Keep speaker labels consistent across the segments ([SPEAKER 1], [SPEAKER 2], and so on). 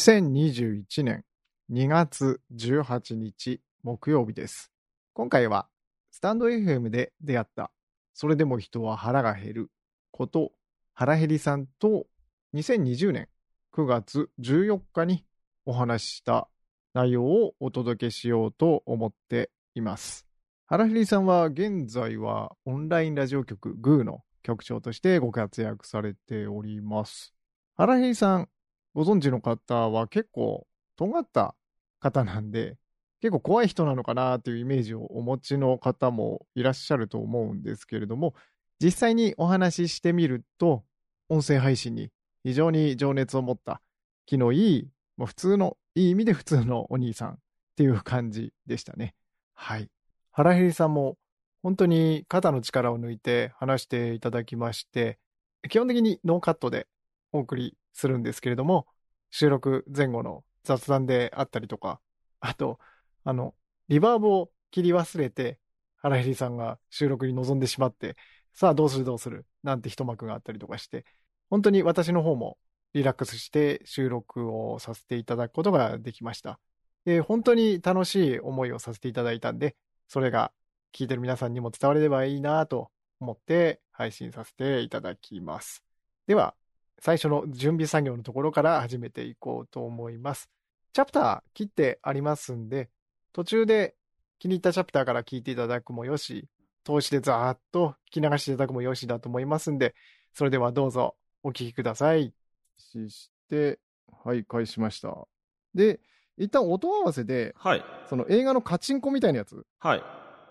[SPEAKER 1] 2021年2月18日木曜日です。今回はスタンド FM で出会った、それでも人は腹が減ること、腹減りさんと2020年9月14日にお話しした内容をお届けしようと思っています。腹減りさんは現在はオンラインラジオ局グーの局長としてご活躍されております。腹減りさん、ご存知の方は結構尖った方なんで、結構怖い人なのかなというイメージをお持ちの方もいらっしゃると思うんですけれども、実際にお話ししてみると、音声配信に非常に情熱を持った、気のいい、まあ普通の、いい意味で普通のお兄さんっていう感じでしたね。はい。腹減りさんも本当に肩の力を抜いて話していただきまして、基本的にノーカットでお送りするんですけれども、収録前後の雑談であったりとか、あと、あの、リバーブを切り忘れて、原ヘリさんが収録に臨んでしまって、さあどうするどうするなんて一幕があったりとかして、本当に私の方もリラックスして収録をさせていただくことができました。で、本当に楽しい思いをさせていただいたんで、それが聞いてる皆さんにも伝われればいいなと思って配信させていただきます。では、最初の準備作業のところから始めていこうと思います。チャプター切ってありますんで、途中で気に入ったチャプターから聞いていただくもよし、通しでざーっと聞き流していただくもよしだと思いますんで、それではどうぞお聞きください。しして、はい、返しました。で、一旦音合わせで、
[SPEAKER 2] はい。
[SPEAKER 1] その映画のカチンコみたいなやつ
[SPEAKER 2] はい。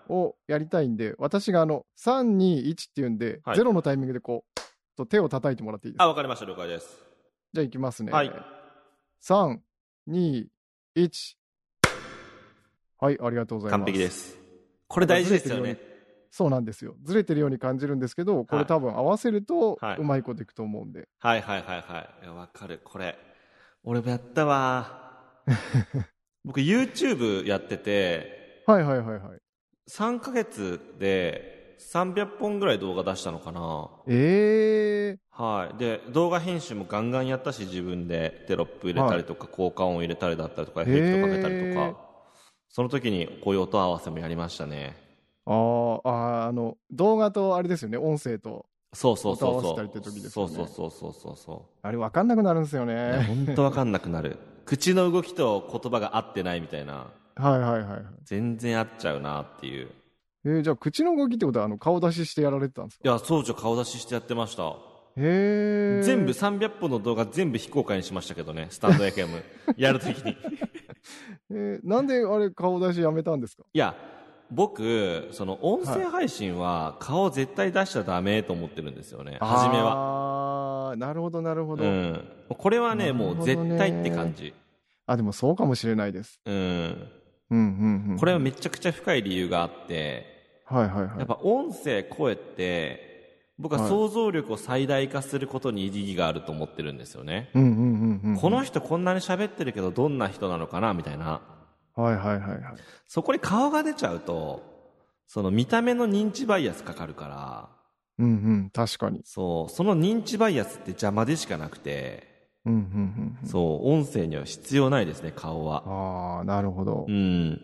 [SPEAKER 1] をやりたいんで、私があの、3、2、1っていうんで、
[SPEAKER 2] はい
[SPEAKER 1] ゼロのタイミングでこう、と手を叩いてもらっていいですか
[SPEAKER 2] あ、わかりました。了解です。
[SPEAKER 1] じゃあ行きますね。
[SPEAKER 2] はい。
[SPEAKER 1] 3、2、1。はい、ありがとうございます。
[SPEAKER 2] 完璧で。す。これ大事ですよね。
[SPEAKER 1] そうなんですよ。ずれてるように感じるんですけど、こ
[SPEAKER 2] は
[SPEAKER 1] れ
[SPEAKER 2] い
[SPEAKER 1] 多分合わせると
[SPEAKER 2] はい、
[SPEAKER 1] うまいこといくと思うんで。
[SPEAKER 2] はいはいはいはいいや。わかる。これ。俺もやった わ。僕 YouTube やってて、
[SPEAKER 1] はいはいはいはい。
[SPEAKER 2] 3ヶ月で300本ぐらい動画出したのかな。
[SPEAKER 1] え
[SPEAKER 2] はい。で、動画編集もガンガンやったし、自分でテロップ入れたりとか、効果音入れたりだったりとか、エフェクトかけたりと
[SPEAKER 1] へー
[SPEAKER 2] か、その時にこういう音合わせもやりましたね。
[SPEAKER 1] ー。あーあー、あの、動画とあれですよね、音声と。
[SPEAKER 2] そうそうそう
[SPEAKER 1] 音合
[SPEAKER 2] そ
[SPEAKER 1] わせ
[SPEAKER 2] う。
[SPEAKER 1] たりって時です
[SPEAKER 2] そ
[SPEAKER 1] よ
[SPEAKER 2] う
[SPEAKER 1] ね
[SPEAKER 2] そうそうそうそうそう。
[SPEAKER 1] あれ分かんなくなるんですよ
[SPEAKER 2] いや
[SPEAKER 1] ね。
[SPEAKER 2] 本当わかんな くなる口の動きと言葉が合ってないみたいな
[SPEAKER 1] はいはいはいはい。
[SPEAKER 2] 全然合っちゃうなっていう
[SPEAKER 1] えー、じゃあ口の動きってことは、あの、顔出ししてやられてたんですか
[SPEAKER 2] いや総長顔出ししてやってました
[SPEAKER 1] へえ。
[SPEAKER 2] 全部。300本の動画全部非公開にしましたけどねスタンド FM やるときにい
[SPEAKER 1] えー、なんであれ顔出しやめたんですか
[SPEAKER 2] や僕その音声配信は顔絶対出しちゃダメと思ってるんですよね初めは
[SPEAKER 1] は。あーなるほどなるほど。
[SPEAKER 2] うんこれは
[SPEAKER 1] な
[SPEAKER 2] ね
[SPEAKER 1] るほど
[SPEAKER 2] も
[SPEAKER 1] ね
[SPEAKER 2] う絶対って感じ
[SPEAKER 1] あ、でもそうかもしれないです。
[SPEAKER 2] うん
[SPEAKER 1] うんうんうん。
[SPEAKER 2] これはめちゃくちゃ深い理由があって
[SPEAKER 1] はいはいは
[SPEAKER 2] や
[SPEAKER 1] い
[SPEAKER 2] っ。ぱ音声、声って、僕は想像力を最大化することに意義があると思ってるんですよね。
[SPEAKER 1] うんうんうんうん。
[SPEAKER 2] この人こんなに喋ってるけどどんな人なのかなみたいな。
[SPEAKER 1] はいはいはいはい。
[SPEAKER 2] そこに顔が出ちゃうと、その見た目の認知バイアスかかるから、
[SPEAKER 1] うんうん、確かに。
[SPEAKER 2] そう、その認知バイアスって邪魔でしかなくて、
[SPEAKER 1] うんうんうんうん。
[SPEAKER 2] そう、音声には必要ないですね、顔は。
[SPEAKER 1] ああ、なるほど。
[SPEAKER 2] うん。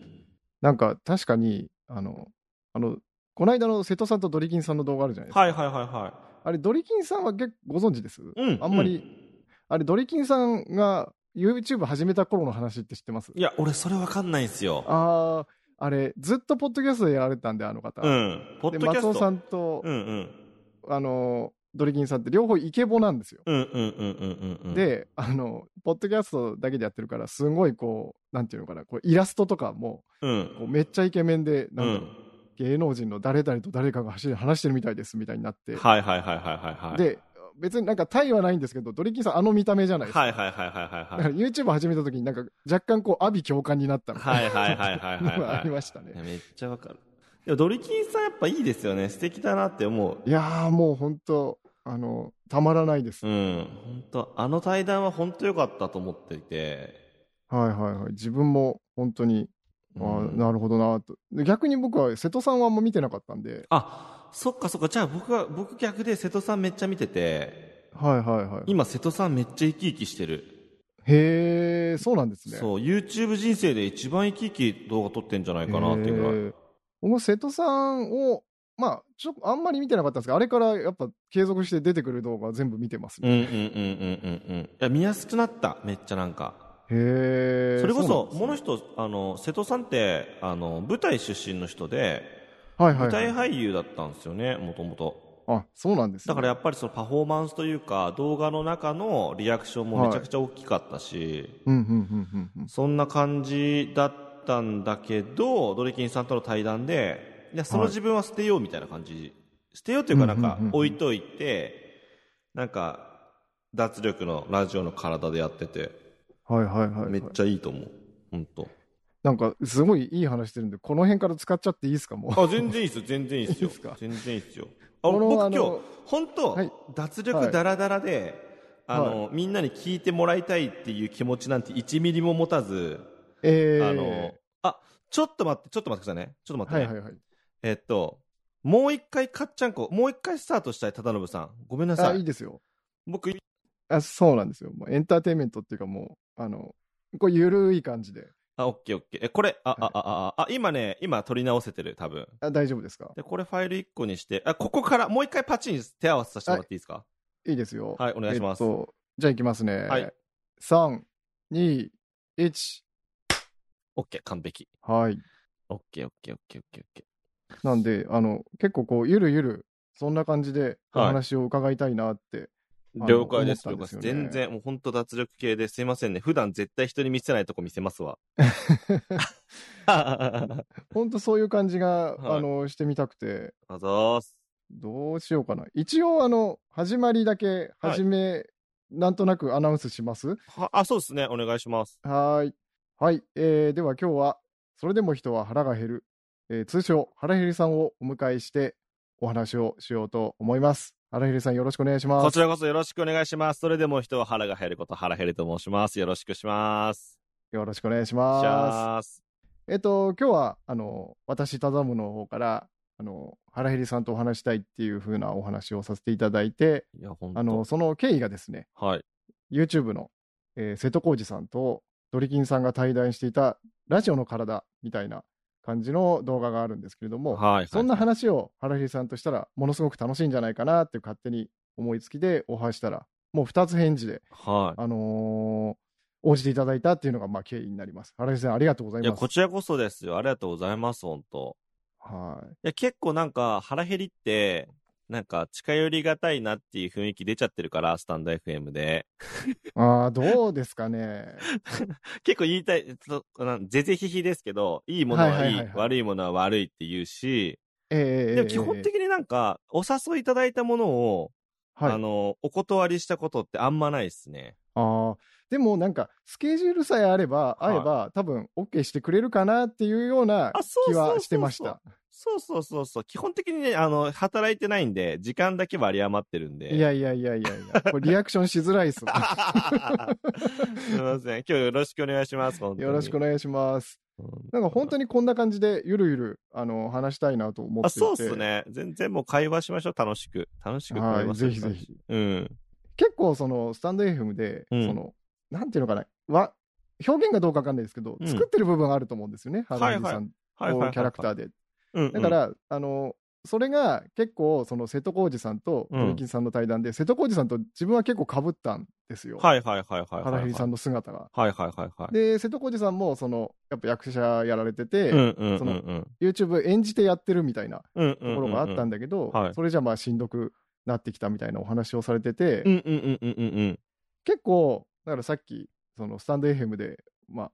[SPEAKER 1] なんか確かに、あの、あの、この間の瀬戸さんとドリキンさんの動画あるじゃないですか。
[SPEAKER 2] はいはいはいは
[SPEAKER 1] あれ、ドリキンさんは結構ご存知です
[SPEAKER 2] い。うん。
[SPEAKER 1] あんま
[SPEAKER 2] う
[SPEAKER 1] り、あれ、ドリキンさんが YouTube 始めた頃の話って知ってます
[SPEAKER 2] いや、俺それわかんないんですよ。
[SPEAKER 1] ああ、あれ、ずっとポッドキャストでやられてたんで、あの方。
[SPEAKER 2] うん。ポッ
[SPEAKER 1] で、
[SPEAKER 2] ドキャス
[SPEAKER 1] 松
[SPEAKER 2] ト。
[SPEAKER 1] 尾さんと、
[SPEAKER 2] うんうん。
[SPEAKER 1] あの、ドリキンさんって両方イケボなんですよ。
[SPEAKER 2] うんうんうんうんうんうん。
[SPEAKER 1] で、あの、ポッドキャストだけでやってるから、すごいこう、なんていうのかな、こうイラストとかも、
[SPEAKER 2] うん。
[SPEAKER 1] こうめっちゃイケメンで、
[SPEAKER 2] う。
[SPEAKER 1] なんだろうん芸能人の誰々と誰かが走り話してるみたいですみたいになって、
[SPEAKER 2] はいはいはいはいはいはい。
[SPEAKER 1] で、別になんかタイはないんですけど、ドリキンさんあの見た目じゃないですか。
[SPEAKER 2] はいはいはいはいはい
[SPEAKER 1] だ
[SPEAKER 2] は
[SPEAKER 1] か
[SPEAKER 2] い。
[SPEAKER 1] ら YouTube 始めた時になんか若干こう、阿鼻共感になったみた
[SPEAKER 2] はいいはいはいはい
[SPEAKER 1] な
[SPEAKER 2] はい
[SPEAKER 1] のが
[SPEAKER 2] は
[SPEAKER 1] あり
[SPEAKER 2] い。
[SPEAKER 1] ましたね
[SPEAKER 2] い。やめっちゃわかる。でもドリキンさんやっぱいいですよね。素敵だなって思う。
[SPEAKER 1] いやーもう本当、あの、たまらないです。
[SPEAKER 2] うん。本当あの対談は本当良かったと思っていて。
[SPEAKER 1] はいはいはい。自分も本当に、あ
[SPEAKER 2] う
[SPEAKER 1] ー
[SPEAKER 2] ん
[SPEAKER 1] なるほどなーと。で逆に僕は瀬戸さんはあんま見てなかったんで、
[SPEAKER 2] あ、そっかそっか。じゃあ僕は、僕逆で瀬戸さんめっちゃ見てて、
[SPEAKER 1] はいはいはい。
[SPEAKER 2] 今瀬戸さんめっちゃ生き生きしてる。
[SPEAKER 1] へえ、そうなんですね。
[SPEAKER 2] そう YouTube 人生で一番生き生き動画撮ってんじゃないかなっていうぐらい、
[SPEAKER 1] えー僕も瀬戸さんを、まあ、ちょあんまり見てなかったんですけど、あれからやっぱ継続して出てくる動画全部見てます
[SPEAKER 2] うん
[SPEAKER 1] ね。
[SPEAKER 2] うんうんうんうんうんいや見やすくなっためっちゃなんか、
[SPEAKER 1] へえ。
[SPEAKER 2] それこ
[SPEAKER 1] うなん
[SPEAKER 2] そ
[SPEAKER 1] ですね
[SPEAKER 2] もの人あの瀬戸さんってあの舞台出身の人で
[SPEAKER 1] はい
[SPEAKER 2] 舞
[SPEAKER 1] はい、
[SPEAKER 2] 台
[SPEAKER 1] はい。
[SPEAKER 2] 俳優だったんですよねもともと
[SPEAKER 1] あ、そうなんです、ね。
[SPEAKER 2] だからやっぱりそのパフォーマンスというか動画の中のリアクションもめちゃくちゃ大きかったし、
[SPEAKER 1] うんうんうんうんうん。
[SPEAKER 2] そんな感じだったんだけどドリキンさんとの対談でいやその
[SPEAKER 1] はい
[SPEAKER 2] 自分は捨てようみたいな感じ、捨てようというかなん
[SPEAKER 1] うん
[SPEAKER 2] か
[SPEAKER 1] うんうんうん
[SPEAKER 2] 置いといて、なんか脱力のラジオの体でやってて、
[SPEAKER 1] はいはいはい、は
[SPEAKER 2] め
[SPEAKER 1] い
[SPEAKER 2] っ。ちゃいいと思う本当。
[SPEAKER 1] なんか、すごいいい話してるんで、この辺から使っちゃっていいですか、もう。
[SPEAKER 2] あ全然いいですよ全然いいですよ
[SPEAKER 1] いいですか
[SPEAKER 2] 全然いいですよあ
[SPEAKER 1] この
[SPEAKER 2] 僕
[SPEAKER 1] あ
[SPEAKER 2] 今
[SPEAKER 1] の
[SPEAKER 2] 日本当、
[SPEAKER 1] はい
[SPEAKER 2] 脱力ダラダラで、あのみんなに聞いてもらいたいっていう気持ちなんて1ミリも持たず、
[SPEAKER 1] えー、
[SPEAKER 2] あのあちょっと待ってちょっと待ってくださいねちょっと待って
[SPEAKER 1] は
[SPEAKER 2] ね、
[SPEAKER 1] いはいはい。
[SPEAKER 2] えっともう一回かっちゃんこもう一回スタートしたい忠信さんごめんな
[SPEAKER 1] あ、
[SPEAKER 2] さい
[SPEAKER 1] いいですよ。
[SPEAKER 2] 僕
[SPEAKER 1] あ、そうなんですよ。もうエンターテインメントっていうか、もう、あの、こう、ゆるい感じで。
[SPEAKER 2] あオッケーオッケーえこれあ、
[SPEAKER 1] はい
[SPEAKER 2] ああああ今ね今取り直せてる多分
[SPEAKER 1] あ、大丈夫ですか
[SPEAKER 2] でこれファイル1個にしてあここからもう一回パチン手合わせさせてもらっていいですか、
[SPEAKER 1] いいですよ。
[SPEAKER 2] はいお願いします
[SPEAKER 1] えっと、じゃあ行きますね。
[SPEAKER 2] はい。
[SPEAKER 1] 3、2、1。
[SPEAKER 2] オッケー完璧
[SPEAKER 1] はい。
[SPEAKER 2] オッケーオッケーオッケーオッケーオッケー
[SPEAKER 1] なんで、あの、結構こう、ゆるゆる、そんな感じでお
[SPEAKER 2] はい
[SPEAKER 1] 話を伺いたいなって。あの
[SPEAKER 2] 了解です、
[SPEAKER 1] 思
[SPEAKER 2] 了
[SPEAKER 1] ったん
[SPEAKER 2] 解
[SPEAKER 1] で
[SPEAKER 2] ですす。
[SPEAKER 1] よね
[SPEAKER 2] 全然、もう本当脱力系ですいませんね。普段絶対人に見せないとこ見せますわ。あ
[SPEAKER 1] ほんとそういう感じが、
[SPEAKER 2] はい
[SPEAKER 1] あの、してみたくて、
[SPEAKER 2] ざーす。
[SPEAKER 1] どうしようかな。一応、あの、始まりだけ、
[SPEAKER 2] はい
[SPEAKER 1] 始め、なんとなくアナウンスします
[SPEAKER 2] はあ、そうですね。お願いします。
[SPEAKER 1] はーい。はい、えーでは今日は、それでも人は腹が減る、えー通称、腹減りさんをお迎えして、お話をしようと思います。腹減りさん、よろしくお願いします。
[SPEAKER 2] こちらこそよろしくお願いします。それでも人は腹が減ること、腹減ると申します。よろしくします。
[SPEAKER 1] よろしくお願いし
[SPEAKER 2] し
[SPEAKER 1] ます。
[SPEAKER 2] ゃーす。
[SPEAKER 1] えっと、今日は、あの、私、ただむの方から、あの、腹減りさんとお話したいっていう風なお話をさせていただいて、
[SPEAKER 2] いや、本当
[SPEAKER 1] あの、その経緯がですね、
[SPEAKER 2] はい。
[SPEAKER 1] YouTube の、えー瀬戸康史さんとドリキンさんが対談していたラジオの体みたいな感じの動画があるんですけれども、
[SPEAKER 2] はい。
[SPEAKER 1] そんな
[SPEAKER 2] はい
[SPEAKER 1] 話を原秀さんとしたらものすごく楽しいんじゃないかなっていう勝手に思いつきでオファーしたらもう2つ返事で、
[SPEAKER 2] は
[SPEAKER 1] あのー応じていただいたっていうのがまあ経緯になります。原秀さんありがとうござ
[SPEAKER 2] い。
[SPEAKER 1] い
[SPEAKER 2] いや、
[SPEAKER 1] ます。
[SPEAKER 2] こちらこそですよ。ありがとうございます、本当。
[SPEAKER 1] はい
[SPEAKER 2] いや、結構なんか腹減りって、なんか近寄りがたいなっていう雰囲気出ちゃってるから、スタンド FM で。
[SPEAKER 1] あーどうですかね。
[SPEAKER 2] 結構言いたい、そなんぜぜひひですけど、いいものはいい,、
[SPEAKER 1] はいはいはいはい
[SPEAKER 2] 悪いものは悪いって言うし、
[SPEAKER 1] えー
[SPEAKER 2] でも基本
[SPEAKER 1] えーえ
[SPEAKER 2] 的になんか、お誘いいただいたものを、
[SPEAKER 1] ーはい、
[SPEAKER 2] あの、お断りしたことってあんまないですね。
[SPEAKER 1] ああ、でもなんか、スケジュールさえあれば、
[SPEAKER 2] は
[SPEAKER 1] 合
[SPEAKER 2] い
[SPEAKER 1] えば、多分 OK してくれるかなっていうような
[SPEAKER 2] あそう
[SPEAKER 1] 気
[SPEAKER 2] そうそうそう
[SPEAKER 1] はしてました。
[SPEAKER 2] そうそうそうそう。基本的にね、あの、働いてないんで、時間だけは有り余ってるんで。
[SPEAKER 1] い やいやいやいやいや、これリアクションしづらいっすわ。
[SPEAKER 2] すいません。今日よろしくお願いします。本当に
[SPEAKER 1] よろしくお願いします。
[SPEAKER 2] うん
[SPEAKER 1] なんか本当にこんな感じで、ゆるゆる、あの、話したいなと思って
[SPEAKER 2] あ、
[SPEAKER 1] いて。
[SPEAKER 2] そうっすね。全然もう会話しましょう。楽しく。楽しく
[SPEAKER 1] は
[SPEAKER 2] 会
[SPEAKER 1] い、
[SPEAKER 2] 話する
[SPEAKER 1] ぜひぜひ。
[SPEAKER 2] うん。
[SPEAKER 1] 結構、その、スタンド FM で、
[SPEAKER 2] うん
[SPEAKER 1] その、なんていうのかな、わ表現がどうかわかんないですけど、
[SPEAKER 2] うん
[SPEAKER 1] 作ってる部分があると思うんですよね、
[SPEAKER 2] はい
[SPEAKER 1] 原
[SPEAKER 2] はい
[SPEAKER 1] 英さん
[SPEAKER 2] はい
[SPEAKER 1] とキャラクタ
[SPEAKER 2] ー。
[SPEAKER 1] ーで。
[SPEAKER 2] うんうん
[SPEAKER 1] だか、ら、あのそれが結構その瀬戸康史さんと
[SPEAKER 2] うん
[SPEAKER 1] 鳥金さんの対談で、瀬戸康史さんと自分は結構かぶったんですよ、
[SPEAKER 2] はいはいはいはいはい。
[SPEAKER 1] 原英さん
[SPEAKER 2] の。
[SPEAKER 1] の姿が。
[SPEAKER 2] はいはいはいはい。
[SPEAKER 1] で瀬戸康史さんもそのやっぱ役者やられてて、
[SPEAKER 2] うんうんうん
[SPEAKER 1] そ
[SPEAKER 2] うん
[SPEAKER 1] の YouTube 演じてやってるみたいな
[SPEAKER 2] うんうんう
[SPEAKER 1] と
[SPEAKER 2] んうん。
[SPEAKER 1] ころがあったん
[SPEAKER 2] だ
[SPEAKER 1] だけど、
[SPEAKER 2] はい
[SPEAKER 1] それじゃまあしんどくなってきたみたいなお話をされてて、
[SPEAKER 2] うんうんうんうんうんうん。
[SPEAKER 1] 結構だからさっきそのスタンド FM で、まあ、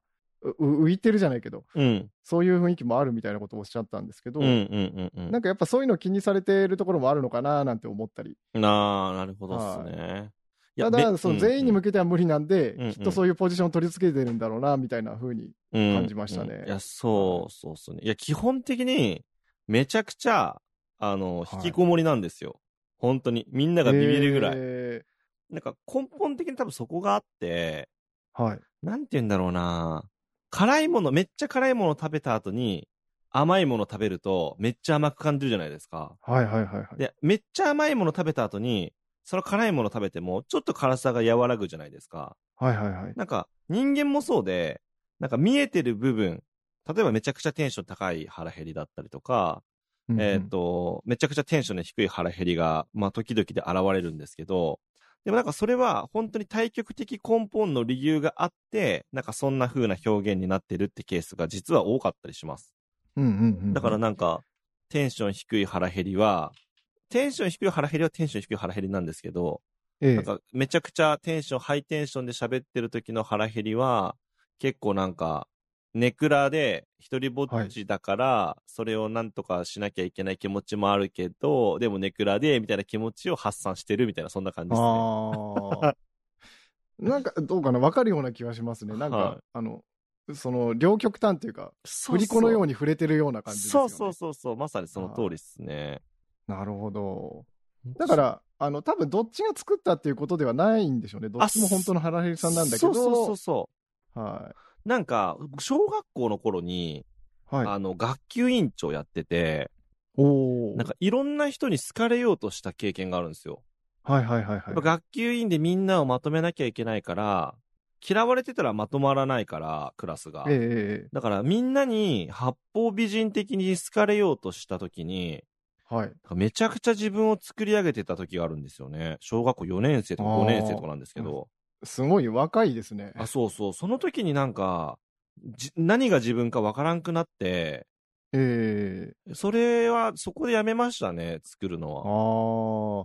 [SPEAKER 1] う浮いてるじゃないけど
[SPEAKER 2] うん
[SPEAKER 1] そういう雰囲気もあるみたいなことをおっしゃったんですけど、
[SPEAKER 2] うんうんうん
[SPEAKER 1] なんかやっぱそういうの気にされてるところもあるのかななんて思ったり、
[SPEAKER 2] うん。なあ、なるほどっすね。いや
[SPEAKER 1] ただ
[SPEAKER 2] べ
[SPEAKER 1] その全員に向けては無理なんで、
[SPEAKER 2] うんうん
[SPEAKER 1] きっとそういうポジションを取り付けてるんだろうなみたいな風に、感じましたね
[SPEAKER 2] うんうんいや、そうそうっすね。いや、基本的に、めちゃくちゃ、あの、
[SPEAKER 1] はい
[SPEAKER 2] 引きこもりなんですよ。本当に。みんながビビるぐらい。
[SPEAKER 1] え
[SPEAKER 2] なんか根本的に多分そこがあって、
[SPEAKER 1] ーはい
[SPEAKER 2] なんて言うんだろうな辛いもの、めっちゃ辛いもの食べた後に、甘いもの食べると、めっちゃ甘く感じるじゃないですか。
[SPEAKER 1] はいはいはいはい
[SPEAKER 2] で、めっちゃ甘いもの食べた後に、その辛いもの食べても、ちょっと辛さが和らぐじゃないですか。
[SPEAKER 1] はいはいはい。
[SPEAKER 2] なんか、人間もそうで、なんか見えてる部分、例えばめちゃくちゃテンション高い腹減りだったりとか、
[SPEAKER 1] うんうん
[SPEAKER 2] えっ、、と、めちゃくちゃテンションの低い腹減りが、まあ、時々で現れるんですけど、でもなんかそれは本当に対極的根本の理由があって、なんかそんな風な表現になってるってケースが実は多かったりします。
[SPEAKER 1] うんうんうん、
[SPEAKER 2] だからなんか、テンション低い腹減りは、テンション低い腹減りはテンション低い腹減りなんですけど、
[SPEAKER 1] ええ
[SPEAKER 2] なんかめちゃくちゃテンション、ハイテンションで喋ってる時の腹減りは、結構なんか、ネクラで一人ぼっちだから、それをなんとかしなきゃいけない気持ちもあるけど、でもネクラで、みたいな気持ちを発散してるみたいな、そんな感じですね。
[SPEAKER 1] ああ。なんかどうかな、わかるような気はしますね。なんか、
[SPEAKER 2] はい
[SPEAKER 1] あの、その両極端というか、
[SPEAKER 2] そ
[SPEAKER 1] 振り子のよう
[SPEAKER 2] に
[SPEAKER 1] に触れてるような感じですよ
[SPEAKER 2] そ
[SPEAKER 1] ね。
[SPEAKER 2] うそうそうそう、まさにその通りですね。
[SPEAKER 1] なるほど。だから、あの、多分どっちが作ったっていうことではないんでしょうね。どっちも本当の原平さんなんだけど。
[SPEAKER 2] そうそうそうそ
[SPEAKER 1] は
[SPEAKER 2] う。なんか、小学校の頃に、
[SPEAKER 1] い。はい。
[SPEAKER 2] あの、学級委員長やってて、
[SPEAKER 1] おお。
[SPEAKER 2] なんかいろんな人に好かれようとした経験があるんですよ。
[SPEAKER 1] はいはいはい
[SPEAKER 2] やっぱ
[SPEAKER 1] は
[SPEAKER 2] 学級委員でみんなをまとめなきゃいけないから、嫌われてたらまとまらないから、クラスが。
[SPEAKER 1] い。ええ
[SPEAKER 2] だからみんなに八方美人的に好かれようとした時に、
[SPEAKER 1] はい。
[SPEAKER 2] めちゃくちゃ自分を作り上げてた時があるんですよね。小学校4年生とか5年生とかなんですけど。
[SPEAKER 1] すごい若いですね
[SPEAKER 2] あ。そうそう。その時になんか、じ何が自分かわからんくなって、
[SPEAKER 1] ええ
[SPEAKER 2] それはそこでやめましたね、作るのは。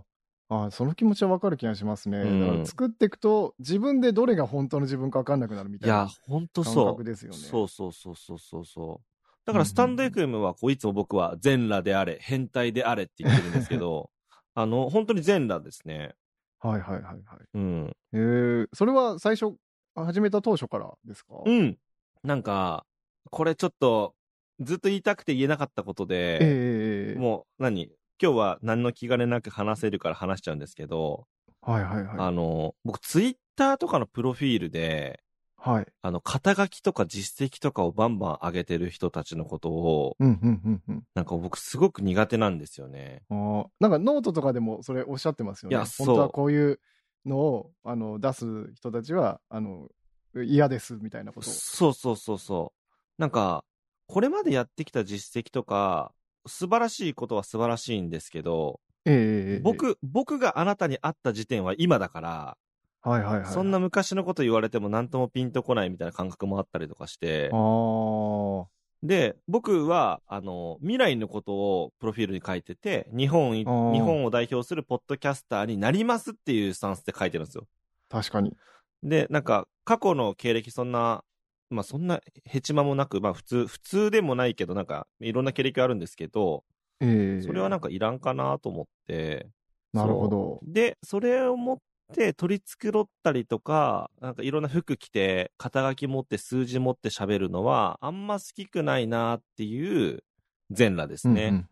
[SPEAKER 1] ああ。あーその気持ちはわかる気がしますね。
[SPEAKER 2] うん
[SPEAKER 1] だから作っていくと、自分でどれが本当の自分かわかんなくなるみた
[SPEAKER 2] い
[SPEAKER 1] いな。
[SPEAKER 2] や、ほんと
[SPEAKER 1] 感
[SPEAKER 2] そう
[SPEAKER 1] 覚。ですよね。
[SPEAKER 2] そうそうそうそうそうそう。だからスタンド
[SPEAKER 1] うん
[SPEAKER 2] FM はこういつも僕は全裸であれ、変態であれって言ってるんです けど、あの、本当に全裸ですね。
[SPEAKER 1] はいはいはいはい。
[SPEAKER 2] うん。
[SPEAKER 1] えー、それは最初、始めた当初からですか
[SPEAKER 2] うん。なんか、これちょっと、ずっと言いたくて言えなかったことで、
[SPEAKER 1] ええ
[SPEAKER 2] もう何今日は何の気兼ねなく話せるから話しちゃうんですけど、
[SPEAKER 1] はいはいは
[SPEAKER 2] あの、僕ツイッターとかのプロフィールで、
[SPEAKER 1] い。はい。
[SPEAKER 2] あの、肩書きとか実績とかをバンバン上げてる人たちのことを、
[SPEAKER 1] うんうんうん
[SPEAKER 2] なんか僕すごく苦手なんですよね。
[SPEAKER 1] うん。あーなんかノートとかでもそれおっしゃってますよね。
[SPEAKER 2] いやそう
[SPEAKER 1] 本当はこういうのをあの出す人たちは、あの、嫌ですみたいなことを。
[SPEAKER 2] そうそうそうそう。なんか、これまでやってきた実績とか、素晴らしいことは素晴らしいんですけど、
[SPEAKER 1] ええ
[SPEAKER 2] 僕、僕があなたに会った時点は今だから、
[SPEAKER 1] はいはいはい。
[SPEAKER 2] そんな。昔のこと言われても何ともピンとこないみたいな感覚もあったりとかして
[SPEAKER 1] あ、あ。
[SPEAKER 2] で、僕は、あの、未来のことをプロフィールに書いてて、日本い、日
[SPEAKER 1] あー
[SPEAKER 2] 本を代表するポッドキャスターになりますっていうスタンスで書いてるんですよ。
[SPEAKER 1] 確かに。
[SPEAKER 2] で、なんか、過去の経歴、そんな、まあ、そんな、ヘチマもなく、まあ、普通、普通でもないけど、なんか、いろんな経歴あるんですけど、
[SPEAKER 1] ええ
[SPEAKER 2] それはなんかいらんかなと思って、
[SPEAKER 1] なるほど。
[SPEAKER 2] で、それを持って取り繕ったりとか、なんかいろんな服着て、肩書き持って、数字持って喋るのは、あんま好きくないなっていう、全裸ですね。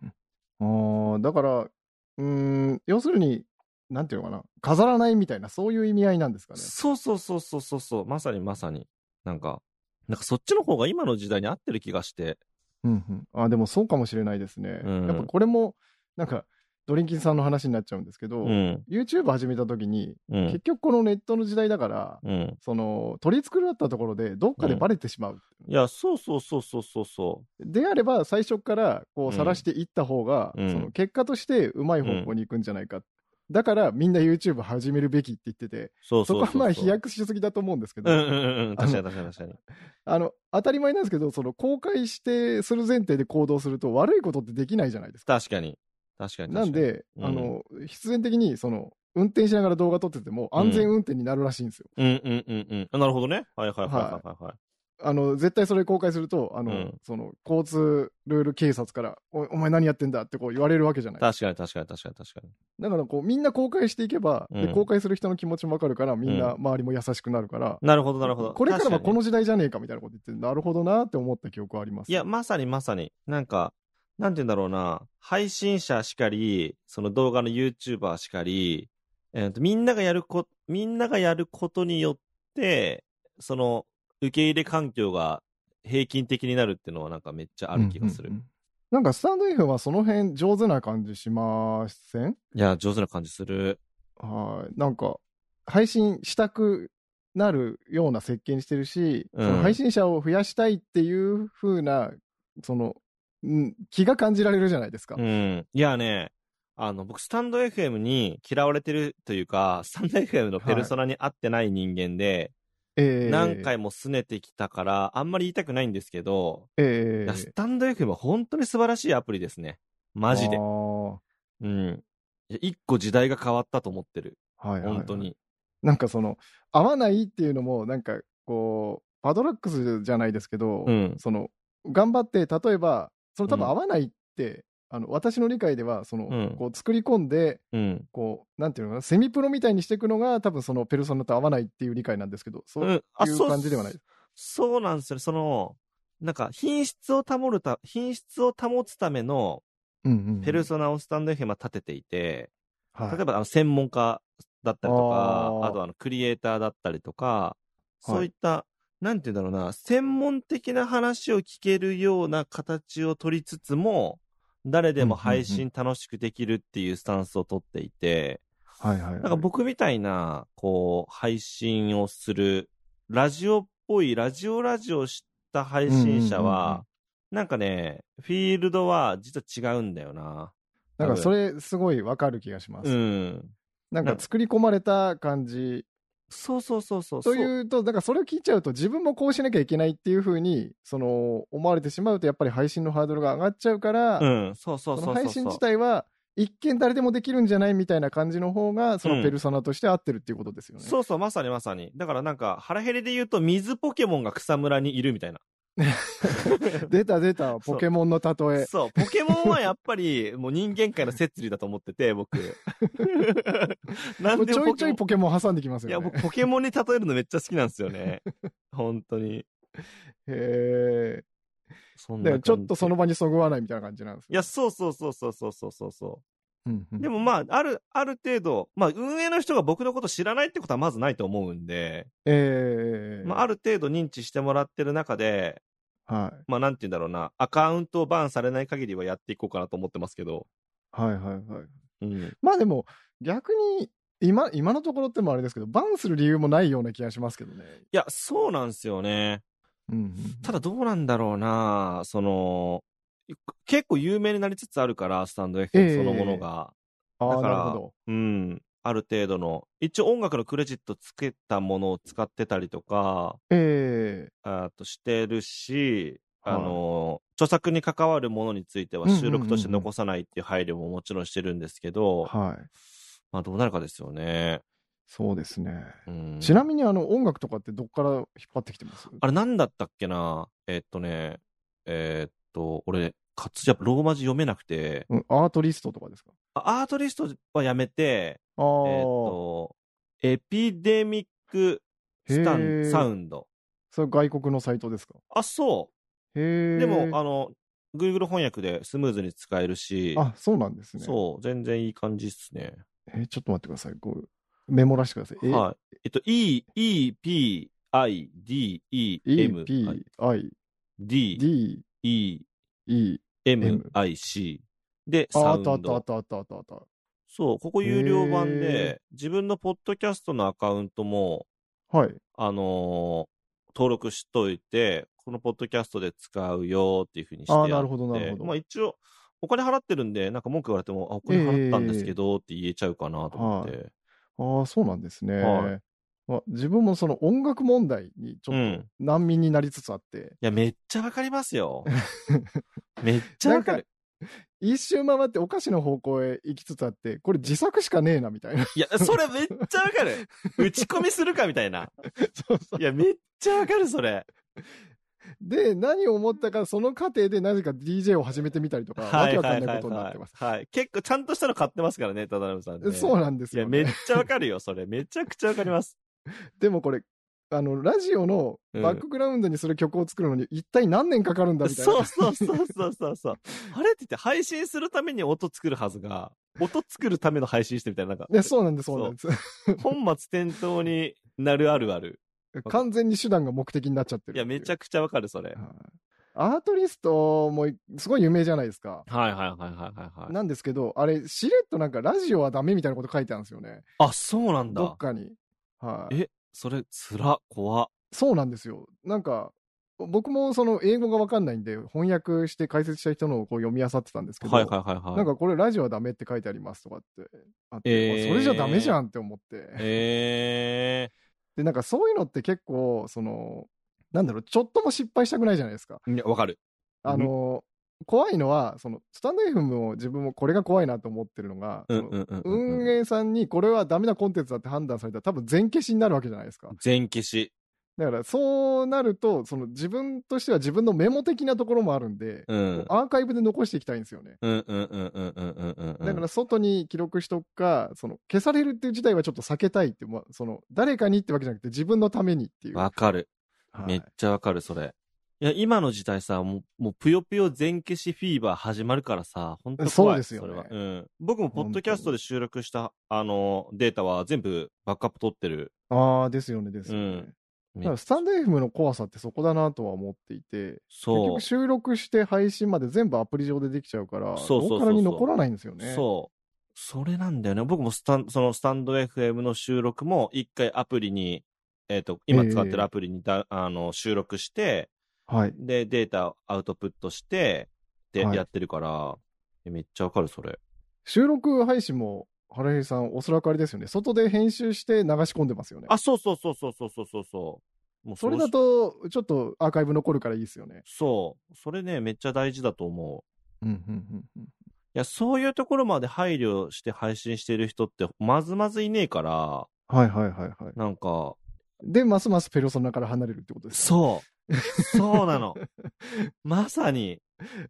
[SPEAKER 1] うんうんうんあーだから、うーん、要するに、なんていうのかな、飾らないみたいな、そういう意味合いなんですかね。
[SPEAKER 2] そうそうそうそうそうそう、まさにまさに。なんか、なんかそっちの方が今の時代に合ってる気がして、
[SPEAKER 1] うんうん、あーでもそうかもしれないですね。
[SPEAKER 2] うん
[SPEAKER 1] やっぱこれも、なんか、ドリンキンさんの話になっちゃうんですけど、
[SPEAKER 2] うん、
[SPEAKER 1] YouTube 始めた時に、
[SPEAKER 2] う
[SPEAKER 1] 結
[SPEAKER 2] ん、
[SPEAKER 1] 局このネットの時代だから、
[SPEAKER 2] うん。
[SPEAKER 1] その取り繕ったところでどっかでバレてしまう、
[SPEAKER 2] いや、そうそうそうそうそうそ
[SPEAKER 1] であれば最初からこ
[SPEAKER 2] うん
[SPEAKER 1] う晒していった方が、
[SPEAKER 2] うん
[SPEAKER 1] その結果としてうまい方向に行くんじゃないか、だからみんな YouTube 始めるべきって言ってて
[SPEAKER 2] う。そう
[SPEAKER 1] そ
[SPEAKER 2] そう
[SPEAKER 1] こ
[SPEAKER 2] う
[SPEAKER 1] はまあ飛
[SPEAKER 2] う
[SPEAKER 1] 躍しすぎだと思うんですけど、
[SPEAKER 2] うんうんうん。確かに確かに確かに。
[SPEAKER 1] あの当たり前なんですけどその公開してする前提で行動すると悪いことってできないじゃないですか。
[SPEAKER 2] 確かに。確かに。
[SPEAKER 1] なん、で、
[SPEAKER 2] うん
[SPEAKER 1] あの必然的にその運転しながら動画撮ってても安全運転になるらしいんですよ。
[SPEAKER 2] うんうんうんうんあ。なるほどね。はいはいはいはいはい。はい、
[SPEAKER 1] あの絶対それ公開するとあの、
[SPEAKER 2] うん
[SPEAKER 1] その交通ルール警察からおお前何やってんだってこう言われるわけじゃない
[SPEAKER 2] 確かに確かに確かに確かに。
[SPEAKER 1] だからこうみんな公開していけば、
[SPEAKER 2] う
[SPEAKER 1] で
[SPEAKER 2] ん
[SPEAKER 1] 公開する人の気持ちもわかるからみんな周りも優しくなるから、
[SPEAKER 2] なるほどなるほど。
[SPEAKER 1] これからはこ
[SPEAKER 2] 確かに
[SPEAKER 1] の時代じゃねえかみたいなこと言ってなるほどなって思った記憶はあります。
[SPEAKER 2] いや、まさにまさに。なんか、なんて言うんだろうな。配信者しかり、その動画の YouTuber しかり、えーとみんながやるこ、みんながやることによって、その、受け入れ環境が平均的になるっていうのはなんかめっちゃある気がする。
[SPEAKER 1] うんうんうんなんかスタンド F はその辺上手な感じしません
[SPEAKER 2] いや、上手な感じする。
[SPEAKER 1] はい。なんか、配信したくなるような設計にしてるし、
[SPEAKER 2] うん
[SPEAKER 1] その配信者を増やしたいっていう風な、その、うん気が感じられるじゃないですか。
[SPEAKER 2] うん。いやね、あの、僕、スタンド FM に嫌われてるというか、スタンド FM のペルソナに合ってない人間で、
[SPEAKER 1] えー
[SPEAKER 2] 何回も拗ねてきたから、あんまり言いたくないんですけど、い
[SPEAKER 1] え
[SPEAKER 2] や
[SPEAKER 1] ー
[SPEAKER 2] スタンド FM は本当に素晴らしいアプリですね。マジで
[SPEAKER 1] あ。ー
[SPEAKER 2] うん。いや一個時代が変わったと思ってる。
[SPEAKER 1] はいはいはい
[SPEAKER 2] 本当に。
[SPEAKER 1] なんかその、合わないっていうのも、なんかこう、パドラックスじゃないですけど、
[SPEAKER 2] うん。
[SPEAKER 1] その、頑張って、例えば、その多分
[SPEAKER 2] うん
[SPEAKER 1] 合わないって、あの私の理解では、その、
[SPEAKER 2] うん
[SPEAKER 1] こう作り込んで、
[SPEAKER 2] うん。
[SPEAKER 1] こう、なんていうのかな、セミプロみたいにしていくのが、多分そのペルソナと合わないっていう理解なんですけど、そううい
[SPEAKER 2] ん。あ、
[SPEAKER 1] う
[SPEAKER 2] そう
[SPEAKER 1] 感じではない。
[SPEAKER 2] そうなんですよね。その、なんか、品質を保るた、品質を保つための
[SPEAKER 1] うんうんうん
[SPEAKER 2] ペルソナをスタンド FM は立てていて、
[SPEAKER 1] はい
[SPEAKER 2] 例えば、あの、専門家だったりとか
[SPEAKER 1] あ、ー
[SPEAKER 2] あと、あの、クリエイターだったりとか、そういった、なんて言うんだろうな、専門的な話を聞けるような形を取りつつも、誰でも配信楽しくできるっていうスタンスを取っていて、
[SPEAKER 1] はいはいはい。
[SPEAKER 2] なんか僕みたいな、こう、配信をする、ラジオっぽい、ラジオラジオした配
[SPEAKER 1] うん
[SPEAKER 2] 信者
[SPEAKER 1] うんうんう
[SPEAKER 2] は、なんかね、フィールドは実は違うんだよな。
[SPEAKER 1] なんかそれ、すごいわかる気がします。
[SPEAKER 2] うん。
[SPEAKER 1] なんか作り込まれた感じ
[SPEAKER 2] そうそうそうそう。
[SPEAKER 1] というと、だからそれを聞いちゃうと、自分もこうしなきゃいけないっていうふうにその思われてしまうと、やっぱり配信のハードルが上がっちゃうから、
[SPEAKER 2] うん、そうそうそ
[SPEAKER 1] そ
[SPEAKER 2] うそうそう。
[SPEAKER 1] の配信自体は、一見誰でもできるんじゃないみたいな感じの方が、そのペルソナとして合ってるっていうことですよね。
[SPEAKER 2] そうそう、まさにまさに。だからなんか、腹減りで言うと、水ポケモンが草むらにいるみたいな。
[SPEAKER 1] 出た出た、ポケモンの例え。
[SPEAKER 2] そう、ポケモンはやっぱり、もう人間界の摂理だと思って て、僕。な
[SPEAKER 1] も
[SPEAKER 2] ん
[SPEAKER 1] う
[SPEAKER 2] で
[SPEAKER 1] ち
[SPEAKER 2] も
[SPEAKER 1] ょいちょい
[SPEAKER 2] ポケモ
[SPEAKER 1] ポ
[SPEAKER 2] ン
[SPEAKER 1] ケモン挟んできます
[SPEAKER 2] いや、
[SPEAKER 1] よね。
[SPEAKER 2] 僕、ポケモンに例えるのめっちゃ好きなんですよね。本当に。
[SPEAKER 1] へ
[SPEAKER 2] そ
[SPEAKER 1] ー
[SPEAKER 2] ん
[SPEAKER 1] だ
[SPEAKER 2] な
[SPEAKER 1] から
[SPEAKER 2] 感じ
[SPEAKER 1] ちょっとその。場にそぐわないみたいな感じなんです
[SPEAKER 2] いや、そうそうそうそうそうそうそうそ
[SPEAKER 1] うんう
[SPEAKER 2] う。
[SPEAKER 1] ん
[SPEAKER 2] でもまあ、ある、ある程度、まあ、運営の人が僕のこと知らないってことはまずないと思うんで、
[SPEAKER 1] えー
[SPEAKER 2] まあ、ある程度認知してもらってる中で、
[SPEAKER 1] はい
[SPEAKER 2] まあ、なんて言うんだろうな、アカウントをバーンされない限りはやっていこうかなと思ってますけど。
[SPEAKER 1] はいはいはい。
[SPEAKER 2] うん。
[SPEAKER 1] まあでも、逆に今、今のところってもあれですけど、バンする理由もないような気がしますけどね。
[SPEAKER 2] いや、そうなんですよね。
[SPEAKER 1] うんうん
[SPEAKER 2] ただどうなんだろうな、その、結構有名になりつつあるから、スタンド FM そのものが。
[SPEAKER 1] あ
[SPEAKER 2] だ
[SPEAKER 1] あ、
[SPEAKER 2] か
[SPEAKER 1] な
[SPEAKER 2] ら
[SPEAKER 1] るほど。
[SPEAKER 2] うん。ある程度の、一応音楽のクレジットつけたものを使ってたりとか、
[SPEAKER 1] え
[SPEAKER 2] あとしてるし、
[SPEAKER 1] はい
[SPEAKER 2] あの、著作に関わるものについては
[SPEAKER 1] うんうんうんうん
[SPEAKER 2] 収録として残さないっていう配慮ももちろんしてるんですけど、
[SPEAKER 1] えはい。
[SPEAKER 2] まあどうなるかですよね。
[SPEAKER 1] そうですね。
[SPEAKER 2] うん、
[SPEAKER 1] ちなみに、あの、音楽とかってどっから引っ張ってきてます
[SPEAKER 2] あれなんだったっけなえっとね、えっと、俺、かつ、やっぱローマ字読めなくて、
[SPEAKER 1] うんアートリストとかですか
[SPEAKER 2] あアートリストはやめて、
[SPEAKER 1] ああ、
[SPEAKER 2] えっと、エピデミックスタンサウンド。
[SPEAKER 1] それ外国のサイトですか
[SPEAKER 2] あ、そ
[SPEAKER 1] へ
[SPEAKER 2] う。
[SPEAKER 1] え。
[SPEAKER 2] でも、あの、Google 翻訳でスムーズに使えるし、
[SPEAKER 1] あ、そうなんですね。
[SPEAKER 2] そう、全然いい感じっすね。
[SPEAKER 1] えーちょっと待ってください。こうメモらしてください。え
[SPEAKER 2] はい。えっと、E、E、P、I、D、E、M、
[SPEAKER 1] E、P、I、
[SPEAKER 2] D、
[SPEAKER 1] D、
[SPEAKER 2] E、
[SPEAKER 1] E。
[SPEAKER 2] M、I、C。で、
[SPEAKER 1] あ
[SPEAKER 2] サ
[SPEAKER 1] あ
[SPEAKER 2] ウ
[SPEAKER 1] っ
[SPEAKER 2] ン
[SPEAKER 1] たあったあっ
[SPEAKER 2] ド。
[SPEAKER 1] たあったあったあっ
[SPEAKER 2] そう、ここ有料版
[SPEAKER 1] へ
[SPEAKER 2] で、自分のポッドキャストのアカウントも、
[SPEAKER 1] た。はい。
[SPEAKER 2] あのー登録しといて、このポッドキャストで使うよっていうふうにして
[SPEAKER 1] あ
[SPEAKER 2] や
[SPEAKER 1] ー
[SPEAKER 2] って。
[SPEAKER 1] なるほどなるほど
[SPEAKER 2] まあ一応、お金払ってるんで、なんか文句言われても、あ、お金払ったんですけどって言えちゃうかなと思って。
[SPEAKER 1] ああ、そうなんですね。
[SPEAKER 2] はい
[SPEAKER 1] まあ、自分もその音楽問題にち
[SPEAKER 2] う
[SPEAKER 1] ょっと
[SPEAKER 2] ん
[SPEAKER 1] 難民になりつつあって、
[SPEAKER 2] いや、めっちゃわかりますよ。 めっちゃわかる。
[SPEAKER 1] 一周回ってお菓子の方向へ行きつつあって、これ自作しかねえなみたいな。
[SPEAKER 2] いや、それめっちゃわかる。打ち込みするかみたいな。
[SPEAKER 1] そう そう
[SPEAKER 2] いや、めっちゃわかる、それ。
[SPEAKER 1] で、何を思ったか、その過程でなぜか DJ を始めてみたりとか、わけわかんないことになってます。
[SPEAKER 2] はい。結構、ちゃんとしたの買ってますからね、ただのさんね。
[SPEAKER 1] そうなんです
[SPEAKER 2] いや、
[SPEAKER 1] よ、
[SPEAKER 2] めっ
[SPEAKER 1] ね。
[SPEAKER 2] ちゃわかるよ、それ。めちゃくちゃわかります。
[SPEAKER 1] でもこれ、あの、ラジオのバックグラウンドにする曲を作るのに、一体何年かかる んだみたいな。
[SPEAKER 2] そうそうそうそうそうそう。あれって言って、配信するために音作るはずが、音作るための配信してみたいな、なんか、
[SPEAKER 1] でそうなんです、そうなんです。
[SPEAKER 2] 本末転倒になるあるある。
[SPEAKER 1] 完全に手段が目的になっちゃってる
[SPEAKER 2] いや、めち
[SPEAKER 1] ゃ
[SPEAKER 2] ゃくちゃわかる、それ。
[SPEAKER 1] アートリストもすごい有名じゃないですか。
[SPEAKER 2] はいはいはいはいはいはい。
[SPEAKER 1] なんですけど、あれ、しれっとなんかラジオはダメみたいなこと書いてあるんですよね。
[SPEAKER 2] あ、そうなん
[SPEAKER 1] どっ
[SPEAKER 2] だ。
[SPEAKER 1] かに。はい。
[SPEAKER 2] え、それ、つら、怖。
[SPEAKER 1] そうなんですよ。なんか、僕もその英語がわかんないんで、翻訳して解説した人のをこう読み漁ってたんですけど、
[SPEAKER 2] はいはいはいはい。
[SPEAKER 1] なんかこれラジオはダメって書いてありますとかってあって、
[SPEAKER 2] えー
[SPEAKER 1] あそれじゃダメじゃんって思って。
[SPEAKER 2] え
[SPEAKER 1] で、なんかそういうのって結構、その、なんだろう、ちょっとも失敗したくないじゃないですか。
[SPEAKER 2] ーいや、わかる。
[SPEAKER 1] あの、怖いのは、その、スタンド FM を自分もこれが怖いなと思ってるのが、
[SPEAKER 2] うん
[SPEAKER 1] その
[SPEAKER 2] うんうんうん
[SPEAKER 1] 運
[SPEAKER 2] うん。
[SPEAKER 1] 営さんにこれはダメなコンテンツだって判断されたら多分全消しになるわけじゃないですか。
[SPEAKER 2] 全消し。
[SPEAKER 1] だからそうなると、その自分としては自分のメモ的なところもあるんで、
[SPEAKER 2] うん。
[SPEAKER 1] アーカイブで残していきたいんですよね。
[SPEAKER 2] うんうんうんうんうんうんうんうん。
[SPEAKER 1] だから外に記録しとくか、その消されるっていう事態はちょっと避けたいって、まあ、その誰かにってわけじゃなくて自分のためにっていう。
[SPEAKER 2] わかる。
[SPEAKER 1] はい
[SPEAKER 2] めっちゃわかる、それ。いや、今の時代さ、もう、もうぷよぷよ全消しフィーバー始まるからさ、本当怖い。
[SPEAKER 1] そうですよね
[SPEAKER 2] それは。うん。僕もポッドキャストで収録した、あの、データは全部バックアップ取ってる。
[SPEAKER 1] ああ、ですよね、ですよね。
[SPEAKER 2] うん
[SPEAKER 1] だからスタンド FM の怖さってそこだなとは思っていて、結
[SPEAKER 2] そう
[SPEAKER 1] 局。収録して配信まで全部アプリ上でできちゃうから、
[SPEAKER 2] そうそうそうそ
[SPEAKER 1] ロ
[SPEAKER 2] う
[SPEAKER 1] ーカルに残らないんですよね。
[SPEAKER 2] そう。それなんだよね。僕もスタン、そのスタンド FM の収録も一回アプリに、えっ、と、今使って
[SPEAKER 1] ええ
[SPEAKER 2] るアプリにだ、あの、収録して、
[SPEAKER 1] はい。
[SPEAKER 2] で、データをアウトプットして、で、
[SPEAKER 1] はい
[SPEAKER 2] やってるから、えめっちゃわかる、それ。
[SPEAKER 1] 収録配信も、原平さん、おそらくあれですよね。外で編集して流し込んでますよね。
[SPEAKER 2] あ、そうそうそうそうそうそうそうそう。もう
[SPEAKER 1] それだ。と、ちょっとアーカイブ残るからいいですよね。
[SPEAKER 2] そう。それね、めっちゃ大事だと思う。
[SPEAKER 1] うん、うん、うん。
[SPEAKER 2] いや、そういうところまで配慮して配信してる人って、まずまずいねえから、
[SPEAKER 1] はい、はい、はい、はい。
[SPEAKER 2] なんか、
[SPEAKER 1] で、ますますペルソナから離れるってことですね。
[SPEAKER 2] そう。そ うなの。まさに。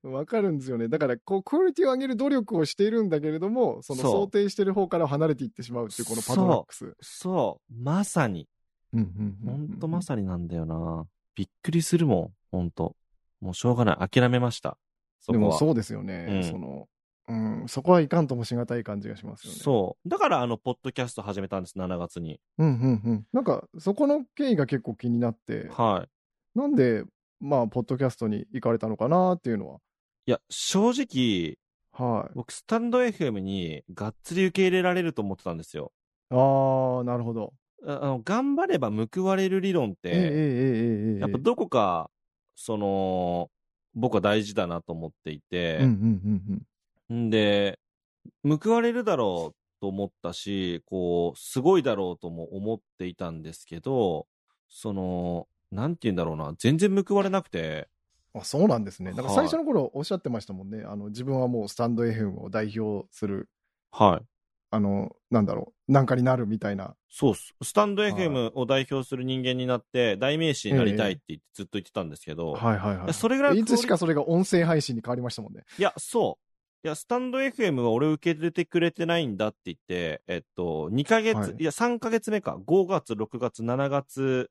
[SPEAKER 1] わかるんですよね。だから、こう、クオリティを上げる努力をしているんだけれども、その
[SPEAKER 2] そう
[SPEAKER 1] 想定してる方から離れていってしまうっていう、このパドラックス。う
[SPEAKER 2] そう。まさに。
[SPEAKER 1] ん、うん
[SPEAKER 2] ほんとまさになんだよな。びっくりするもん。ほんと。もうしょうがない。諦めました。そ
[SPEAKER 1] で
[SPEAKER 2] こ
[SPEAKER 1] も、
[SPEAKER 2] は。
[SPEAKER 1] そうですよね。
[SPEAKER 2] うん
[SPEAKER 1] その、うん、そこはいかんともしがたい感じがしますよね。
[SPEAKER 2] そう。だから、あの、ポッドキャスト始めたんです、7月に。
[SPEAKER 1] う。うん、うん、うん。なんか、そこの経緯が結構気になって、
[SPEAKER 2] はい。
[SPEAKER 1] なんで、まあ、ポッドキャストに行かれたのかなっていうの
[SPEAKER 2] いや、正直、
[SPEAKER 1] は。はい。
[SPEAKER 2] 僕、スタンド FM にがっつり受け入れられると思ってたんですよ。
[SPEAKER 1] ああ、なるほど。
[SPEAKER 2] ああの、頑張れば報われる理論っ
[SPEAKER 1] え
[SPEAKER 2] て、
[SPEAKER 1] えええええええ
[SPEAKER 2] やっぱどこか、その、僕は大事だなと思っていて、
[SPEAKER 1] うんうんうん
[SPEAKER 2] んで、報われるだろうと思ったし、こう、すごいだろうとも思っていたんですけど、その、なんて言うんだろうな、全然報われなくて、
[SPEAKER 1] うん。あそうなんですね。なんか
[SPEAKER 2] はい
[SPEAKER 1] 最初の頃おっしゃってましたもんね。あの自分はもうスタンド FM を代表する、
[SPEAKER 2] はい。
[SPEAKER 1] あの、なんだろう、なんかになるみたいな。
[SPEAKER 2] そうっす。スタンド
[SPEAKER 1] い
[SPEAKER 2] FM を代表する人間になって、代名詞になりたいって言ってずっと言ってたんですけど、
[SPEAKER 1] はいはいはい
[SPEAKER 2] やそれぐらい
[SPEAKER 1] いつしか
[SPEAKER 2] クオ
[SPEAKER 1] それが音声配信に変わりましたもんね。
[SPEAKER 2] リいや、そう。いや、スタンド FM は俺を受け入れてくれてないんだって言って、えっと、2ヶ月、
[SPEAKER 1] はい
[SPEAKER 2] い、や、3ヶ月目か。5月、6月、7月、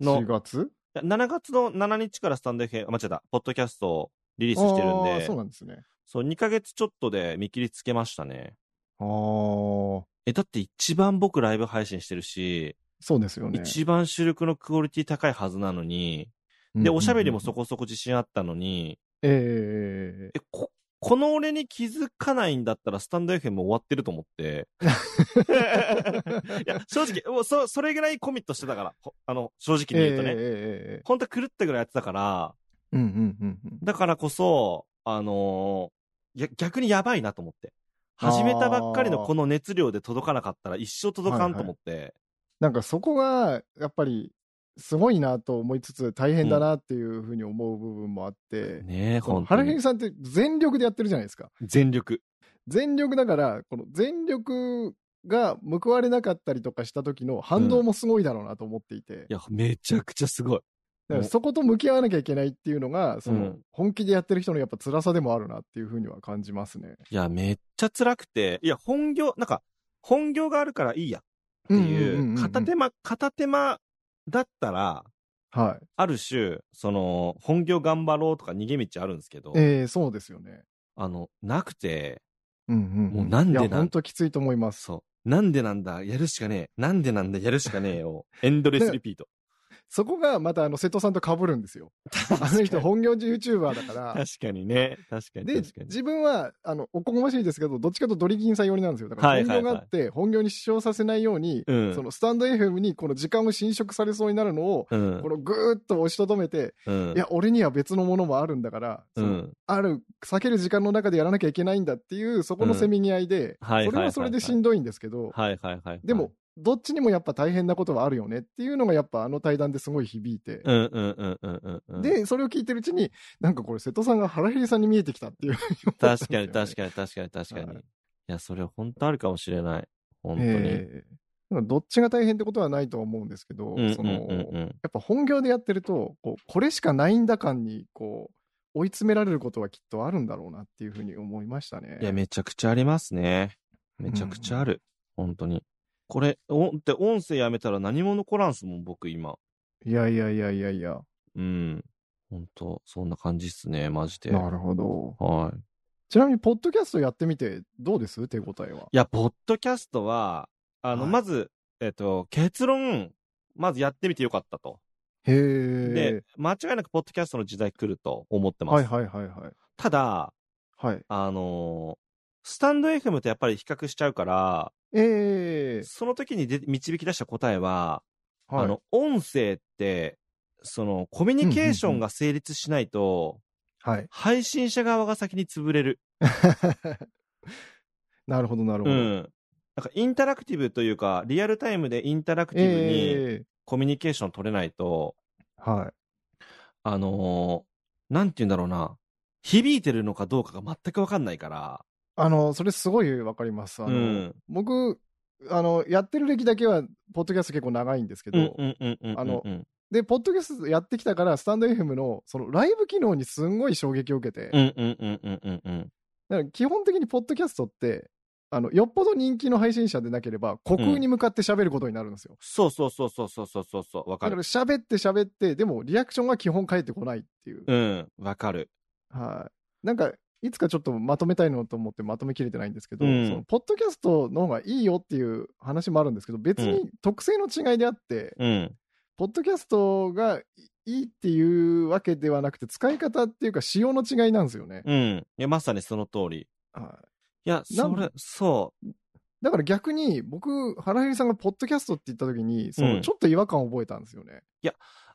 [SPEAKER 2] の
[SPEAKER 1] 8月
[SPEAKER 2] いや7月の7日からスタンド FM、あ間違えた、ポッドキャストをリリースしてるん
[SPEAKER 1] あー
[SPEAKER 2] で、
[SPEAKER 1] そうなんですね。
[SPEAKER 2] そう、2ヶ月ちょっとで見切りつけましたね。
[SPEAKER 1] ああ、
[SPEAKER 2] え、だって一番僕ライブ配信してるし、
[SPEAKER 1] そうですよね。
[SPEAKER 2] 一番主力のクオリティ高いはずなのに、で、おしゃべりもそ
[SPEAKER 1] こ。
[SPEAKER 2] こそこ自信あったのに、
[SPEAKER 1] えええええ
[SPEAKER 2] え、こ、この俺に気づかないんだったらスタンド FM 終わってると思 って。
[SPEAKER 1] え
[SPEAKER 2] いや、正直、もうそ、それぐらいコミットしてたから、ほあの、正直
[SPEAKER 1] え
[SPEAKER 2] に言うと
[SPEAKER 1] ええ
[SPEAKER 2] ね。
[SPEAKER 1] えええ
[SPEAKER 2] 本当は狂ったぐらいやってたから、
[SPEAKER 1] うんうんうんうん。
[SPEAKER 2] だからこそ、あのーや逆にやばいなと思って。始めたばっかりのこの熱量で届かなかったら一生届かんと思って。
[SPEAKER 1] なんかそこがやっぱりすごいなと思いつつ大変だなっていうふうに思う部分もあって、
[SPEAKER 2] ねえ、
[SPEAKER 1] その
[SPEAKER 2] 本当
[SPEAKER 1] 原平
[SPEAKER 2] に。
[SPEAKER 1] さんって全力でやってるじゃないですか
[SPEAKER 2] 全力。
[SPEAKER 1] 全力だからこの全力が報われなかったりとかした時の反動もすごいだろうなと思っていて、
[SPEAKER 2] いや、めちゃくちゃすごい。
[SPEAKER 1] だからそこと向き合わなきゃいけないっていうのがそうの
[SPEAKER 2] ん
[SPEAKER 1] 本気でやってる人のやっぱ辛さでもあるなっていうふうには感じますね。
[SPEAKER 2] いや、めっちゃ辛くて。いや、本業、なんか、本業があるからいいやって
[SPEAKER 1] んんん
[SPEAKER 2] い
[SPEAKER 1] ん
[SPEAKER 2] う、
[SPEAKER 1] ん
[SPEAKER 2] 片手間、片手間だったら、
[SPEAKER 1] はい。
[SPEAKER 2] ある種、その、本業頑張ろうとか逃げ道あるんですけど、
[SPEAKER 1] えー、そうですよね。
[SPEAKER 2] あの、なくて、
[SPEAKER 1] うんうん、
[SPEAKER 2] もうなんでなん
[SPEAKER 1] いや、本当きついと思います。
[SPEAKER 2] そう。なんでなんだ、やるしかねえ。なんでなんだ、やるしかねえを。エンドレスリピート。
[SPEAKER 1] そこがまたあの瀬戸さんと被るんですよ。あの人本業 YouTuber だから。
[SPEAKER 2] 確かにね。確かに
[SPEAKER 1] で
[SPEAKER 2] 確か、に。
[SPEAKER 1] 自分は、あの、おこがましいですけど、どっちかとドリキンさん寄りなんですよ。だから、
[SPEAKER 2] はい
[SPEAKER 1] 本
[SPEAKER 2] はい
[SPEAKER 1] 業
[SPEAKER 2] は
[SPEAKER 1] が
[SPEAKER 2] い
[SPEAKER 1] あって、本業に支障させないように、
[SPEAKER 2] うん
[SPEAKER 1] そのスタンド FM にこの時間を侵食されそうになるのを、
[SPEAKER 2] うん
[SPEAKER 1] こ。のぐーっと押しとどめて、
[SPEAKER 2] うん
[SPEAKER 1] いや、俺には別のものもあるんだから、
[SPEAKER 2] う
[SPEAKER 1] その
[SPEAKER 2] ん。
[SPEAKER 1] ある、避ける時間の中でやらなきゃいけないんだっていう、そこのせめぎ合いで、
[SPEAKER 2] はいはいはい
[SPEAKER 1] それはそれでしんどいんですけど、
[SPEAKER 2] はいはいはい。
[SPEAKER 1] でも、、どっちにもやっぱ大変なことはあるよねっていうのが、やっぱあの対談ですごい響いて、
[SPEAKER 2] うんうんうんうんうんうん。、。
[SPEAKER 1] で、それを聞いてるうちに、なんかこれ、瀬戸さんが腹減りさんに見えてきたっていう
[SPEAKER 2] 確かに
[SPEAKER 1] かに
[SPEAKER 2] 確かに確かに確かに。
[SPEAKER 1] はい
[SPEAKER 2] いや、それは本当あるかもしれない。本当に。
[SPEAKER 1] ええなんかどっちが大変ってことはないとは思うんですけど、
[SPEAKER 2] うん
[SPEAKER 1] そ
[SPEAKER 2] うん
[SPEAKER 1] の
[SPEAKER 2] うんう
[SPEAKER 1] や
[SPEAKER 2] ん。
[SPEAKER 1] っぱ本業でやってるとこうこれしかないんだ感にこう追い詰められることはきっとあるんだろうなっていうふうに思いましたね。
[SPEAKER 2] いや、めちゃくちゃありますね。めちゃくちゃある。本当に。これ、おって音声やめたら何も残らんすもん、僕今。
[SPEAKER 1] いやいやいやいやいや。
[SPEAKER 2] うん。本当そんな感じっすね、マジで。
[SPEAKER 1] なるほど。
[SPEAKER 2] はい。
[SPEAKER 1] ちなみにポッドキャストやってみてどうです手応えは。
[SPEAKER 2] いや、ポッドキャストは、あの、
[SPEAKER 1] はい
[SPEAKER 2] まず、えっと、結論、まずやってみてよかったと。
[SPEAKER 1] へ
[SPEAKER 2] で
[SPEAKER 1] え。、
[SPEAKER 2] 間違いなくポッドキャストの時代来ると思ってます。
[SPEAKER 1] はいはいはいはい。
[SPEAKER 2] ただ、
[SPEAKER 1] はい。
[SPEAKER 2] あのースタンド FM とやっぱり比較しちゃうから、
[SPEAKER 1] ええ
[SPEAKER 2] その時にで導き出した答えは、
[SPEAKER 1] はい、
[SPEAKER 2] あの、音声って、その、コミュニケーションが成立しないと、
[SPEAKER 1] はい。
[SPEAKER 2] 配信者側が先に潰れる。
[SPEAKER 1] なるほどなるほ
[SPEAKER 2] う
[SPEAKER 1] ど。
[SPEAKER 2] ん。なんか、インタラクティブというか、リアルタイムでインタラクティブに
[SPEAKER 1] ええ
[SPEAKER 2] コミュニケーション取れないと、
[SPEAKER 1] はい。
[SPEAKER 2] あのーなんて言うんだろうな、響いてるのかどうかが全くわかんないから、
[SPEAKER 1] あの、それすごいわかります。あの、
[SPEAKER 2] うん
[SPEAKER 1] 僕、あの、やってる歴だけは、ポッドキャスト結構長いんですけ
[SPEAKER 2] う
[SPEAKER 1] ど、
[SPEAKER 2] んうんうんうんうんうん。
[SPEAKER 1] あので、ポッドキャストやってきたから、スタンド FM の、その、ライブ機能にすんごい衝撃を受けて、
[SPEAKER 2] うんうんうんうんうんうん。
[SPEAKER 1] だから基本的にポッドキャストって、あの、よっぽど人気の配信者でなければ、虚空に向かって喋ることになるんですよ。
[SPEAKER 2] そうそうそうそうそうそうそうそう、わか
[SPEAKER 1] だから
[SPEAKER 2] る。
[SPEAKER 1] 喋って喋って、でもリアクションは基本返ってこないっていう。
[SPEAKER 2] うん、わかる。
[SPEAKER 1] はい。なんか、いつかちょっとまとめたいのと思ってまとめきれてないんですけど、
[SPEAKER 2] うん
[SPEAKER 1] そのポッドキャストの方がいいよっていう話もあるんですけど、別に特性の違いであって、
[SPEAKER 2] うん、
[SPEAKER 1] ポッドキャストがいいっていうわけではなくて、使い方っていうか仕様の違いなんですよね。
[SPEAKER 2] うん。いや、まさにその通り。
[SPEAKER 1] はい
[SPEAKER 2] いや、
[SPEAKER 1] な
[SPEAKER 2] そ
[SPEAKER 1] ん
[SPEAKER 2] れ、そ
[SPEAKER 1] だから逆に僕、原平さんがポッドキャストって言った時に、そうの
[SPEAKER 2] ん
[SPEAKER 1] ちょっと違和感を覚えたんですよね。
[SPEAKER 2] う。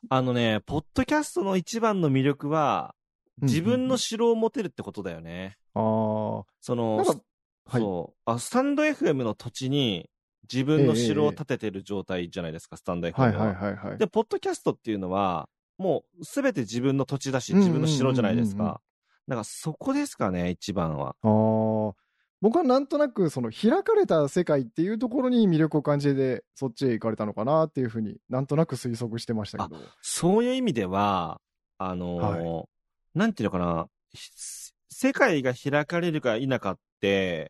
[SPEAKER 2] あのね、ポッドキャストの一番の魅力は、自分の城を持てるってことだよね。
[SPEAKER 1] あ
[SPEAKER 2] そ
[SPEAKER 1] あ。
[SPEAKER 2] の、
[SPEAKER 1] なんか、はい。
[SPEAKER 2] そうあ、スタンド FM の土地に自分の城を建ててる状態じゃないですか、スタンド FM は。
[SPEAKER 1] はいはいはいはい。
[SPEAKER 2] で、ポッドキャストっていうのは、もうすべて自分の土地だし、自分の城じゃないです
[SPEAKER 1] うんうんうんうん
[SPEAKER 2] か。なんかそこですかね、一番は。
[SPEAKER 1] あー僕はなんとなくその開かれた世界っていうところに魅力を感じてそっちへ行かれたのかなっていうふうになんとなく推測してましたけど
[SPEAKER 2] そういう意味では、あのーなんていうのかな、ひ世界が開かれるか否かって、
[SPEAKER 1] うんうんうん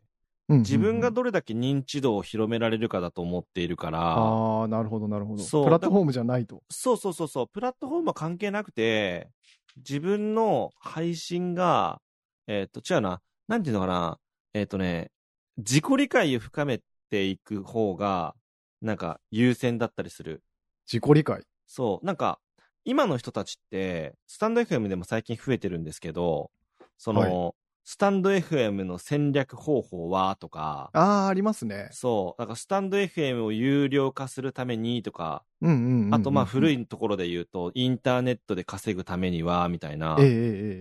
[SPEAKER 2] 自分がどれだけ認知度を広められるかだと思っているから、
[SPEAKER 1] ああなるほどなるほど
[SPEAKER 2] そう
[SPEAKER 1] プラットフォームじゃないと
[SPEAKER 2] そうそうそうそう、プラットフォームは関係なくて、自分の配信が、えっ、と、違うな、なんていうのかな、えっ、とね、自己理解を深めていく方が、なんか優先だったりする。
[SPEAKER 1] 自己理解
[SPEAKER 2] そう、なんか、今の人たちって、スタンド FM でも最近増えてるんですけど、その、
[SPEAKER 1] は
[SPEAKER 2] スタンド FM の戦略方法はとか、
[SPEAKER 1] ああありますね
[SPEAKER 2] そう、なんかスタンド FM を有料化するためにとか、
[SPEAKER 1] うんうんうんうん
[SPEAKER 2] あとまあ古
[SPEAKER 1] い
[SPEAKER 2] いところで言うと、インターネットで稼ぐためには、みたいな、
[SPEAKER 1] ええええ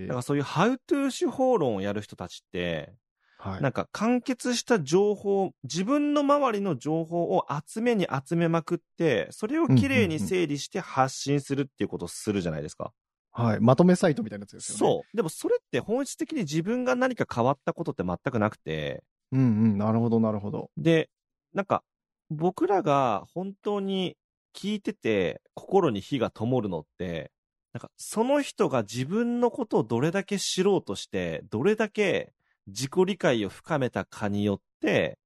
[SPEAKER 1] ええ
[SPEAKER 2] なんかそういうハウトゥー手法論をやる人たちって、
[SPEAKER 1] はい
[SPEAKER 2] なんか完結した情報、自分の周りの情報を集めに集めまくって、それをきれいに整理して発信するっていうことをするじゃないですか。
[SPEAKER 1] はいまとめサイトみたいなやつですよね
[SPEAKER 2] そう。でもそれって本質的に自分が何か変わったことって全くなくて、
[SPEAKER 1] ううんうんなるほどなるほど
[SPEAKER 2] で、なんか僕らが本当に聞いてて心に火が灯るのって、なんかその人が自分のことをどれだけ知ろうとして、どれだけ自己理解を深めたかによって、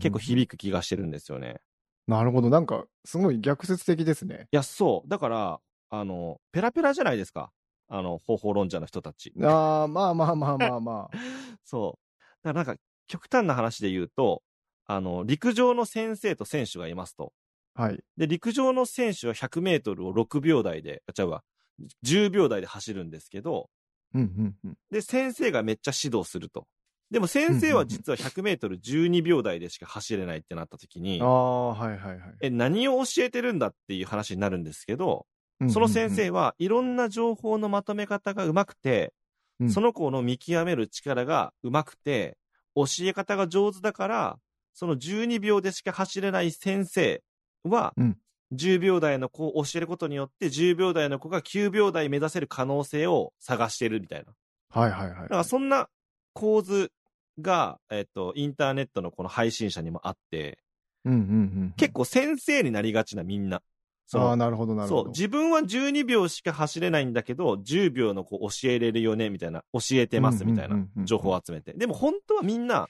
[SPEAKER 2] 結
[SPEAKER 1] 々
[SPEAKER 2] 構響く気がしてるんですよね。い
[SPEAKER 1] なるほどなんかすごい逆説的ですね
[SPEAKER 2] や、そう。だから、あの、ペラペラじゃないですか。あの、方法論者の人たち。
[SPEAKER 1] ああまあまあまあまあまあ
[SPEAKER 2] そう。だからなんか、極端な話で言うと、あの、陸上の先生と選手がいますと。
[SPEAKER 1] はい。
[SPEAKER 2] で、陸上の選手は100メートルを6秒台で、あ、違うわ、10秒台で走るんですけど、
[SPEAKER 1] うんうんうん。
[SPEAKER 2] で、先生がめっちゃ指導すると。でも先生は実は100メートル12秒台でしか走れないってなった時に
[SPEAKER 1] あ、あ、はいはいはい。
[SPEAKER 2] え、何を教えてるんだっていう話になるんですけど、
[SPEAKER 1] うんうんうん
[SPEAKER 2] その先生、はいろんな情報のまとめ方がうまくて、
[SPEAKER 1] うん
[SPEAKER 2] その子の見極める力がうまくて、教え方が上手だから、その12秒でしか走れない先生は
[SPEAKER 1] うん、
[SPEAKER 2] 10秒台の子を教えることによって、10秒台の子が9秒台目指せる可能性を探してるみたいな。
[SPEAKER 1] はいはいはい。
[SPEAKER 2] だからそんな構図が、えっと、インターネットのこの配信者にもあって、
[SPEAKER 1] うんうんうん。
[SPEAKER 2] 結構先生になりがちなみんな。その
[SPEAKER 1] ああ、なるほどなるほど。
[SPEAKER 2] そう、自分は12秒しか走れないんだけど、10秒の子教えれるよね、みたいな、教えてます、みたい
[SPEAKER 1] うんう
[SPEAKER 2] なん
[SPEAKER 1] うんうん
[SPEAKER 2] 情報を集めて。でも本当はみんな、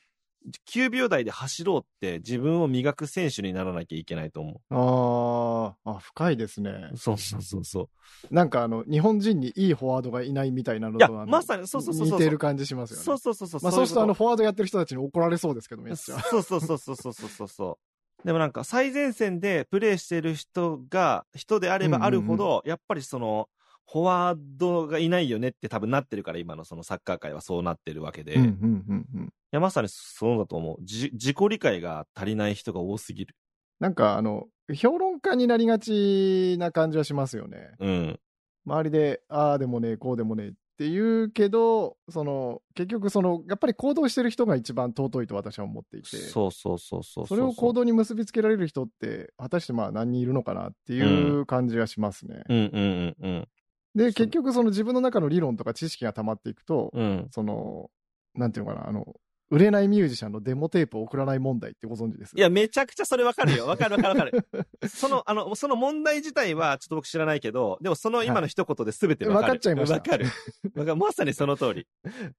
[SPEAKER 2] 9秒台で走ろうって自分を磨く選手にならなきゃいけないと思
[SPEAKER 1] ああ、あ、深いですね
[SPEAKER 2] う。。そうそうそうそ
[SPEAKER 1] なんかあの、日本人にいいフォワードがいないみたいなの
[SPEAKER 2] いや
[SPEAKER 1] とあの
[SPEAKER 2] まさにそうそうそうそう
[SPEAKER 1] 似てる感じしま
[SPEAKER 2] う。
[SPEAKER 1] すよね。
[SPEAKER 2] そうそうそうそう。
[SPEAKER 1] まあそうするとあの、
[SPEAKER 2] い
[SPEAKER 1] フォワードやってる人たちに怒られそうですけど、めっ
[SPEAKER 2] こ
[SPEAKER 1] ち
[SPEAKER 2] と
[SPEAKER 1] ゃ。
[SPEAKER 2] そうそうそうそうそうそうそうそう。でもなんか最前線でプレーしてる人が、人であればあるほど、やっぱりその、フォワードがいないよねって多分なってるから、今のそのサッカー界はそうなってるわけで。
[SPEAKER 1] うんうんうんうん。
[SPEAKER 2] いや、まさにそうだと思う。じ自己理解が足りない人が多すぎる。
[SPEAKER 1] なんかあの、評論家になりがちな感じはしますよね。
[SPEAKER 2] うん。
[SPEAKER 1] 周りで、ああでもねえ、こうでもねえって言うけど、その、結局その、やっぱり行動してる人が一番尊いと私は思っていて。
[SPEAKER 2] そうそうそうそうう。
[SPEAKER 1] それを行動に結びつけられる人って、果たしてまあ何人いるのかなっていう感じがしますね。
[SPEAKER 2] うんうんうん
[SPEAKER 1] で、結局その自分の中の理論とか知識が溜まっていくと、
[SPEAKER 2] うん。うん。
[SPEAKER 1] その、なんていうのかな、あの、売れないミュージシャンのデモテープを送らない問題ってご存知です
[SPEAKER 2] いや、めちゃくちゃそれわかるよ。わかるわかるわかる。 その、あの、その問題自体はちょっと僕知らないけど、でもその今の一言で全てわ
[SPEAKER 1] は
[SPEAKER 2] かる。
[SPEAKER 1] いわかっちゃいました
[SPEAKER 2] わかる。わかるまさにその通り。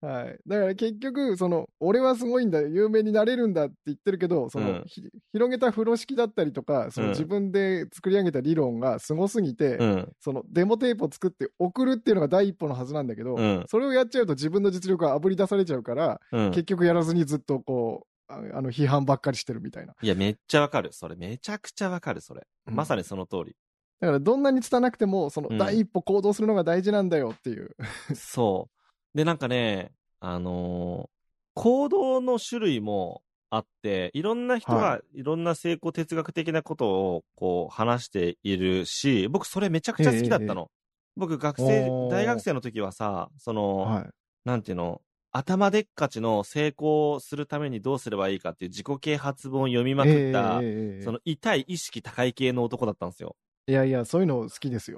[SPEAKER 1] はい。だから結局、その、俺はすごいんだ、有名になれるんだって言ってるけど、その、
[SPEAKER 2] うん
[SPEAKER 1] ひ広げた風呂敷だったりとか、その
[SPEAKER 2] うん
[SPEAKER 1] 自分で作り上げた理論がすごすぎて、
[SPEAKER 2] うん。
[SPEAKER 1] そのデモテープを作って送るっていうのが第一歩のはずなんだけど、
[SPEAKER 2] うん
[SPEAKER 1] それをやっちゃうと自分の実力があぶり出されちゃうから、
[SPEAKER 2] うん。
[SPEAKER 1] 結局やらずにずっとこう、ああの、批判ばっかりしてるみたいな。
[SPEAKER 2] いや、めっちゃわかる。それ、めちゃくちゃわかる、それ。まさ
[SPEAKER 1] に。
[SPEAKER 2] にその通り。
[SPEAKER 1] だからどんなに拙くても、その
[SPEAKER 2] うん
[SPEAKER 1] 第一歩行動するのが大事なんだよっていう。
[SPEAKER 2] そう。で、なんかね、あのー行動の種類もあって、いろんな人
[SPEAKER 1] は
[SPEAKER 2] がいろんな成功哲学的なことをこう話しているし、僕それめちゃくちゃ好きだったの。僕学
[SPEAKER 1] お
[SPEAKER 2] 生、
[SPEAKER 1] ー
[SPEAKER 2] 大学生の時はさ、その、
[SPEAKER 1] はい。
[SPEAKER 2] なんていうの、頭でっかちの成功するためにどうすればいいかっていう自己啓発本を読みまくった、
[SPEAKER 1] ええええええ
[SPEAKER 2] その痛い意識高い系の男だったんですよ。
[SPEAKER 1] いやいや、そういうの好きですよ。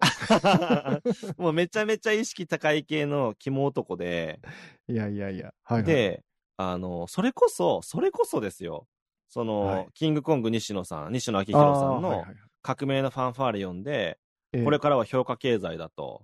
[SPEAKER 2] もうめちゃめちゃ意識高い系の肝男で、
[SPEAKER 1] いやいやいや。はい、はい。
[SPEAKER 2] で、あの、それこそ、それこそですよ。その、
[SPEAKER 1] はい
[SPEAKER 2] キングコング西野さん、西野昭
[SPEAKER 1] あー、
[SPEAKER 2] 弘さん
[SPEAKER 1] はいは
[SPEAKER 2] の
[SPEAKER 1] いはい
[SPEAKER 2] 革命のファンファーレ読んで、
[SPEAKER 1] ええ
[SPEAKER 2] これからは評価経済だと。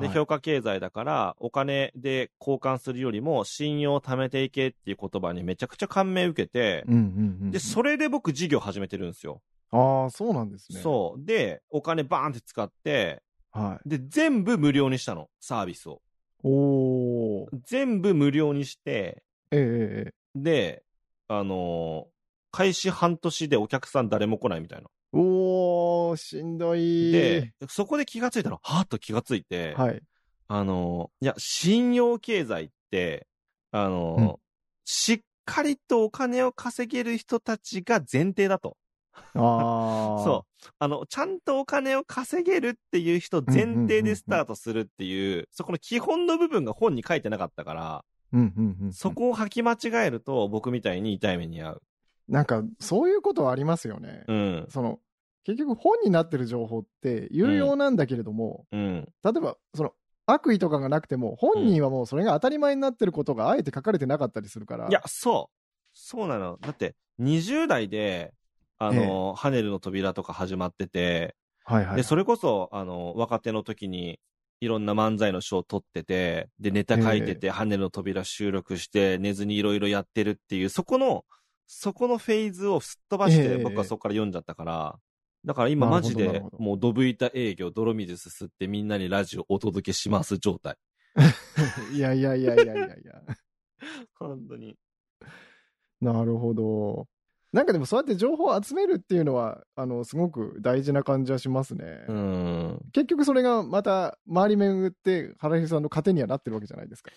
[SPEAKER 2] で、
[SPEAKER 1] はい
[SPEAKER 2] 評価経済だから、お金で交換するよりも、信用を貯めていけっていう言葉にめちゃくちゃ感銘受けて、
[SPEAKER 1] うんうんうん。
[SPEAKER 2] で、それで僕事業始めてるんですよ。
[SPEAKER 1] ああ、そうなんですね。
[SPEAKER 2] そう。で、お金バーンって使って、
[SPEAKER 1] う。はい。
[SPEAKER 2] で、全部無料にしたの、サービスを。
[SPEAKER 1] おー。
[SPEAKER 2] 全部無料にして、
[SPEAKER 1] ええええええ
[SPEAKER 2] で、あのー開始半年でお客さん誰も来ないみたいな。
[SPEAKER 1] おー、しんどい。
[SPEAKER 2] で、そこで気がついたの、はっと気がついて、
[SPEAKER 1] はい。
[SPEAKER 2] あのーいや、信用経済って、あのー
[SPEAKER 1] うん
[SPEAKER 2] しっかりとお金を稼げる人たちが前提だと。
[SPEAKER 1] ああ。
[SPEAKER 2] そう。あの、ちゃんとお金を稼げるっていう人前提でスタートするっていう、そこの基本の部分が本に書いてなかったから、
[SPEAKER 1] う。うんうんうん。
[SPEAKER 2] そこを履き間違えると僕みたいに痛い目に遭う。
[SPEAKER 1] なんか、そういうことはありますよね。
[SPEAKER 2] うん。
[SPEAKER 1] その、結局本になってる情報って有用なんだけれども、
[SPEAKER 2] うん。
[SPEAKER 1] 例えば、その、悪意とかがなくても、本人はもうそれが当たり前になってることがあえて書かれてなかったりするから。
[SPEAKER 2] いや、、そう。そうなの。だって、20代で、あの、ハネルの扉とか始まってて、
[SPEAKER 1] はいはい。
[SPEAKER 2] で、それこそ、あの、若手の時に、いろんな漫才の賞を取ってて、で、ネタ書いてて、ハネルの扉収録して、寝ずにいろいろやってるっていう、そこの、そこのフェーズをすっ飛ばし
[SPEAKER 1] え
[SPEAKER 2] て、
[SPEAKER 1] え
[SPEAKER 2] 僕はそこから読んじゃったから、だから今
[SPEAKER 1] な
[SPEAKER 2] マ
[SPEAKER 1] るほど
[SPEAKER 2] ジ
[SPEAKER 1] な
[SPEAKER 2] で
[SPEAKER 1] るほ、ど
[SPEAKER 2] もうドブ板営業、泥水すすってみんなにラジオお届けします状態。
[SPEAKER 1] いやいやいやいやいやいや。
[SPEAKER 2] 本当に。
[SPEAKER 1] なるほど。なんかでもそうやって情報を集めるっていうのは、あの、すごく大事な感じはしますね。
[SPEAKER 2] うん。
[SPEAKER 1] 結局それがまた、周り巡って、原秀さんの糧にはなってるわけじゃないですか。
[SPEAKER 2] い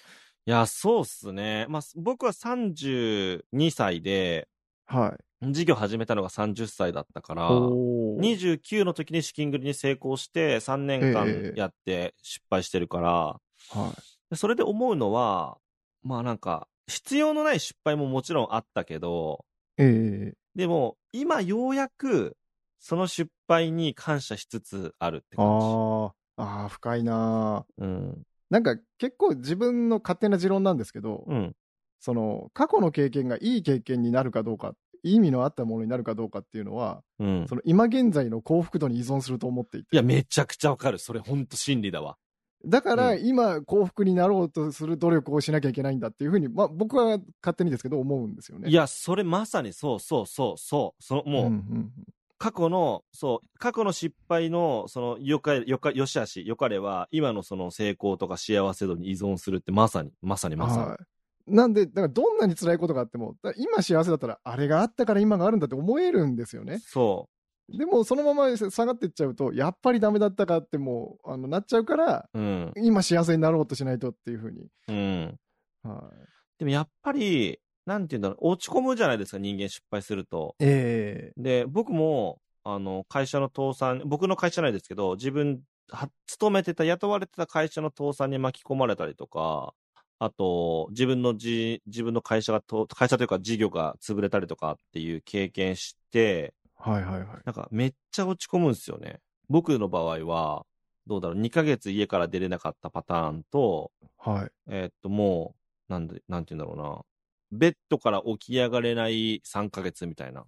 [SPEAKER 2] や、そうっすね。まあ、す僕は32歳で、
[SPEAKER 1] はい。
[SPEAKER 2] 事業始めたのが30歳だったから、
[SPEAKER 1] おー
[SPEAKER 2] 29の時に資金繰りに成功して、3年
[SPEAKER 1] え
[SPEAKER 2] 間
[SPEAKER 1] え
[SPEAKER 2] やって失敗してるから、
[SPEAKER 1] はい。
[SPEAKER 2] でそれで思うのは、まあなんか、必要のない失敗ももちろんあったけど、
[SPEAKER 1] ええ
[SPEAKER 2] でも、今ようやく、その失敗に感謝しつつあるって感じ。
[SPEAKER 1] ああ、ああ、深いなー
[SPEAKER 2] うん。
[SPEAKER 1] なんか結構自分の勝手な持論なんですけど、
[SPEAKER 2] うん。
[SPEAKER 1] その、過去の経験がいい経験になるかどうか、意味のあったものになるかどうかっていうのは、
[SPEAKER 2] うん。
[SPEAKER 1] その今現在の幸福度に依存すると思っていて。
[SPEAKER 2] いや、めちゃくちゃわかる。それほんと真理だわ。
[SPEAKER 1] だから
[SPEAKER 2] う
[SPEAKER 1] 今幸福になろうとする努力をしなきゃいけないんだっていうふうに、まあ、僕は勝手にですけど思うんですよね。
[SPEAKER 2] いや、それまさにそうそうそうそう。その
[SPEAKER 1] うん
[SPEAKER 2] もう、
[SPEAKER 1] うんうん、
[SPEAKER 2] 過去の、そう、過去の失敗の、その、よか、よか、よしあし、よかれは、今のその成功とか幸せ度に依存するって、まさに、まさにまさに。
[SPEAKER 1] はい、なんでだからどんなに辛いことがあってもだから今幸せだったらあれがあったから今があるんだって思えるんですよね。
[SPEAKER 2] そ
[SPEAKER 1] でもそのまま下がっていっちゃうとやっぱりダメだったかってもうあのなっちゃうから
[SPEAKER 2] う。うん。
[SPEAKER 1] 今幸せになろうとしないとっていうふうに。
[SPEAKER 2] うん。
[SPEAKER 1] は
[SPEAKER 2] でもやっぱり、なんて言うんだろう、落ち込むじゃないですか、人間失敗すると。
[SPEAKER 1] い、え
[SPEAKER 2] で、僕も、あの、会社の倒産、僕の会社じゃないですけど、自分、は勤めてた、雇われてた会社の倒産に巻き込まれたりとか、あと、自分のじ、自分の会社がと、会社というか事業が潰れたりとかっていう経験して、
[SPEAKER 1] はいはいはい。
[SPEAKER 2] なんかめっちゃ落ち込むんですよね。僕の場合は、どうだろう、2ヶ月家から出れなかったパターンと、
[SPEAKER 1] はい、
[SPEAKER 2] えーっと、もう、なんで、なんて言うんだろうな。ベッドから起き上がれない3ヶ月みたいな。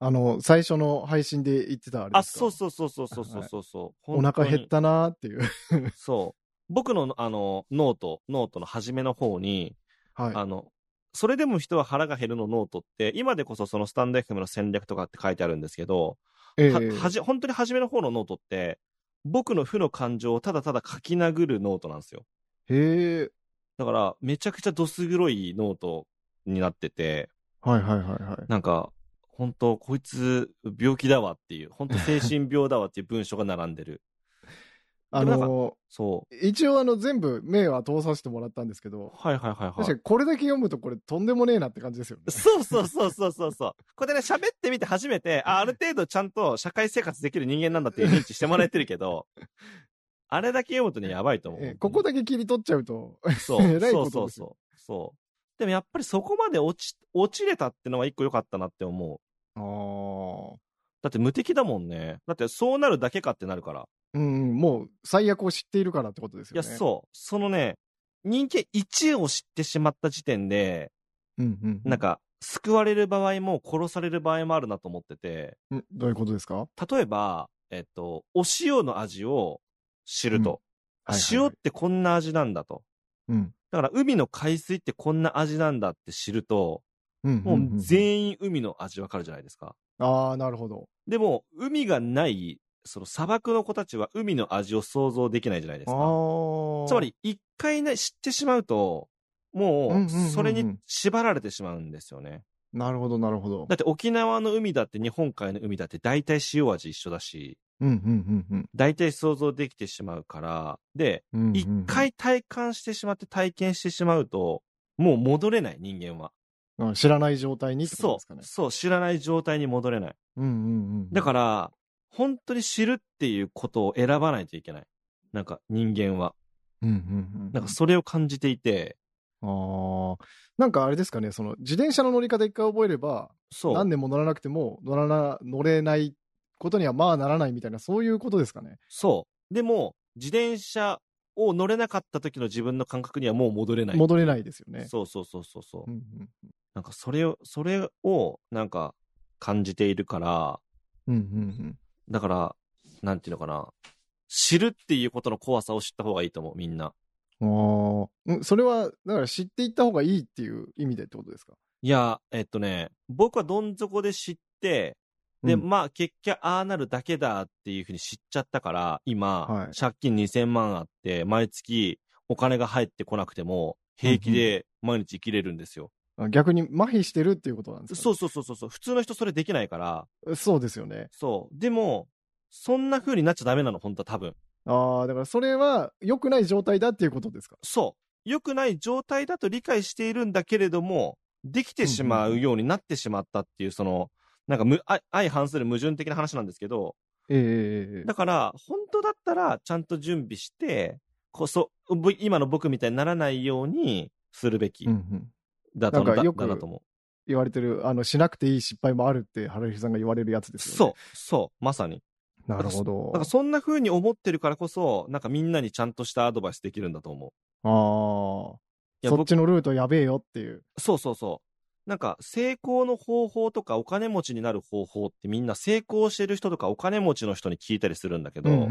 [SPEAKER 1] あの最初の配信で言ってたあれ
[SPEAKER 2] あ、
[SPEAKER 1] ですか
[SPEAKER 2] そうそうそうそうそうそうそうそう。
[SPEAKER 1] お腹減っ
[SPEAKER 2] 本
[SPEAKER 1] たなーっていう。
[SPEAKER 2] 当に。そう。僕の、あの、ノート、ノートの初めの方に、
[SPEAKER 1] はい、
[SPEAKER 2] あの、それでも人は腹が減るのノートって、今でこそそのスタンド FM の戦略とかって書いてあるんですけど、
[SPEAKER 1] ええ
[SPEAKER 2] ははじ本当に初めの方のノートって、僕の負の感情をただただ書き殴るノートなんですよ。
[SPEAKER 1] へえ。
[SPEAKER 2] だから、めちゃくちゃどす黒いノートになってて、
[SPEAKER 1] はいはいはいはい。
[SPEAKER 2] なんか、本当こいつ、病気だわっていう、本当精神病だわっていう文章が並んでる。
[SPEAKER 1] あ
[SPEAKER 2] で
[SPEAKER 1] の
[SPEAKER 2] そ
[SPEAKER 1] ー一応あの全部目は通させてもらったんですけ
[SPEAKER 2] う。
[SPEAKER 1] ど、
[SPEAKER 2] はいはいはい
[SPEAKER 1] 確
[SPEAKER 2] は
[SPEAKER 1] か
[SPEAKER 2] い。
[SPEAKER 1] にこれだけ読むとこれとんでもねえなって感じですよね。
[SPEAKER 2] そうそうそうそうそうそう。これね、喋ってみて初めて、あ、ある程度ちゃんと社会生活できる人間なんだっていう認知してもらえてるけ ど、あれだけ読むとね、やばいと思
[SPEAKER 1] ええ
[SPEAKER 2] う。
[SPEAKER 1] ここだけ切り取っちゃうと、
[SPEAKER 2] そう
[SPEAKER 1] 偉い
[SPEAKER 2] そ
[SPEAKER 1] こ
[SPEAKER 2] うそ
[SPEAKER 1] と
[SPEAKER 2] う
[SPEAKER 1] ですよ
[SPEAKER 2] そう。そう。でもやっぱりそこまで落ち、落ちれたってのは一個良かったなって思
[SPEAKER 1] あ
[SPEAKER 2] う。
[SPEAKER 1] ー
[SPEAKER 2] だって無敵だもんね。だってそうなるだけかってなるから。
[SPEAKER 1] うんうん、もう最悪を知っているからってことです
[SPEAKER 2] いや、
[SPEAKER 1] よね。
[SPEAKER 2] そう。そのね、人間1を知ってしまった時点で、
[SPEAKER 1] うんうんうん、
[SPEAKER 2] なんか、救われる場合も殺される場合もあるなと思ってて、
[SPEAKER 1] うんどういうことですか、
[SPEAKER 2] 例えば、えっと、お塩の味を知ると、
[SPEAKER 1] はいはいはい
[SPEAKER 2] 塩ってこんな味なんだと。
[SPEAKER 1] うん
[SPEAKER 2] だから、海の海水ってこんな味なんだって知ると、
[SPEAKER 1] うんうん
[SPEAKER 2] も
[SPEAKER 1] う
[SPEAKER 2] うん全員海の味わかるじゃないですか。
[SPEAKER 1] ああ、なるほど。
[SPEAKER 2] でも、海がない、その砂漠の子たちは海の味を想像できないじゃないです
[SPEAKER 1] あ
[SPEAKER 2] か。
[SPEAKER 1] ー
[SPEAKER 2] つま、り、一回ね、知ってしまうと、
[SPEAKER 1] うんうん
[SPEAKER 2] も
[SPEAKER 1] う
[SPEAKER 2] う、
[SPEAKER 1] んうん
[SPEAKER 2] それに縛られてしまうんですよね。
[SPEAKER 1] なるほど、なるほど。
[SPEAKER 2] だって沖縄の海だって日本海の海だって大体塩味一緒だし、
[SPEAKER 1] うんうんうん
[SPEAKER 2] 大体想像できてしまうから、で、
[SPEAKER 1] うんうんうん
[SPEAKER 2] 一回体感してしまって体験してしまうと、もう戻れない人間は。
[SPEAKER 1] うん知らない状態にってこと
[SPEAKER 2] そ
[SPEAKER 1] ですか
[SPEAKER 2] う、
[SPEAKER 1] ね。
[SPEAKER 2] そう、知らない状態に戻れない。
[SPEAKER 1] うんうんうん、
[SPEAKER 2] だから、本当に知るっていうことを選ばないといけない。なんか人間は。
[SPEAKER 1] ら、うんうんうん、
[SPEAKER 2] なんかそれを感じていて、
[SPEAKER 1] ああ、なんかあれですかね、その自転車の乗り方一回覚えれば、
[SPEAKER 2] そう。
[SPEAKER 1] 何年も乗らなくても乗らな、乗れないことにはまあならないみたいな、そういうことですかね。
[SPEAKER 2] そう。でも、自転車を乗れなかった時の自分の感覚にはもう戻れない。
[SPEAKER 1] 戻れないですよね。
[SPEAKER 2] そうそうそうそうそう。
[SPEAKER 1] うん
[SPEAKER 2] なんかそれを、それを、なんか感じているから、
[SPEAKER 1] うんうんうん
[SPEAKER 2] だから、なんていうのかな。知るっていうことの怖さを知った方がいいと思う、みんな。
[SPEAKER 1] うん。ああ、うんそれは、だから知っていった方がいいっていう意味でってことですか。
[SPEAKER 2] いや、えっとね、僕はどん底で知って、で、
[SPEAKER 1] うん
[SPEAKER 2] まあ結局ああなるだけだっていうふうに知っちゃったから、今、
[SPEAKER 1] はい
[SPEAKER 2] 借金2000万あって、毎月お金が入ってこなくても、平気で毎日生きれるんですよ。
[SPEAKER 1] 逆に麻痺してるっていうことなんですか
[SPEAKER 2] そ
[SPEAKER 1] ね、
[SPEAKER 2] うそうそうそうそう。普通の人それできないから。
[SPEAKER 1] そうですよね。
[SPEAKER 2] そう。でも、そんな風になっちゃダメなの、本当は多分。
[SPEAKER 1] ああ、だからそれは良くない状態だっていうことですか。
[SPEAKER 2] そう。良くない状態だと理解しているんだけれども、できてしまうようになってしまったっていう、その、なんかむ相相反する矛盾的な話なんですけど、
[SPEAKER 1] ええええええ
[SPEAKER 2] だから、本当だったら、ちゃんと準備して、こそ、ぼ今の僕みたいにならないようにするべき
[SPEAKER 1] うんうん
[SPEAKER 2] だと、
[SPEAKER 1] なんか
[SPEAKER 2] だ
[SPEAKER 1] よく
[SPEAKER 2] だなと思う。
[SPEAKER 1] 言われてる、あの、しなくていい失敗もあるって、原口さんが言われるやつですよ
[SPEAKER 2] そ
[SPEAKER 1] ね。
[SPEAKER 2] う、そう、まさに。
[SPEAKER 1] そう。なるほど。
[SPEAKER 2] なんかそんな風に思ってるからこそ、なんかみんなにちゃんとしたアドバイスできるんだと思う。
[SPEAKER 1] ああ、
[SPEAKER 2] いや、
[SPEAKER 1] そっ
[SPEAKER 2] 僕、
[SPEAKER 1] ちのルートやべえよっていう。
[SPEAKER 2] そうそうそう。なんか成功の方法とかお金持ちになる方法ってみんな成功してる人とかお金持ちの人に聞いたりするんだけど、
[SPEAKER 1] うんうんうんう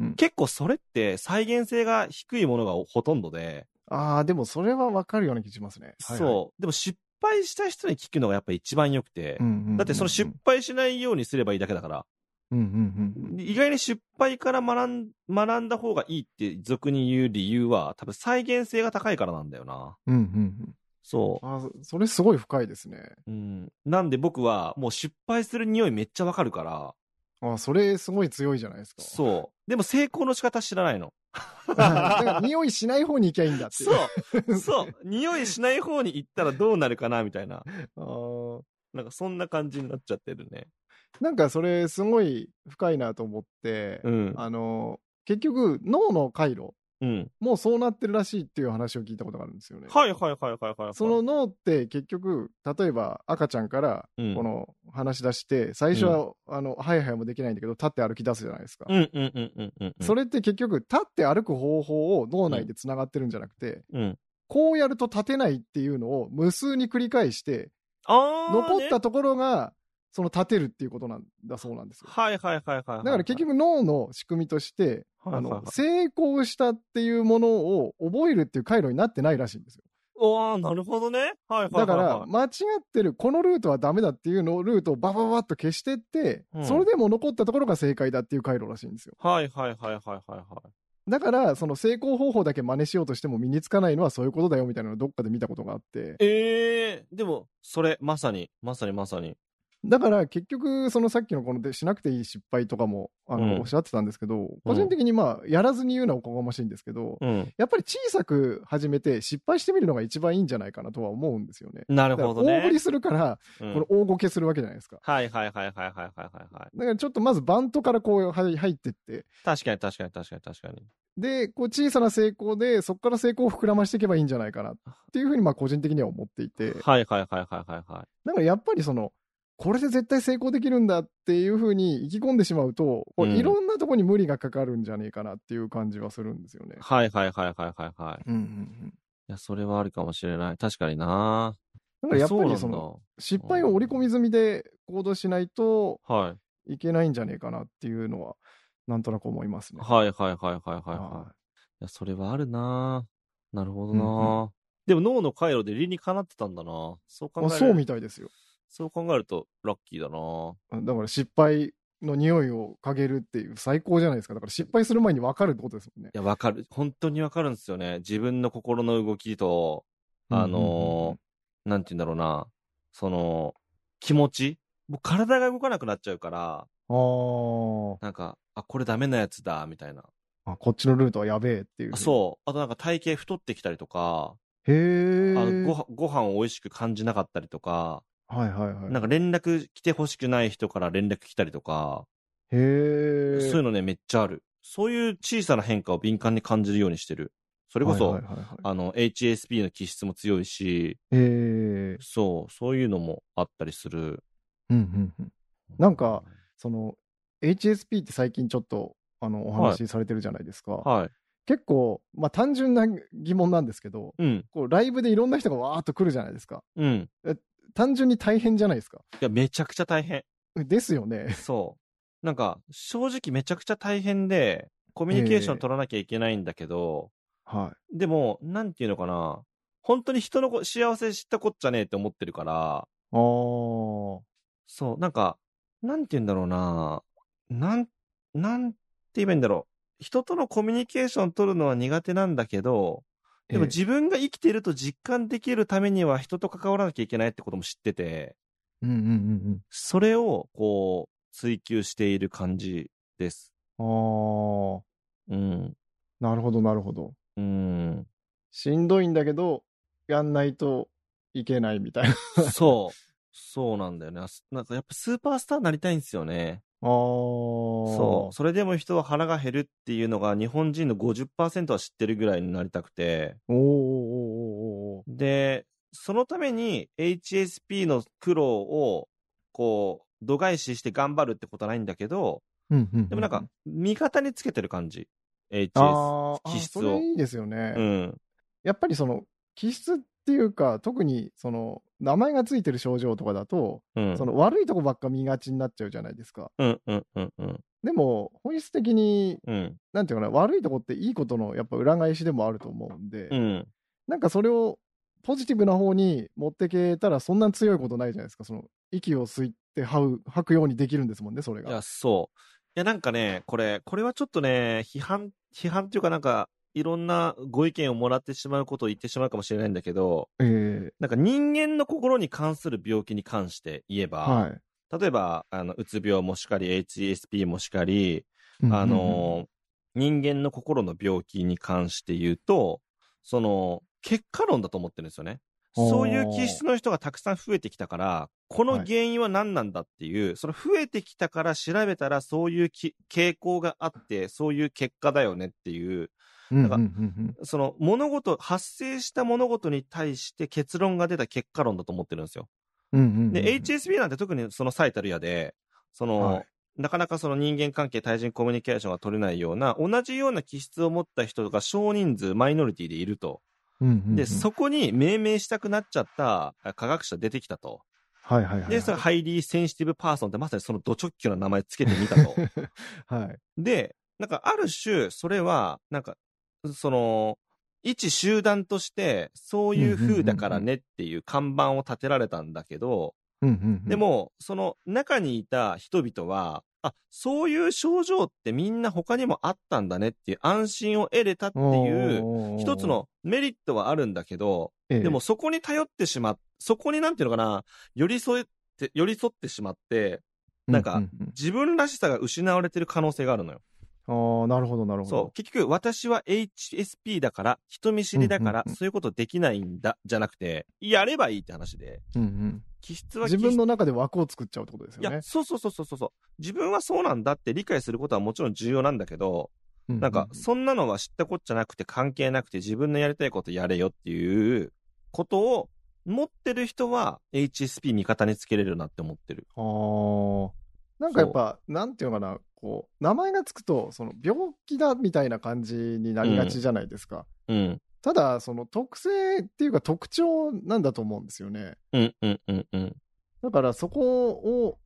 [SPEAKER 1] んうん
[SPEAKER 2] 結構それって再現性が低いものがほとんどで、
[SPEAKER 1] ああ、でもそれはわかるような気しますね。
[SPEAKER 2] そう。でも失敗した人に聞くのがやっぱ一番良くて、
[SPEAKER 1] う。うんうんうんうん
[SPEAKER 2] だってその失敗しないようにすればいいだけだから、
[SPEAKER 1] うんうん
[SPEAKER 2] 意外に失敗から学ん学んだ方がいいって俗に言う理由は、多分再現性が高いからなんだよな。
[SPEAKER 1] うん。うんうん
[SPEAKER 2] そ
[SPEAKER 1] うん。あーそれすごい深いですね。
[SPEAKER 2] う。うん。なんで僕はもう失敗する匂いめっちゃわかるから、
[SPEAKER 1] あーそれすごい強いじゃないですか。
[SPEAKER 2] そう。でも成功の仕方知らないの。
[SPEAKER 1] だから匂い しない方に行きゃいいんだっていう。
[SPEAKER 2] そう。そう。 匂いしない方に行ったらどうなるかな、みたいな。
[SPEAKER 1] あー
[SPEAKER 2] なんかそんな感じになっちゃってるね。
[SPEAKER 1] なんかそれすごい深いなと思って、
[SPEAKER 2] うん。
[SPEAKER 1] あの、結局脳の回路、
[SPEAKER 2] うん。
[SPEAKER 1] もうそうなってるらしいっていう話を聞いたことがあるんですよね。
[SPEAKER 2] はいはいはいはいはい。
[SPEAKER 1] その、脳って結局、例えば赤ちゃんから
[SPEAKER 2] うん、
[SPEAKER 1] この話し出して、最初は、あの、ハイハイもできないんだけど、立って歩き出すじゃないですか。
[SPEAKER 2] うんうんうんうんうんうん。
[SPEAKER 1] そ
[SPEAKER 2] れ、
[SPEAKER 1] れって結局、立って歩く方法を脳内でつながってるんじゃなくて、
[SPEAKER 2] うん。
[SPEAKER 1] こうやると立てないっていうのを無数に繰り返して、
[SPEAKER 2] あー、ね。
[SPEAKER 1] 残ったところが、その立てるっていうことなんだそうなんですよ。
[SPEAKER 2] はいはいはいはいはい。
[SPEAKER 1] だから結、局脳の仕組みとして、
[SPEAKER 2] はいはい
[SPEAKER 1] あ
[SPEAKER 2] はい
[SPEAKER 1] の、成功したっていうものを覚えるっていう回路になってないらしいんですよ。
[SPEAKER 2] おー、なるほどね。はいはいはい、は
[SPEAKER 1] だ
[SPEAKER 2] い。
[SPEAKER 1] から、間違ってる、このルートはダメだっていうのをルートをババババッと消してって、
[SPEAKER 2] うん
[SPEAKER 1] それでも残ったところが正解だっていう回路らしいんですよ。
[SPEAKER 2] はいはいはいはいはいはい。
[SPEAKER 1] だから、その成功方法だけ真似しようとしても身につかないのはそういうことだよみたいなのをどっかで見たことがあって、
[SPEAKER 2] ええー、でも、それ、まさに、まさにまさに。
[SPEAKER 1] だから結局、そのさっきのこのでしなくていい失敗とかも、あ
[SPEAKER 2] うん
[SPEAKER 1] の、おっしゃってたんですけど、個人的にまあ、やらずに言うのはおこがましいんですけど、
[SPEAKER 2] うん。
[SPEAKER 1] やっぱり小さく始めて失敗してみるのが一番いいんじゃないかなとは思うんですよね。
[SPEAKER 2] な
[SPEAKER 1] だ
[SPEAKER 2] る
[SPEAKER 1] から
[SPEAKER 2] ほど
[SPEAKER 1] 大振り
[SPEAKER 2] ね。
[SPEAKER 1] するから、
[SPEAKER 2] うん
[SPEAKER 1] この大ごけするわけじゃないですか。
[SPEAKER 2] はいはいはいはいはいはいはいはい。
[SPEAKER 1] だからちょっとまずバントからこうはい入ってって、
[SPEAKER 2] 確かに確かに確かに確かに。
[SPEAKER 1] で、こう小さな成功で、そこから成功を膨らましていけばいいんじゃないかなっていうふうに、まあ個人的には思っていて、
[SPEAKER 2] はいはいはいはいはいはい。
[SPEAKER 1] だからやっぱりその、これで絶対成功できるんだっていうふうに意気込んでしまうと、こう
[SPEAKER 2] うん
[SPEAKER 1] いろんなとこに無理がかかるんじゃねえかなっていう感じはするんですよね。
[SPEAKER 2] はいはいはいはいはいはい。
[SPEAKER 1] うんうんうん。
[SPEAKER 2] いや、それはあるかもしれない。確かにな。
[SPEAKER 1] だからやっぱ
[SPEAKER 2] うなん
[SPEAKER 1] り
[SPEAKER 2] だ
[SPEAKER 1] その、失敗を織り込み済みで行動しないと
[SPEAKER 2] はい。
[SPEAKER 1] いけないんじゃねえかなっていうのは、なんとなく思いますね。
[SPEAKER 2] はいはいはいはいはい
[SPEAKER 1] は
[SPEAKER 2] はい。いや、それはあるな。なるほど
[SPEAKER 1] うん
[SPEAKER 2] な。でも脳の回路で理にかなってたんだな。そう考
[SPEAKER 1] いあ
[SPEAKER 2] え
[SPEAKER 1] そう
[SPEAKER 2] る
[SPEAKER 1] みたいですよ。
[SPEAKER 2] そう考えるとラッキーだな。
[SPEAKER 1] だから失敗の匂いを嗅げるっていう最高じゃないですか。だから失敗する前に分かるってことですもんね
[SPEAKER 2] い。や、わかる。本当にわかるんですよね。自分の心の動きと、あのーなんて言うんだろうな。その、気持ち。もう体が動かなくなっちゃうから、
[SPEAKER 1] ー
[SPEAKER 2] なんか、あ、これダメなやつだ、みたいな。
[SPEAKER 1] あ、こっちのルートはやべえっていう。
[SPEAKER 2] あそう。あとなんか体型太ってきたりとか、
[SPEAKER 1] う。へ
[SPEAKER 2] あ
[SPEAKER 1] え。
[SPEAKER 2] のごはご飯を美味しく感じなかったりとか、
[SPEAKER 1] はいはいはい。
[SPEAKER 2] なんか連絡来てほしくない人から連絡来たりとか、
[SPEAKER 1] へえ。
[SPEAKER 2] そういうのね、めっちゃある。そういう小さな変化を敏感に感じるようにしてる。そ
[SPEAKER 1] そ
[SPEAKER 2] れこそ、
[SPEAKER 1] はいはいはいはい
[SPEAKER 2] あの、HSP の気質も強いし、
[SPEAKER 1] へえ。
[SPEAKER 2] そう、そういうのもあったりする。
[SPEAKER 1] うんうんうん。なんか、その、HSP って最近ちょっと、あの、お話しされてるじゃないですか。
[SPEAKER 2] はい。
[SPEAKER 1] 結構、まあ単純な疑問なんですけど、
[SPEAKER 2] うん、
[SPEAKER 1] こうライブでいろんな人がわーっと来るじゃないですか。
[SPEAKER 2] うん。
[SPEAKER 1] 単純に大変じゃないですか。
[SPEAKER 2] いや、めちゃくちゃ大変。
[SPEAKER 1] ですよね。
[SPEAKER 2] そう。なんか、正直めちゃくちゃ大変で、コミュニケーション取らなきゃいけないんだけど、
[SPEAKER 1] は
[SPEAKER 2] でも、なんていうのかな、本当に人のこ幸せ知ったこっちゃねえって思ってるから、
[SPEAKER 1] い。ああ。
[SPEAKER 2] そう、なんか、なんていうんだろうな、なん、なんて言えばいいんだろう。人とのコミュニケーション取るのは苦手なんだけど、でも
[SPEAKER 1] ええ
[SPEAKER 2] 自分が生きてると実感できるためには人と関わらなきゃいけないってことも知ってて、
[SPEAKER 1] うんうんうん
[SPEAKER 2] それをこう追求している感じです。
[SPEAKER 1] うん。あ
[SPEAKER 2] うん。
[SPEAKER 1] あ、なるほどなるほど。
[SPEAKER 2] うん。
[SPEAKER 1] しんどいんだけど、やんないといけないみたいな。
[SPEAKER 2] そう。そうなんだよね。あすなんかやっぱスーパースターになりたいんですよね。
[SPEAKER 1] ああ。
[SPEAKER 2] そ。
[SPEAKER 1] そう
[SPEAKER 2] それでも人は腹が減るっていうのが日本人の50%は知ってるぐらいになりたくて。
[SPEAKER 1] う。おーおーおーおーおー
[SPEAKER 2] で、そのために HSP の苦労をこう度外視して頑張るってことはないんだけど、
[SPEAKER 1] うんうんう。
[SPEAKER 2] でもなんか、味方につけてる感じ。HS。
[SPEAKER 1] あーあー、
[SPEAKER 2] 気質を
[SPEAKER 1] それいいですよね。
[SPEAKER 2] うん。
[SPEAKER 1] やっぱりその、気質っていうか、特にその、名前がついてる症状とかだと、
[SPEAKER 2] うん。
[SPEAKER 1] その悪いとこばっか見がちになっちゃうじゃないですか。
[SPEAKER 2] うんうんうんうん。
[SPEAKER 1] でも、本質的に、
[SPEAKER 2] うん。
[SPEAKER 1] なんていうかな、悪いとこっていいことのやっぱ裏返しでもあると思うんで、
[SPEAKER 2] うん。
[SPEAKER 1] なんかそれをポジティブな方に持ってけたら、そんな強いことないじゃないですか。その、息を吸って吐う吐くようにできるんですもんね、それ
[SPEAKER 2] いや、
[SPEAKER 1] が。
[SPEAKER 2] そう。いや、なんかね、これ、これはちょっとね、批判、批判っていうかなんか、いろんなご意見をもらってしまうことを言ってしまうかもしれないんだけど、
[SPEAKER 1] ええ
[SPEAKER 2] なんか人間の心に関する病気に関して言えば、
[SPEAKER 1] はい。
[SPEAKER 2] 例えば、あの、うつ病もしかり、HSP もしかり、
[SPEAKER 1] うん
[SPEAKER 2] あ
[SPEAKER 1] うんうん
[SPEAKER 2] の、人間の心の病気に関して言うと、その、結果論だと思ってるんですよね。
[SPEAKER 1] おー
[SPEAKER 2] そういう気質の人がたくさん増えてきたから、この原因は何なんだっていう、その増えてきたから調べたらそういうき傾向があって、そういう結果だよねっていう、
[SPEAKER 1] うん
[SPEAKER 2] なんか
[SPEAKER 1] うんうん
[SPEAKER 2] その物事、発生した物事に対して結論が出た結果論だと思ってるんですよ。
[SPEAKER 1] うんうんうん
[SPEAKER 2] で、HSP なんて特にその最たるやで、その、
[SPEAKER 1] はい
[SPEAKER 2] なかなかその人間関係、対人コミュニケーションが取れないような、同じような気質を持った人が少人数、マイノリティでいると。
[SPEAKER 1] うんうんうん
[SPEAKER 2] で、そこに命名したくなっちゃったあ科学者出てきたと。
[SPEAKER 1] はいはいはいはい。
[SPEAKER 2] で、それハイリーセンシティブパーソンってまさにそのド直球な名前つけてみた と。
[SPEAKER 1] はい。
[SPEAKER 2] で、なんかある種、それは、なんか、その、一集団として、そういう風だからねっていう看板を立てられたんだけど、
[SPEAKER 1] うんうんうん
[SPEAKER 2] で、も、その中にいた人々は、あ、そういう症状ってみんな他にもあったんだねっていう安心を得れたっていう、
[SPEAKER 1] う
[SPEAKER 2] 一つ、のメリットはあるんだけど、
[SPEAKER 1] ええ
[SPEAKER 2] でも、そこに頼ってしまっ、そこになんていうのかな、寄り添って、寄り添ってしまって、なんか
[SPEAKER 1] う
[SPEAKER 2] 自分らしさが失われてる可能性があるのよ。
[SPEAKER 1] ああ、なるほど、なるほど。
[SPEAKER 2] そう。結局、私は HSP だから、人見知りだから
[SPEAKER 1] うんうんう、ん
[SPEAKER 2] そういうことできないんだ、じゃなくて、やればいいって話で、
[SPEAKER 1] うんうん
[SPEAKER 2] 気質は気質
[SPEAKER 1] 自分の中で枠を作っちゃうってことです
[SPEAKER 2] い
[SPEAKER 1] よ
[SPEAKER 2] や、
[SPEAKER 1] ね。
[SPEAKER 2] そうそうそうそうそうそう。自分はそうなんだって理解することはもちろん重要なんだけど、
[SPEAKER 1] うう
[SPEAKER 2] なんか、そんなのは知ったこっちゃなくて関係なくて自分のやりたいことやれよっていうことを持ってる人は HSP 味方につけれるなって思ってる。
[SPEAKER 1] ああ。なんかやっぱ、なんていうのかな、こう、名前がつくと、その、病気だみたいな感じになりがちじゃないですか。
[SPEAKER 2] うん。
[SPEAKER 1] ただ、その、特性っていうか特徴なんだと思うんですよね。
[SPEAKER 2] うんうんうんうん。
[SPEAKER 1] だから、そこを、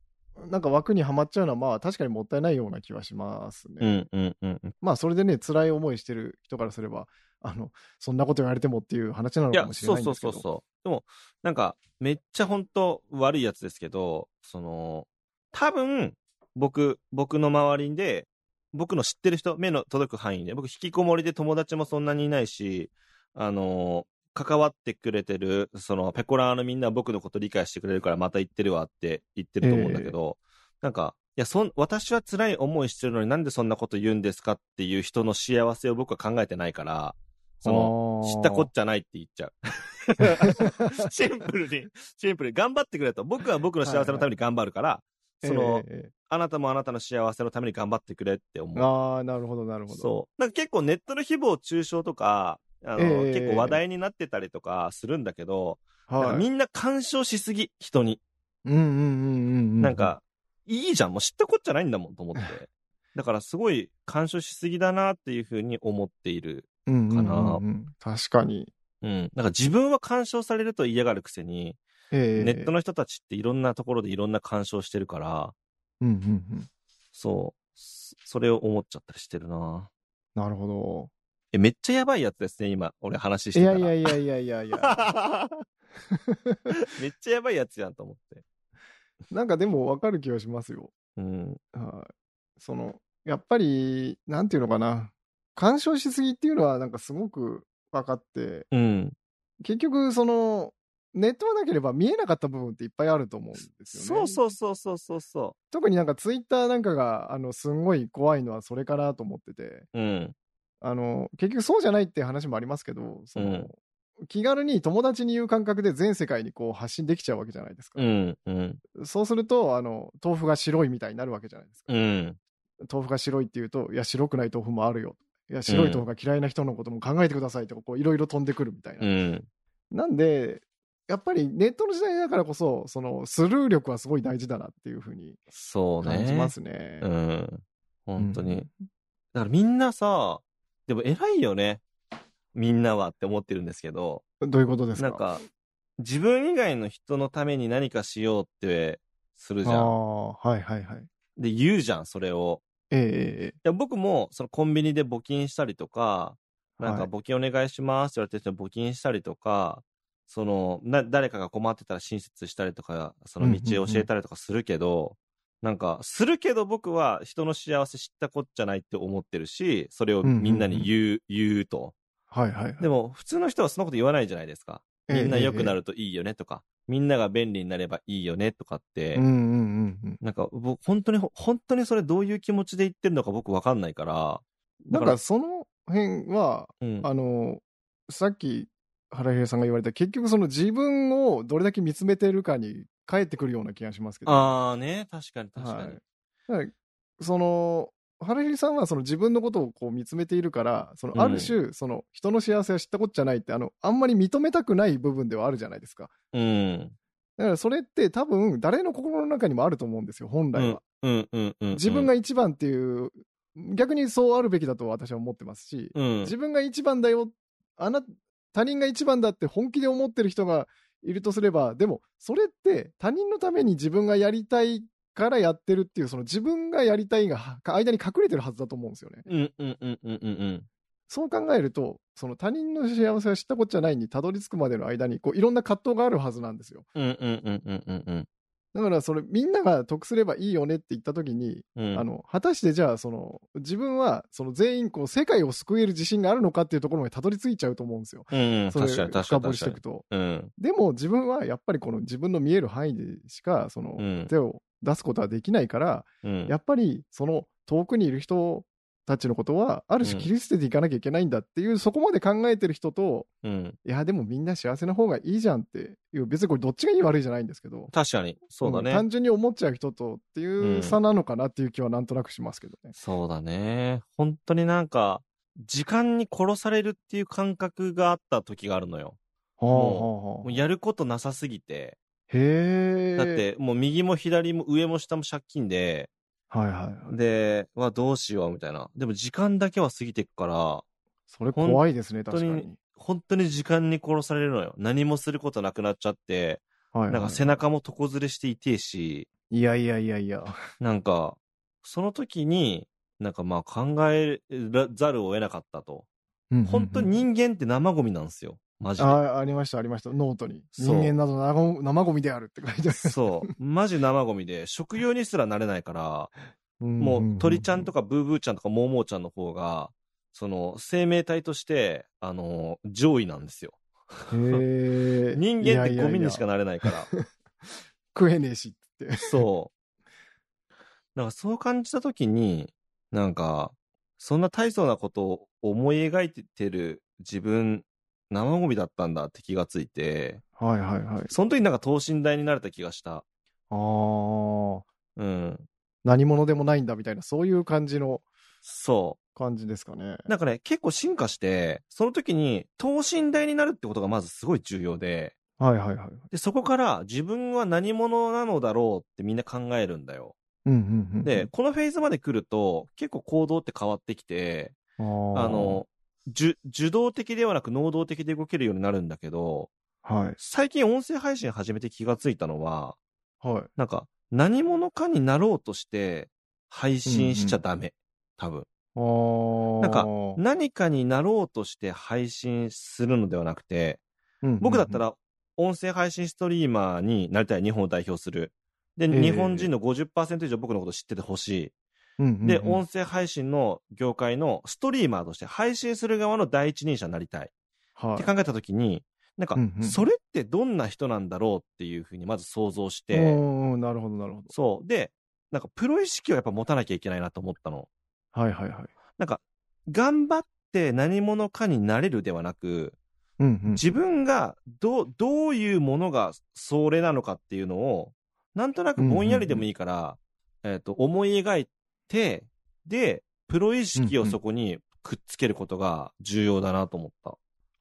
[SPEAKER 1] なんか枠にはまっちゃうのは、まあ、確かにもったいないような気はしますね。
[SPEAKER 2] うんうんうんうん。
[SPEAKER 1] まあ、それでね、辛い思いしてる人からすれば、あの、そんなこと言われてもっていう話なの
[SPEAKER 2] い
[SPEAKER 1] か
[SPEAKER 2] や
[SPEAKER 1] も、しれ
[SPEAKER 2] そう
[SPEAKER 1] ないん
[SPEAKER 2] そ
[SPEAKER 1] で
[SPEAKER 2] う
[SPEAKER 1] すけ
[SPEAKER 2] そ
[SPEAKER 1] ど。
[SPEAKER 2] うそう。でも、なんか、めっちゃ本当悪いやつですけど、その、多分、僕、僕の周りで、僕の知ってる人、目の届く範囲で、僕、引きこもりで友達もそんなにいないし、あの、関わってくれてる、その、ペコラーのみんなは僕のこと理解してくれるからまた言ってるわって言ってると思うんだけど、なんか、いや、そん、私は辛い思いしてるのになんでそんなこと言うんですかっていう人の幸せを僕は考えてないから、その、
[SPEAKER 1] の
[SPEAKER 2] 知ったこっちゃないって言っちゃう。 シンプルに、シンプルに、頑張ってくれと。僕は僕の幸せのために頑張るから、その、あなたもあなたの幸せのために頑張ってくれって思う。
[SPEAKER 1] ああ、なるほど、なるほど。
[SPEAKER 2] そう。なんか結構ネットの誹謗中傷とか、あの
[SPEAKER 1] ええ
[SPEAKER 2] 結構話題になってたりとかするんだけど、なんか
[SPEAKER 1] はい。
[SPEAKER 2] みんな干渉しすぎ、人に。
[SPEAKER 1] うんうんうんうんうん。
[SPEAKER 2] なん、か、いいじゃん、もう知ったこっちゃないんだもんと思って。だからすごい干渉しすぎだなっていうふうに思っている。
[SPEAKER 1] うんうんうんうん
[SPEAKER 2] か
[SPEAKER 1] 確かに。
[SPEAKER 2] うん。なんか自分は干渉されると嫌がるくせに、
[SPEAKER 1] ええ
[SPEAKER 2] ネットの人たちっていろんなところでいろんな干渉してるから、
[SPEAKER 1] うんうんうん。
[SPEAKER 2] そう、そそれを思っちゃったりしてるな
[SPEAKER 1] なるほ
[SPEAKER 2] え、めっちゃやばいやつですね、今、俺話し
[SPEAKER 1] ど。い
[SPEAKER 2] てた
[SPEAKER 1] や
[SPEAKER 2] ら。
[SPEAKER 1] いやいやいやいやいや。
[SPEAKER 2] めっちゃやばいやつやんと思って。
[SPEAKER 1] なんかでもわかる気がしますよ。
[SPEAKER 2] うん。
[SPEAKER 1] はい。その、やっぱり、なんていうのかな。干渉しすぎっていうのは、なんかすごく分かって、
[SPEAKER 2] うん。
[SPEAKER 1] 結局、その、ネットがなければ見えなかった部分っていっぱいあると思うんですよね。
[SPEAKER 2] そうそうそうそうそうそ
[SPEAKER 1] 特になんかツイッターなんかが、あの、すんごい怖いのはそれかなと思ってて、
[SPEAKER 2] う。うん。
[SPEAKER 1] あの、結局そうじゃないって話もありますけど、その、
[SPEAKER 2] うん
[SPEAKER 1] 気軽に友達に言う感覚で全世界にこう発信できちゃうわけじゃないですか
[SPEAKER 2] う。ん。うん。
[SPEAKER 1] そうすると、あの、豆腐が白いみたいになるわけじゃないですか。
[SPEAKER 2] うん。
[SPEAKER 1] 豆腐が白いって言うと、いや、白くない豆腐もあるよ。いや、白い豆腐が嫌いな人のことも考えてくださいとか、こう、いろいろ飛んでくるみたいな。
[SPEAKER 2] うん。
[SPEAKER 1] なんで、やっぱりネットの時代だからこそ、その、スルー力はすごい大事だなっていうふうに
[SPEAKER 2] そうね。
[SPEAKER 1] 感じますね。
[SPEAKER 2] うん。本当に。
[SPEAKER 1] うん
[SPEAKER 2] だからみんなさ、でも偉いよね。みんなはって思ってるんですけど、
[SPEAKER 1] どういうことですか
[SPEAKER 2] なんか、自分以外の人のために何かしようってするじゃ
[SPEAKER 1] あ
[SPEAKER 2] ん。
[SPEAKER 1] あ、はいはいはい。
[SPEAKER 2] で、言うじゃん、それを。
[SPEAKER 1] えええええ
[SPEAKER 2] いや僕も、そのコンビニで募金したりとか、
[SPEAKER 1] え
[SPEAKER 2] なんか
[SPEAKER 1] はい
[SPEAKER 2] 募金お願いしますって言われてる人に募金したりとか、そのな、誰かが困ってたら親切したりとか、その道を教えたりとかするけど、なんか、するけど僕は人の幸せ知ったこっちゃないって思ってるし、それをみんなに言う、言うと。
[SPEAKER 1] はいはいはい。
[SPEAKER 2] でも、普通の人はそんなこと言わないじゃないですか。
[SPEAKER 1] ええ
[SPEAKER 2] みんな良くな
[SPEAKER 1] る。
[SPEAKER 2] るといいよねとか、みんなが便利になればいいよねとかって、
[SPEAKER 1] ええうんうんうんうん。
[SPEAKER 2] なんか、僕、本当に、本当にそれどういう気持ちで言ってるのか僕わかんないから、
[SPEAKER 1] な
[SPEAKER 2] だ
[SPEAKER 1] ん
[SPEAKER 2] から
[SPEAKER 1] か、その辺は、
[SPEAKER 2] うん。
[SPEAKER 1] あの、さっき原平さんが言われた、結局その自分をどれだけ見つめてるかに返ってくるような気がしますけど。
[SPEAKER 2] あーね、確かに確か
[SPEAKER 1] はい
[SPEAKER 2] に。。
[SPEAKER 1] だからその、原平さんはその自分のことをこう見つめているから、そ
[SPEAKER 2] うん
[SPEAKER 1] のある種、その人の幸せは知ったことじゃないって、あの、あんまり認めたくない部分ではあるじゃないですか。
[SPEAKER 2] うん。
[SPEAKER 1] だからそれって多分誰の心の中にもあると思うんですよ、本来は。
[SPEAKER 2] うんうんうん。
[SPEAKER 1] 自分が、一番っていう、逆にそうあるべきだと私は思ってますし、
[SPEAKER 2] うん。
[SPEAKER 1] 自分が一番だよ、あな、他人が一番だって本気で思ってる人がいるとすれば、でも、それって他人のために自分がやりたいからやってるっていう、その自分がやりたいがは間に隠れてるはずだと思うんですよね。
[SPEAKER 2] うんうんうんうんうんうん。
[SPEAKER 1] そう考えると、その他人の幸せは知ったことじゃないにたどり着くまでの間に、こう、いろんな葛藤があるはずなんですよ。
[SPEAKER 2] うんうんうんうんうん
[SPEAKER 1] だから、それ、みんなが得すればいいよねって言った時に、
[SPEAKER 2] うん。
[SPEAKER 1] あ、の、果たしてじゃあ、その、自分は、その全員、こう、世界を救える自信があるのかっていうところまでたどり着いちゃうと思うんですよ。
[SPEAKER 2] うんうん、
[SPEAKER 1] それ
[SPEAKER 2] 確かに確か
[SPEAKER 1] 深
[SPEAKER 2] に
[SPEAKER 1] 掘りし
[SPEAKER 2] 確か
[SPEAKER 1] てい
[SPEAKER 2] に
[SPEAKER 1] く。と。
[SPEAKER 2] うん。
[SPEAKER 1] でも自分はやっぱりこの自分の見える範囲でしかその
[SPEAKER 2] うん
[SPEAKER 1] 手を出すことはできないから、
[SPEAKER 2] うん。
[SPEAKER 1] やっぱりその遠くにいる人たちのことはある種
[SPEAKER 2] うん
[SPEAKER 1] 切り捨てていかなきゃいけないんだっていう、そこまで考えてる人と
[SPEAKER 2] うん。
[SPEAKER 1] いやでもみんな幸せな方がいいじゃんっていう別にこれどっちがいい悪いじゃないんですけど
[SPEAKER 2] 確かに。そうだ
[SPEAKER 1] ん
[SPEAKER 2] ね
[SPEAKER 1] 単。純に思っちゃう人とって
[SPEAKER 2] う
[SPEAKER 1] い
[SPEAKER 2] ん
[SPEAKER 1] う差なのかなっていう気はなんとなくしますけどね。
[SPEAKER 2] そうだね。本当になんか、時間に殺されるっていう感覚があった時があるのよ。
[SPEAKER 1] は
[SPEAKER 2] もうやることなさすぎて。
[SPEAKER 1] へえ。
[SPEAKER 2] だっ、て、もう右も左も上も下も借金で、
[SPEAKER 1] はいはいはい、
[SPEAKER 2] で、はどうしようみたいな。でも時間だけは過ぎてくから、
[SPEAKER 1] それ怖いですね
[SPEAKER 2] 本
[SPEAKER 1] 確
[SPEAKER 2] 当
[SPEAKER 1] か
[SPEAKER 2] に
[SPEAKER 1] に。
[SPEAKER 2] 本当に時間に殺されるのよ。何もすることなくなっちゃって、
[SPEAKER 1] はいはい
[SPEAKER 2] なんか背中も床ずれして痛えし、
[SPEAKER 1] いやいやいやいや。
[SPEAKER 2] なんか、その時に、なんかまあ考えざるを得なかったと。本当に人間って生ゴミなんですよ。マジで。
[SPEAKER 1] あありました、ありました。ノートに。
[SPEAKER 2] そ
[SPEAKER 1] 人
[SPEAKER 2] う
[SPEAKER 1] 間など生ご生ゴミであるって書いてある。
[SPEAKER 2] そう。マジ生ゴミで、食用にすらなれないから、
[SPEAKER 1] も
[SPEAKER 2] もう鳥ちゃんと
[SPEAKER 1] か。
[SPEAKER 2] かブーブーちゃんとかモーモーちゃんの方が、その生命体として、あの、上位なんですよ。
[SPEAKER 1] へー
[SPEAKER 2] 人間ってゴミにしか
[SPEAKER 1] いやいやいや
[SPEAKER 2] なれないから。
[SPEAKER 1] 食えねえしって。
[SPEAKER 2] そう。なんかそう感じたときに、なんか、そんな大層なことを思い描いてる自分、生ゴミだったんだって気がついて、
[SPEAKER 1] はいはいはい。
[SPEAKER 2] その時なんか等身大になれた気がした。
[SPEAKER 1] ああ、
[SPEAKER 2] うん。
[SPEAKER 1] 何者でもないんだみたいな、そういう感じの
[SPEAKER 2] そ
[SPEAKER 1] 感じですかね。
[SPEAKER 2] う。なんかね、結構進化して、その時に等身大になるってことがまずすごい重要で、
[SPEAKER 1] はいはいはい。
[SPEAKER 2] で、そこから自分は何者なのだろうってみんな考えるんだよ。
[SPEAKER 1] うんうんうん。
[SPEAKER 2] で、、このフェーズまで来ると、結構行動って変わってきて、
[SPEAKER 1] あ
[SPEAKER 2] あ
[SPEAKER 1] あ、
[SPEAKER 2] の、受、受動的ではなく能動的で動けるようになるんだけど、
[SPEAKER 1] はい。
[SPEAKER 2] 最近音声配信始めて気がついたのは、
[SPEAKER 1] はい。
[SPEAKER 2] なんか、何者かになろうとして、配信しちゃダメ。多分。
[SPEAKER 1] ああ。
[SPEAKER 2] なんか何かになろうとして配信するのではなくて、
[SPEAKER 1] うんうん
[SPEAKER 2] 僕だった
[SPEAKER 1] ら、
[SPEAKER 2] ら、音声配信ストリーマーになりたい日本を代表する。で、
[SPEAKER 1] ええ
[SPEAKER 2] 日本人の50%以上僕のこと知っててほしい。
[SPEAKER 1] うんうんうん
[SPEAKER 2] で、音声配信の業界のストリーマーとして配信する側の第一人者になりたい。
[SPEAKER 1] は
[SPEAKER 2] って考えた時に、なんか
[SPEAKER 1] うんう、ん
[SPEAKER 2] それってどんな人なんだろうっていうふうにまず想像し
[SPEAKER 1] い。
[SPEAKER 2] て、
[SPEAKER 1] うんうんなるほど、なるほど。
[SPEAKER 2] そう。で、なんか、プロ意識をやっぱ持たなきゃいけないなと思ったの。
[SPEAKER 1] はいはいはい。
[SPEAKER 2] なんか、頑張って何者かになれるではなく、
[SPEAKER 1] うんうん。
[SPEAKER 2] 自分がどう、どういうものがそれなのかっていうのを、なんとなくぼんやりでもいいから、えっ、と、思い描いて、で、プロ意識をそこにくっつけることが重要だなと思った。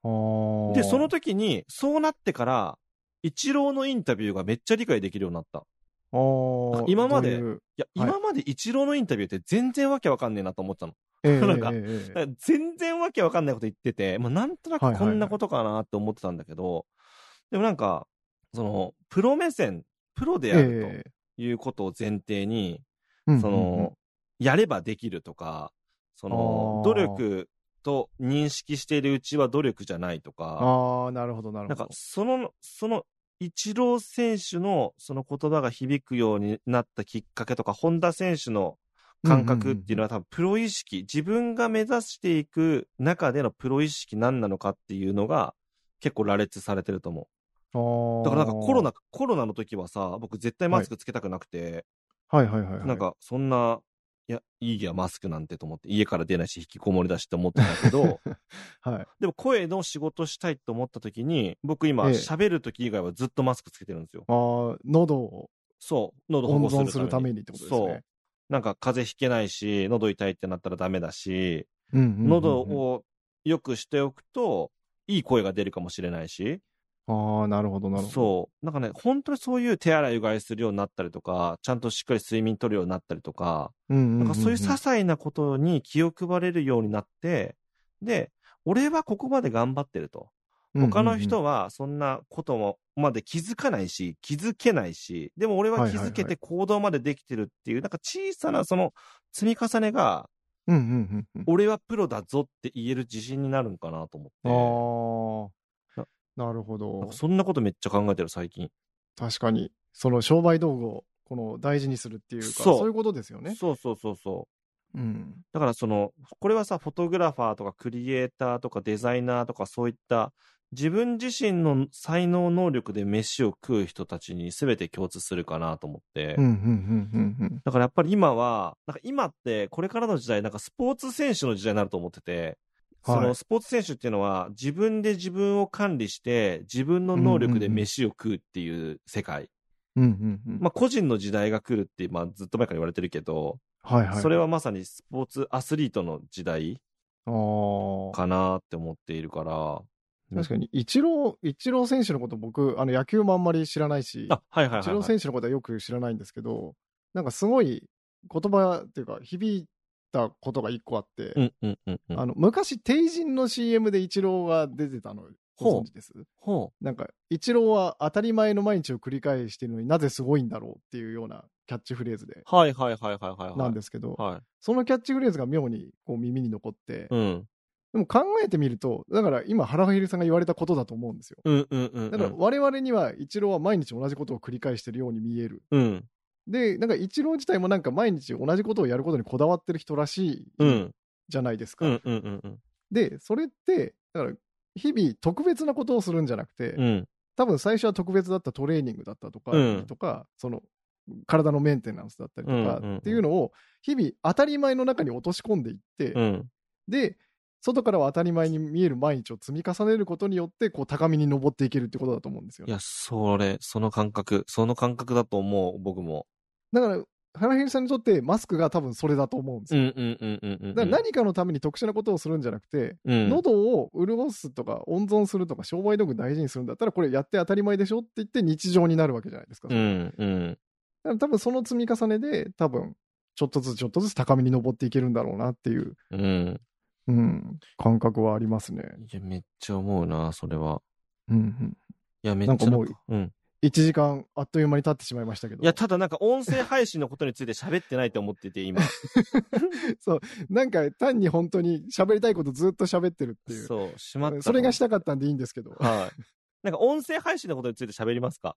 [SPEAKER 1] あー
[SPEAKER 2] で、その時に、そうなってから、一郎のインタビューがめっちゃ理解できるようになった。
[SPEAKER 1] あー
[SPEAKER 2] 今まで
[SPEAKER 1] どういう
[SPEAKER 2] いや、
[SPEAKER 1] はい
[SPEAKER 2] 今まで一郎のインタビューって全然わけわかんねえなと思ったの。
[SPEAKER 1] ええ
[SPEAKER 2] なんか
[SPEAKER 1] ええええ
[SPEAKER 2] だから全然わけわかんないこと言ってて、まあ、なんと
[SPEAKER 1] は
[SPEAKER 2] なく
[SPEAKER 1] いはい
[SPEAKER 2] こ
[SPEAKER 1] はい
[SPEAKER 2] んなことかなって思ってたんだけど、でもなんか、その、プロ目線、プロである
[SPEAKER 1] ええ
[SPEAKER 2] ということを前提に、
[SPEAKER 1] うん
[SPEAKER 2] その、やればできるとか、そ
[SPEAKER 1] あ
[SPEAKER 2] の、
[SPEAKER 1] ー
[SPEAKER 2] 努力と認識しているうちは努力じゃないと
[SPEAKER 1] うん
[SPEAKER 2] か、
[SPEAKER 1] うんああ、なるほど、なる
[SPEAKER 2] な
[SPEAKER 1] ほ
[SPEAKER 2] ん
[SPEAKER 1] ど
[SPEAKER 2] か。、その、その、一郎選手のその言葉が響くようになったきっかけとか、本田選手の感覚っていうのは多分プロ意識、自分が目指していく中でのプロ意識何なのかっていうのが結構羅列されてると思う。
[SPEAKER 1] の
[SPEAKER 2] だからなんかコロ。ナ、コロナの時はさ、僕絶対マスクつけたくなくて、
[SPEAKER 1] はいはいはいはい。
[SPEAKER 2] なんかそんな、いや、いいや、マスクなんてと思って、家から出ないし、引きこもりだしって思ってた けど、
[SPEAKER 1] はい。
[SPEAKER 2] でも声の仕事したいと思った時に、僕今
[SPEAKER 1] ええ
[SPEAKER 2] 喋る時以外はずっとマスクつけてるんですよ。
[SPEAKER 1] ああ、喉を
[SPEAKER 2] そう、喉保
[SPEAKER 1] 温
[SPEAKER 2] 護するため
[SPEAKER 1] 存するため
[SPEAKER 2] に。
[SPEAKER 1] にってことですね。
[SPEAKER 2] そう。なんか風邪ひけないし、喉痛いってなったらダメだし、
[SPEAKER 1] うんうんうんうん
[SPEAKER 2] 喉を良くしておくと、いい声が出るかもしれないし、
[SPEAKER 1] ああ、なるほど、なるほど。
[SPEAKER 2] そう。なんかね、本当にそういう手洗いうがいするようになったりとか、ちゃんとしっかり睡眠取るようになったりとか、
[SPEAKER 1] う。うん
[SPEAKER 2] なんかそういう
[SPEAKER 1] さ
[SPEAKER 2] 些細なことに気を配れるようになって、で、俺はここまで頑張ってると。他の人はそんなこともまで気づかないし、気づけないし、でも俺は気づけて行動までできてるっていう、なんか小さなその積み重ねが、
[SPEAKER 1] うんうんうんうん。
[SPEAKER 2] 俺はプロだぞって言える自信になるんかなと思って、
[SPEAKER 1] ああ
[SPEAKER 2] な
[SPEAKER 1] ー、なるほ
[SPEAKER 2] なん
[SPEAKER 1] ど
[SPEAKER 2] か。そんなことめっちゃ考えてる最近。
[SPEAKER 1] 確かに、その商売道具をこの大事にするっていうか、
[SPEAKER 2] そう
[SPEAKER 1] そういうことですよね。
[SPEAKER 2] そうそうそうそう。
[SPEAKER 1] うん。
[SPEAKER 2] だからその、これはさ、フォトグラファーとかクリエイターとかデザイナーとかそういった自分自身の才能能力で飯を食う人たちに全て共通するかなと思って。
[SPEAKER 1] うんうんうんうんうん。
[SPEAKER 2] だからやっぱり今は、なんか今ってこれからの時代、なんかスポーツ選手の時代になると思ってて、
[SPEAKER 1] はい
[SPEAKER 2] そのスポーツ選手っていうのは自分で自分を管理して自分の能力で飯を食うっていう世界。
[SPEAKER 1] うんうんうん。
[SPEAKER 2] まあ個人の時代が来るって、まあずっと前から言われてるけど、
[SPEAKER 1] はいはい。
[SPEAKER 2] それはまさにスポーツアスリートの時代
[SPEAKER 1] あー
[SPEAKER 2] かなって思っているから。
[SPEAKER 1] 確かに、イチロー、イチロー選手のこと僕、あの野球もあんまり知らないし、
[SPEAKER 2] あ、はいはい
[SPEAKER 1] イチ
[SPEAKER 2] はい、
[SPEAKER 1] ロー
[SPEAKER 2] はい。
[SPEAKER 1] 選手のことはよく知らないんですけど、なんかすごい言葉っていうか、響いたことが一個あって、
[SPEAKER 2] うんうんうんうん。
[SPEAKER 1] あの昔、帝人の CM でイチローが出てたの、ご存知です
[SPEAKER 2] ほ
[SPEAKER 1] なんか、イチローは当たり前の毎日を繰り返しているのになぜすごいんだろうっていうようなキャッチフレーズで、
[SPEAKER 2] う。はいはいはいはいはい、はい。
[SPEAKER 1] なんですけど、
[SPEAKER 2] はい。
[SPEAKER 1] そのキャッチフレーズが妙にこう耳に残って、
[SPEAKER 2] うん。
[SPEAKER 1] でも考えてみると、だから今、原フヘルさんが言われたことだと思うんですよ。
[SPEAKER 2] うんうんうん、うん。
[SPEAKER 1] だから、我々には、イチローは毎日同じことを繰り返しているように見える。
[SPEAKER 2] うん。
[SPEAKER 1] で、なんか、イチロー自体もなんか毎日同じことをやることにこだわってる人らし
[SPEAKER 2] う
[SPEAKER 1] い
[SPEAKER 2] ん。
[SPEAKER 1] じゃないですか。
[SPEAKER 2] うんうんうんうん。
[SPEAKER 1] で、それって、だから、日々特別なことをするんじゃなくて、
[SPEAKER 2] うん。
[SPEAKER 1] 多分最初は特別だったトレーニングだったとか、
[SPEAKER 2] うん
[SPEAKER 1] とかその体のメンテナンスだったりとか、
[SPEAKER 2] うんうんうん
[SPEAKER 1] っていうのを日々当たり前の中に落とし込んでいって、
[SPEAKER 2] うん。
[SPEAKER 1] で外からは当たり前に見える毎日を積み重ねることによってこう高みに登っていけるってことだと思うんですよ
[SPEAKER 2] いや、それ、その感覚、その感覚だと思う、僕も。
[SPEAKER 1] だから原平さんにとってマスクが多分それだと思うんです
[SPEAKER 2] うん
[SPEAKER 1] よ、
[SPEAKER 2] うんうんうんうんうん。
[SPEAKER 1] だから何かのために特殊なことをするんじゃなくて、
[SPEAKER 2] うん、
[SPEAKER 1] 喉を潤すとか温存するとか商売道具大事にするんだったらこれやって当たり前でしょって言って日常になるわけじゃないですか、
[SPEAKER 2] うんうん。
[SPEAKER 1] だから多分その積み重ねで、多分ちょっとずつちょっとずつ高みに登っていけるんだろうなっていう、
[SPEAKER 2] うん。
[SPEAKER 1] うん、感覚はありますね。
[SPEAKER 2] いや、めっちゃ思うな、それは。
[SPEAKER 1] うんうん、
[SPEAKER 2] いや、めっち
[SPEAKER 1] な
[SPEAKER 2] ゃ
[SPEAKER 1] んかもう
[SPEAKER 2] うん。
[SPEAKER 1] 1時間あっという間に経ってしまいましたけど、
[SPEAKER 2] いや、ただなんか音声配信のことについて喋ってないって思 ってて、今。
[SPEAKER 1] なんか単に本当に喋りたいことずっと喋ってるっていう、
[SPEAKER 2] そう、しまった
[SPEAKER 1] うん
[SPEAKER 2] の。
[SPEAKER 1] それがしたかったんでいいんですけど、
[SPEAKER 2] はい。 なんか音声配信のことについて喋りますか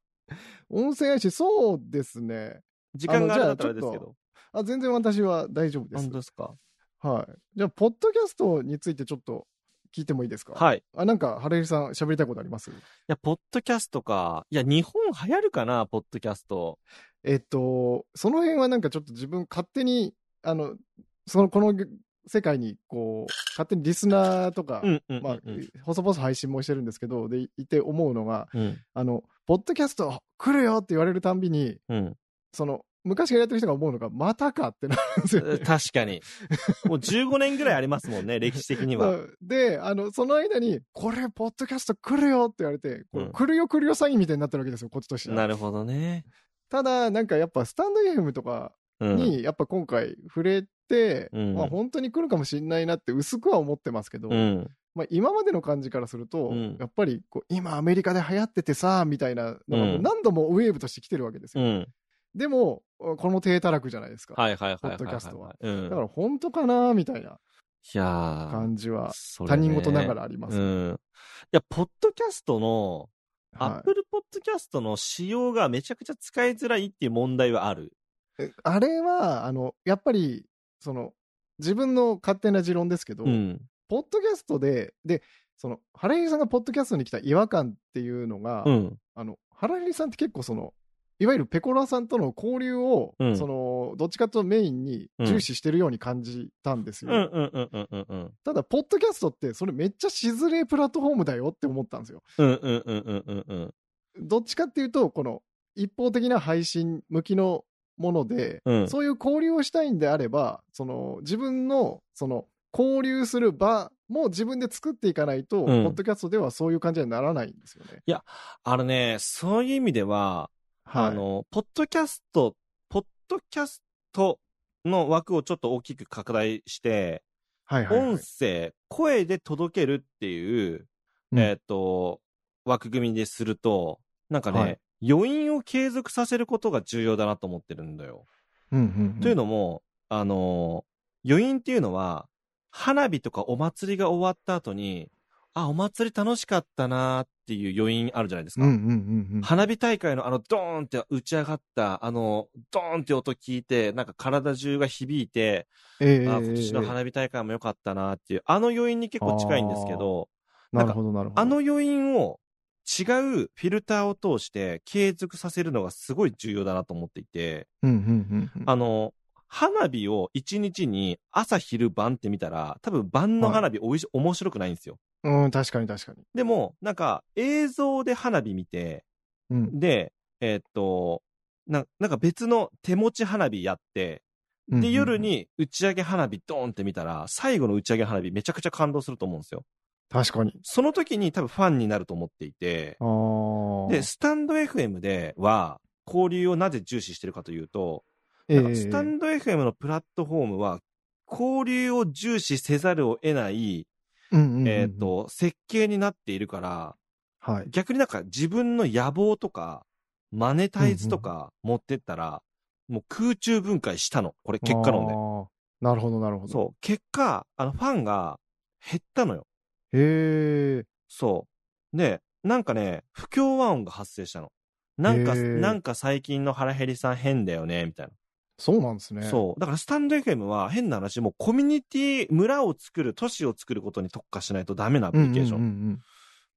[SPEAKER 1] 音声配信、そうですね。
[SPEAKER 2] 時間があ
[SPEAKER 1] あ
[SPEAKER 2] るんだ
[SPEAKER 1] の
[SPEAKER 2] ったら
[SPEAKER 1] じ
[SPEAKER 2] で
[SPEAKER 1] ゃ
[SPEAKER 2] す
[SPEAKER 1] あ
[SPEAKER 2] け
[SPEAKER 1] ちょ
[SPEAKER 2] ど。
[SPEAKER 1] あ全然私は大丈夫です
[SPEAKER 2] 本当。ですか
[SPEAKER 1] はい、じゃあ、ポッドキャストについてちょっと聞いてもいいですか
[SPEAKER 2] はい。い
[SPEAKER 1] あ、なんか、原英さん喋りたいことあります
[SPEAKER 2] や、ポッドキャストか。いや、日本流行るかな、ポッドキャスト。
[SPEAKER 1] えっと、その辺はなんかちょっと自分勝手に、あの、その、この世界に、こう、勝手にリスナーとか、
[SPEAKER 2] うん、うん。
[SPEAKER 1] まあ
[SPEAKER 2] うん、
[SPEAKER 1] 細々配信もしてるんですけど、で、いて思うのが、
[SPEAKER 2] うん。
[SPEAKER 1] あの、ポッドキャスト来るよって言われるたんびに、
[SPEAKER 2] うん。
[SPEAKER 1] その、昔からやってる人が思うのが、またかってなるんですよね。
[SPEAKER 2] 確かに。もう15年ぐらいありますも んね、歴史的に
[SPEAKER 1] う
[SPEAKER 2] は。
[SPEAKER 1] んで、あの、その間に、これ、ポッドキャスト来るよって言われて、これ
[SPEAKER 2] うん
[SPEAKER 1] 来るよ来るよ詐欺みたいになってるわけですよ、こっちとしては
[SPEAKER 2] なるほどね。
[SPEAKER 1] ただ、なんかやっぱ、スタンド FM とか
[SPEAKER 2] うん。
[SPEAKER 1] に、やっぱ今回触れて、
[SPEAKER 2] うん
[SPEAKER 1] まあ本当に来るかもしれないなって薄くは思ってますけど、
[SPEAKER 2] うん。
[SPEAKER 1] まあ今までの感じからすると、
[SPEAKER 2] うん
[SPEAKER 1] やっぱりこう、今アメリカで流行っててさ、みたいなのがもう何度もウェーブとして来てるわけです
[SPEAKER 2] う
[SPEAKER 1] よ。
[SPEAKER 2] ん。
[SPEAKER 1] でも、この低たらくじゃないですか。
[SPEAKER 2] はいはいはいはいはい。
[SPEAKER 1] ポッドキャストは
[SPEAKER 2] うん。
[SPEAKER 1] だから本当かな、みたいない
[SPEAKER 2] やー
[SPEAKER 1] 感じは、
[SPEAKER 2] それ
[SPEAKER 1] 他
[SPEAKER 2] ね
[SPEAKER 1] 人事ながらあります。
[SPEAKER 2] うん。いや、ポッドキャストの、ア
[SPEAKER 1] は
[SPEAKER 2] ッ
[SPEAKER 1] い
[SPEAKER 2] プルポッドキャストの仕様がめちゃくちゃ使いづらいっていう問題はある。
[SPEAKER 1] えあれは、あの、やっぱり、その、自分の勝手な持論ですけど、
[SPEAKER 2] ん。
[SPEAKER 1] ポッドキャストで、で、その、原英さんがポッドキャストに来た違和感っていうのが、
[SPEAKER 2] うん。
[SPEAKER 1] あの、原英さんって結構その、いわゆるペコラさんとの交流を、
[SPEAKER 2] うん
[SPEAKER 1] その、どっちかというとメインに重視してるように感じたんです
[SPEAKER 2] う
[SPEAKER 1] よ。
[SPEAKER 2] んうんうんうんうんうん。
[SPEAKER 1] ただ、ポッドキャストって、それめっちゃしずれえプラットフォームだよって思ったんですよ。
[SPEAKER 2] うんうんうんうんうんうん。
[SPEAKER 1] どっちかっていうと、この一方的な配信向きのもので、
[SPEAKER 2] うん
[SPEAKER 1] そういう交流をしたいんであれば、その自分のその交流する場も自分で作っていかないと、
[SPEAKER 2] うん
[SPEAKER 1] ポッドキャストではそういう感じにはならないんですよね。
[SPEAKER 2] あのね、そういう意味では、
[SPEAKER 1] はい、
[SPEAKER 2] あの、ポッドキャスト、ポッドキャストの枠をちょっと大きく拡大して、
[SPEAKER 1] はいはいはい、
[SPEAKER 2] 音声、声で届けるっていう、
[SPEAKER 1] うん
[SPEAKER 2] えっ、と、枠組みですると、なんかね、
[SPEAKER 1] はい
[SPEAKER 2] 余韻を継続させることが重要だなと思ってるんだよ。
[SPEAKER 1] うんうんうん
[SPEAKER 2] というのも、あのー余韻っていうのは、花火とかお祭りが終わった後に、あ、お祭り楽しかったなーっていう余韻あるじゃないですか。
[SPEAKER 1] うんうんうんうん
[SPEAKER 2] 花火大会のあのドーンって打ち上がった、あのドーンって音聞いて、なんか体中が響いて、
[SPEAKER 1] ええ
[SPEAKER 2] あ今年の花火大会も良かったなっていう、あの余韻に結構近いんですけど、
[SPEAKER 1] なるほどなるほど。
[SPEAKER 2] あの余韻を違うフィルターを通して継続させるのがすごい重要だなと思っていて、
[SPEAKER 1] うんうんうんうん
[SPEAKER 2] あの、花火を一日に朝昼晩って見たら、多分晩の花火おいし、面白くないんですよ。
[SPEAKER 1] うん、確かに確かに。
[SPEAKER 2] でも、なんか映像で花火見て、
[SPEAKER 1] うん
[SPEAKER 2] で、えーっと、ななんか別の手持ち花火やって、
[SPEAKER 1] うんうんう
[SPEAKER 2] で、
[SPEAKER 1] ん
[SPEAKER 2] 夜に打ち上げ花火ドーンって見たら、最後の打ち上げ花火めちゃくちゃ感動すると思うんですよ。
[SPEAKER 1] 確かに。
[SPEAKER 2] その時に多分ファンになると思っていて、
[SPEAKER 1] あー
[SPEAKER 2] で、スタンド FM では、交流をなぜ重視してるかというと、
[SPEAKER 1] ええ
[SPEAKER 2] なんかスタンド FM のプラットフォームは、交流を重視せざるを得ない、
[SPEAKER 1] うんうんうんうん
[SPEAKER 2] えっ、と、設計になっているから、
[SPEAKER 1] はい、
[SPEAKER 2] 逆になんか自分の野望とか、マネタイズとか持ってったら、もう空中分解したの。これ結果論で
[SPEAKER 1] あ。ーなるほどなるほど。
[SPEAKER 2] そう。結果、あの、ファンが減ったのよ。
[SPEAKER 1] へえ。
[SPEAKER 2] そう。で、なんかね、不協和音が発生したの。なん
[SPEAKER 1] へ
[SPEAKER 2] か、
[SPEAKER 1] ー
[SPEAKER 2] なんか最近の腹減りさん変だよね、みたい
[SPEAKER 1] そうなんですね。
[SPEAKER 2] な。そう。だからスタンド FM は変な話、もうコミュニティ、村を作る、都市を作ることに特化しないとダメなアプリケーション。
[SPEAKER 1] うんうんうんうん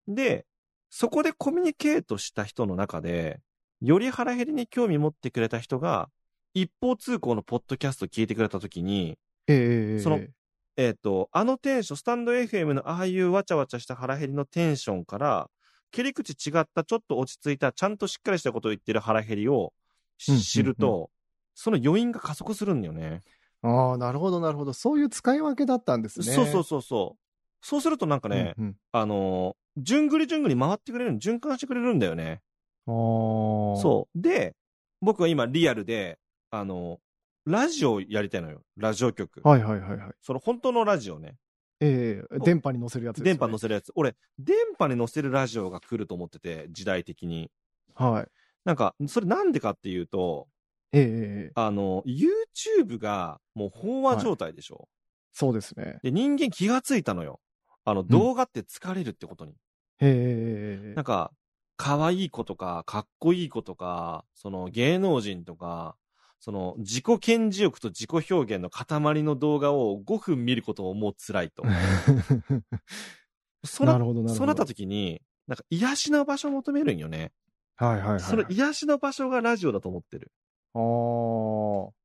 [SPEAKER 2] で、そこでコミュニケートした人の中で、より腹減りに興味持ってくれた人が、一方通行のポッドキャスト聞いてくれたときに、
[SPEAKER 1] ええええええ
[SPEAKER 2] そのえっ、と、あのテンション、スタンド FM のああいうわちゃわちゃした腹減りのテンションから、切り口違った、ちょっと落ち着いた、ちゃんとしっかりしたことを言ってる腹減りをし
[SPEAKER 1] うんうんうん
[SPEAKER 2] 知ると、その余韻が加速するんだよね。
[SPEAKER 1] ああ、なるほど、なるほど。そういう使い分けだったんですね。
[SPEAKER 2] そうそうそうそう。そうするとなんかね、
[SPEAKER 1] うんうん
[SPEAKER 2] あのー、じゅんぐりじゅんぐり回ってくれるん循環してくれるんだよね。
[SPEAKER 1] ああ。
[SPEAKER 2] そう。で、僕は今リアルで、あのー、ラジオやりたいのよ。ラジオ局。
[SPEAKER 1] はいはいはいはい。
[SPEAKER 2] その本当のラジオね。
[SPEAKER 1] ええ電波に乗せるやつです、
[SPEAKER 2] 電
[SPEAKER 1] ね。
[SPEAKER 2] 波載せるやつ。俺、電波に載せるラジオが来ると思ってて、時代的に。
[SPEAKER 1] はい。
[SPEAKER 2] なんか、それなんでかっていうと、
[SPEAKER 1] ええええ
[SPEAKER 2] あの、YouTube がもう飽和状態でしょ、
[SPEAKER 1] そうですね。
[SPEAKER 2] で、人間気がついたのよ。あの、動画って疲れるってことに。
[SPEAKER 1] えええええ
[SPEAKER 2] なんか、可愛い子とか、かっこいい子とか、その芸能人とか、その自己顕示欲と自己表現の塊の動画を5分見ることももう辛いと。
[SPEAKER 1] え
[SPEAKER 2] そ
[SPEAKER 1] な
[SPEAKER 2] な
[SPEAKER 1] るほど、なるほど。
[SPEAKER 2] そうなった時に、なんか癒しの場所を求めるんよね。
[SPEAKER 1] はいはいはい。
[SPEAKER 2] その癒しの場所がラジオだと思ってる。
[SPEAKER 1] あ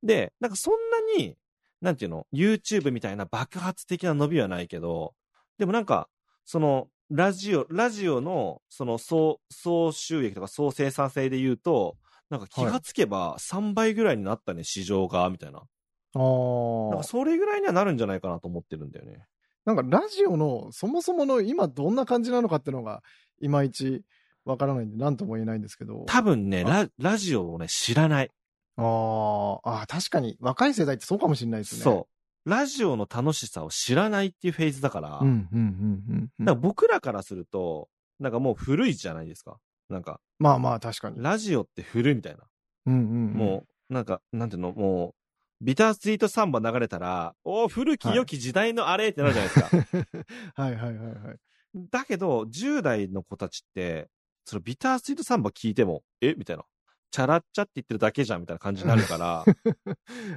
[SPEAKER 1] ー
[SPEAKER 2] で、なんかそんなに、なんていうの、YouTube みたいな爆発的な伸びはないけど、でもなんか、その、ラジオ、ラジオの、その、総、総収益とか総生産性で言うと、なんか気がつけば3倍ぐらいになったね、市場が、みたいな。
[SPEAKER 1] あ
[SPEAKER 2] なん
[SPEAKER 1] ー
[SPEAKER 2] かそれぐらいにはなるんじゃないかなと思ってるんだよね。
[SPEAKER 1] なんかラジオのそもそもの今どんな感じなのかってのがいまいちわからないんで何とも言えないんですけどあ
[SPEAKER 2] 多分ね、ララジオをね、知らない。
[SPEAKER 1] ーあー確かに若い世代ってそうかもしれないですね
[SPEAKER 2] そう。ラジオの楽しさを知らないっていうフェーズだから、
[SPEAKER 1] うんうんうんうんう
[SPEAKER 2] なん
[SPEAKER 1] ん
[SPEAKER 2] か僕らからすると、なんかもう古いじゃないですか。なんか、
[SPEAKER 1] まあまあ確かに
[SPEAKER 2] ラジオって古いみたいな。
[SPEAKER 1] うんうん
[SPEAKER 2] もう、なんか、なんていうの、もう、ビタースイートサンバ流れたら、おー古き良き時代のあれってなるじゃないですか。
[SPEAKER 1] うん はいはいはいはい
[SPEAKER 2] だけど、10代の子たちって、そのビタースイートサンバ聞いても、えみたいな。チャラッチャって言ってるだけじゃんみたいな感じになる から、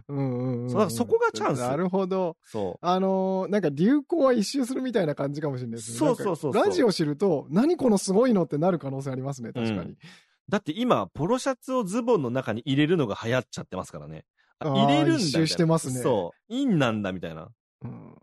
[SPEAKER 1] うんうんうん
[SPEAKER 2] そうだからそこがチャンス
[SPEAKER 1] なるほど
[SPEAKER 2] そ
[SPEAKER 1] あのーなんか流行は一周するみたいな感じかもしれないですね
[SPEAKER 2] そうそうそうそう
[SPEAKER 1] なんかラジオ知ると何このすごいのってなる可能性ありますね確かに、
[SPEAKER 2] う。だって今、ポロシャツをズボンの中に入れるのが流行っちゃってますからね。あ
[SPEAKER 1] あー
[SPEAKER 2] 入れるんだみたいな。
[SPEAKER 1] 一周してますね
[SPEAKER 2] そう。インなんだみたいな。
[SPEAKER 1] うん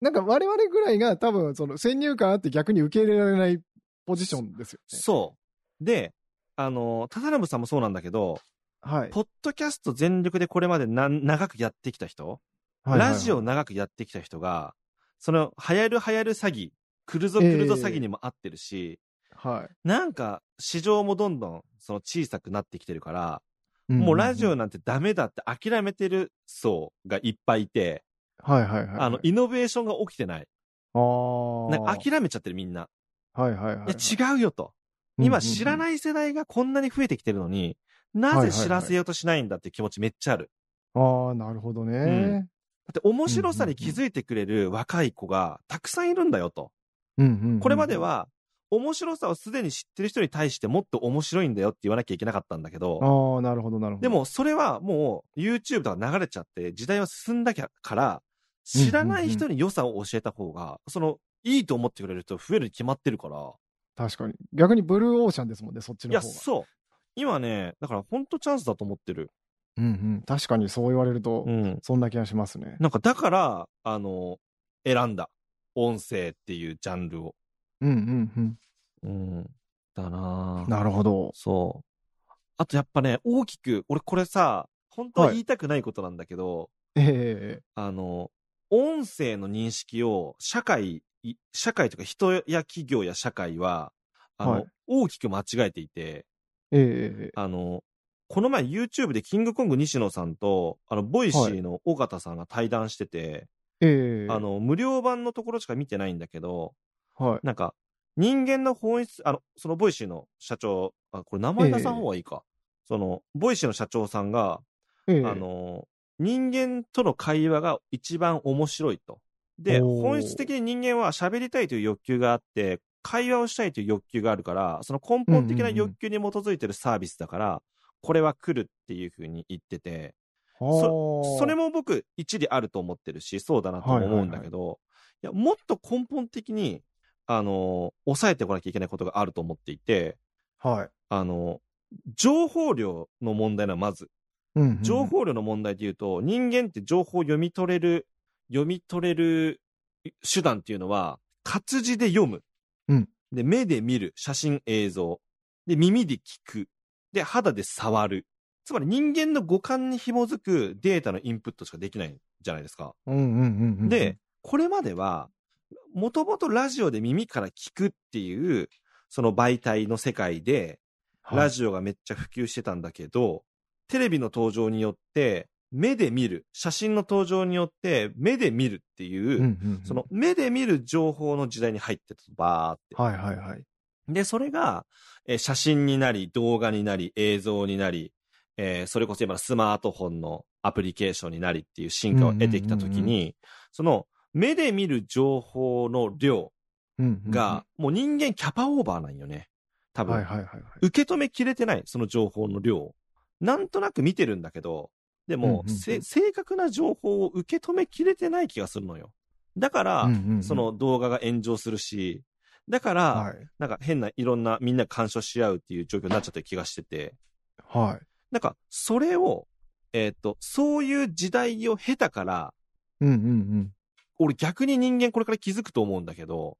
[SPEAKER 1] なんか我々ぐらいが多分その先入観あって逆に受け入れられないポジションですよね。
[SPEAKER 2] そう。で、あの、タタラムさんもそうなんだけど、
[SPEAKER 1] はい。
[SPEAKER 2] ポッドキャスト全力でこれまでな長くやってきた人、
[SPEAKER 1] はいはいはい
[SPEAKER 2] ラジオを長くやってきた人が、その、流行る流行る詐欺、来るぞ来るぞ詐欺にも合ってるし、
[SPEAKER 1] は
[SPEAKER 2] なんか、市場もどんどん、その小さくなってきてるから、
[SPEAKER 1] い。
[SPEAKER 2] もうラジオ
[SPEAKER 1] ん
[SPEAKER 2] なんてダメだって諦めてる層がいっぱいいて、
[SPEAKER 1] はいはいはいはい。
[SPEAKER 2] あの、イノベーションが起きてない。
[SPEAKER 1] あ
[SPEAKER 2] なんか
[SPEAKER 1] ー
[SPEAKER 2] 諦めちゃってるみんな。
[SPEAKER 1] はいはいはいい。
[SPEAKER 2] や、違うよと。今知ら
[SPEAKER 1] い。
[SPEAKER 2] ない世代がこんなに増えてきてるのに、なぜ知らせようとしないんだって気持ちめっちゃある。
[SPEAKER 1] ああ、なるほどね。
[SPEAKER 2] だって面白さに気づいてくれる若い子がたくさんいるんだよと。
[SPEAKER 1] うんうんうん
[SPEAKER 2] これまで。は、面白さをすでに知ってる人に対してもっと面白いんだよって言わなきゃいけなかったんだけど、
[SPEAKER 1] ああ、なるほどなるほど。
[SPEAKER 2] で、もそれはもう YouTube とか流れちゃって時代は進んだから、知らない人に良さを教えた方が、その、いいと思ってくれる人増えるに決まってるから、
[SPEAKER 1] 確かに。逆にブルーオーシャンですもんね、そっち
[SPEAKER 2] い
[SPEAKER 1] の
[SPEAKER 2] や、
[SPEAKER 1] 方が。
[SPEAKER 2] そう。今ね、だから本当チャンスだと思ってる。
[SPEAKER 1] うんうん。確かにそう言われると
[SPEAKER 2] う、ん。
[SPEAKER 1] そんな気がしますね。
[SPEAKER 2] なんかだから、あの、選んだ。音声っていうジャンルを。
[SPEAKER 1] うんうんうん。
[SPEAKER 2] うん。だなぁ
[SPEAKER 1] なるほど。
[SPEAKER 2] そう。あとやっぱね、大きく、俺これさ、本当は
[SPEAKER 1] はい
[SPEAKER 2] 言いたくないことなんだけど、
[SPEAKER 1] ええ
[SPEAKER 2] あの、音声の認識を社会、い社会とか人や企業や社会は、あの、
[SPEAKER 1] はい
[SPEAKER 2] 大きく間違えていて、
[SPEAKER 1] えええ
[SPEAKER 2] あの、この前 YouTube でキングコング西野さんと、あの、ボイシーの尾形さんが対談してて、
[SPEAKER 1] えええ
[SPEAKER 2] あの、無料版のところしか見てないんだけど、
[SPEAKER 1] はい。
[SPEAKER 2] なんか、人間の本質、あの、そのボイシーの社長、あ、これ名前出さん方がいいか。その、ボイシーの社長さんが、
[SPEAKER 1] ええ
[SPEAKER 2] あの、人間との会話が一番面白いと。で、
[SPEAKER 1] おー
[SPEAKER 2] 本質的に人間は喋りたいという欲求があって、会話をしたいという欲求があるから、その根本的な欲求に基づいてるサービスだから、これは来るっていうふうに言ってて、そそれ
[SPEAKER 1] も、
[SPEAKER 2] も僕一理あると思ってるし、そうだなとも思うんだけど、いやもっと根本的に、あの、抑えてこなきゃいけないことがあると思っていて、
[SPEAKER 1] はい。
[SPEAKER 2] あの、情報量の問題なのまず。
[SPEAKER 1] うんうん
[SPEAKER 2] 情報量の問題で言うと、人間って情報を読み取れる、読み取れる手段っていうのは、活字で読む。
[SPEAKER 1] うん
[SPEAKER 2] で、目で見る、写真、映像。で、耳で聞く。で、肌で触る。つまり人間の五感に紐づくデータのインプットしかできないじゃないですか。
[SPEAKER 1] うんうんうんうん、
[SPEAKER 2] で、これまでは、もともとラジオで耳から聞くっていう、その媒体の世界で、
[SPEAKER 1] はい
[SPEAKER 2] ラジオがめっちゃ普及してたんだけど、テレビの登場によって、目で見る、写真の登場によって、目で見るっていう、
[SPEAKER 1] うんうんうん
[SPEAKER 2] その目で見る情報の時代に入ってたと、バーって。
[SPEAKER 1] はいはいはい。
[SPEAKER 2] で、それが、えー写真になり、動画になり、映像になり、えーそれこそ今のスマートフォンのアプリケーションになりっていう進化を得てきたと
[SPEAKER 1] う
[SPEAKER 2] き
[SPEAKER 1] んうんう
[SPEAKER 2] に、その目で見る情報の量
[SPEAKER 1] うんうんうん
[SPEAKER 2] が、、もう人間キャパオーバーなんよね。多分、
[SPEAKER 1] はいはいはいはい。
[SPEAKER 2] 受け止めきれてない、その情報の量をなんとなく見てるんだけど、でも、
[SPEAKER 1] うんうんうん
[SPEAKER 2] せ正確な情報を受け止めきれてない気がするのよ。だから、
[SPEAKER 1] うんうんうん
[SPEAKER 2] その動画が炎上するし、だから、
[SPEAKER 1] はい。
[SPEAKER 2] なんか変ないろんなみんな干渉し合うっていう状況になっちゃってる気がしてて、
[SPEAKER 1] はい。
[SPEAKER 2] なんかそれを、えっ、と、そういう時代を経たから、
[SPEAKER 1] うんうん
[SPEAKER 2] 俺逆に人間これから気づくと思うんだけど、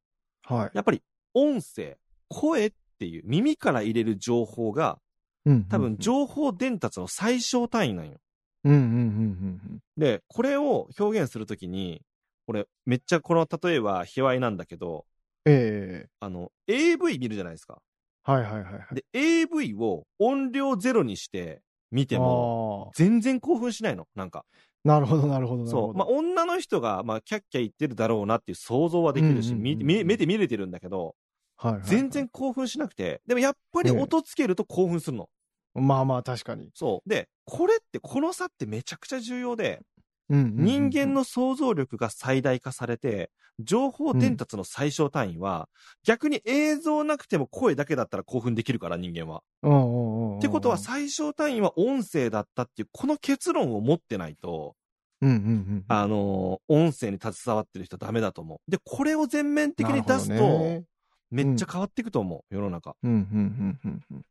[SPEAKER 1] うん。はい。
[SPEAKER 2] やっぱり音声、声っていう耳から入れる情報が
[SPEAKER 1] うんうんうん
[SPEAKER 2] 多分、情報伝達の最小単位なんよ。
[SPEAKER 1] うんうんうんうん
[SPEAKER 2] で、これを表現するときに、俺めっちゃこの例えば卑猥なんだけど、
[SPEAKER 1] うん。ええ
[SPEAKER 2] あの、AV 見るじゃないですか。
[SPEAKER 1] はいはいはいはい。
[SPEAKER 2] で、AV を音量ゼロにして見ても、
[SPEAKER 1] も。
[SPEAKER 2] 全然興奮しないの、なんか。
[SPEAKER 1] なるほどなるほどなる
[SPEAKER 2] そ
[SPEAKER 1] ほど。
[SPEAKER 2] う。まあ、女の人が、まあ、キャッキャ言ってるだろうなっていう想像はできるし、
[SPEAKER 1] うんうんうん
[SPEAKER 2] み
[SPEAKER 1] うん
[SPEAKER 2] み目で見れてるんだけど、
[SPEAKER 1] はいはいはい
[SPEAKER 2] 全然。興奮しなくて、でもやっぱり
[SPEAKER 1] ええ
[SPEAKER 2] 音つけると興奮するの。
[SPEAKER 1] まあまあ確かに。
[SPEAKER 2] そう。で、これって、この差ってめちゃくちゃ重要で、
[SPEAKER 1] うんうんうんうん
[SPEAKER 2] 人間。の想像力が最大化されて、情報伝達の最小単位は、逆に映像なくても声だけだったら興奮できるから、人間は。
[SPEAKER 1] うんうんうんうん。
[SPEAKER 2] ってことは最小単位は音声だったっていうこの結論を持ってないと、
[SPEAKER 1] うんうんうん。
[SPEAKER 2] あのー音声に携わってる人はダメだと思う。で、これを全面的
[SPEAKER 1] なる
[SPEAKER 2] に
[SPEAKER 1] ほど
[SPEAKER 2] 出
[SPEAKER 1] ね、
[SPEAKER 2] すと、めっちゃ変わっていくと思う、世の中。
[SPEAKER 1] うんうんうんうん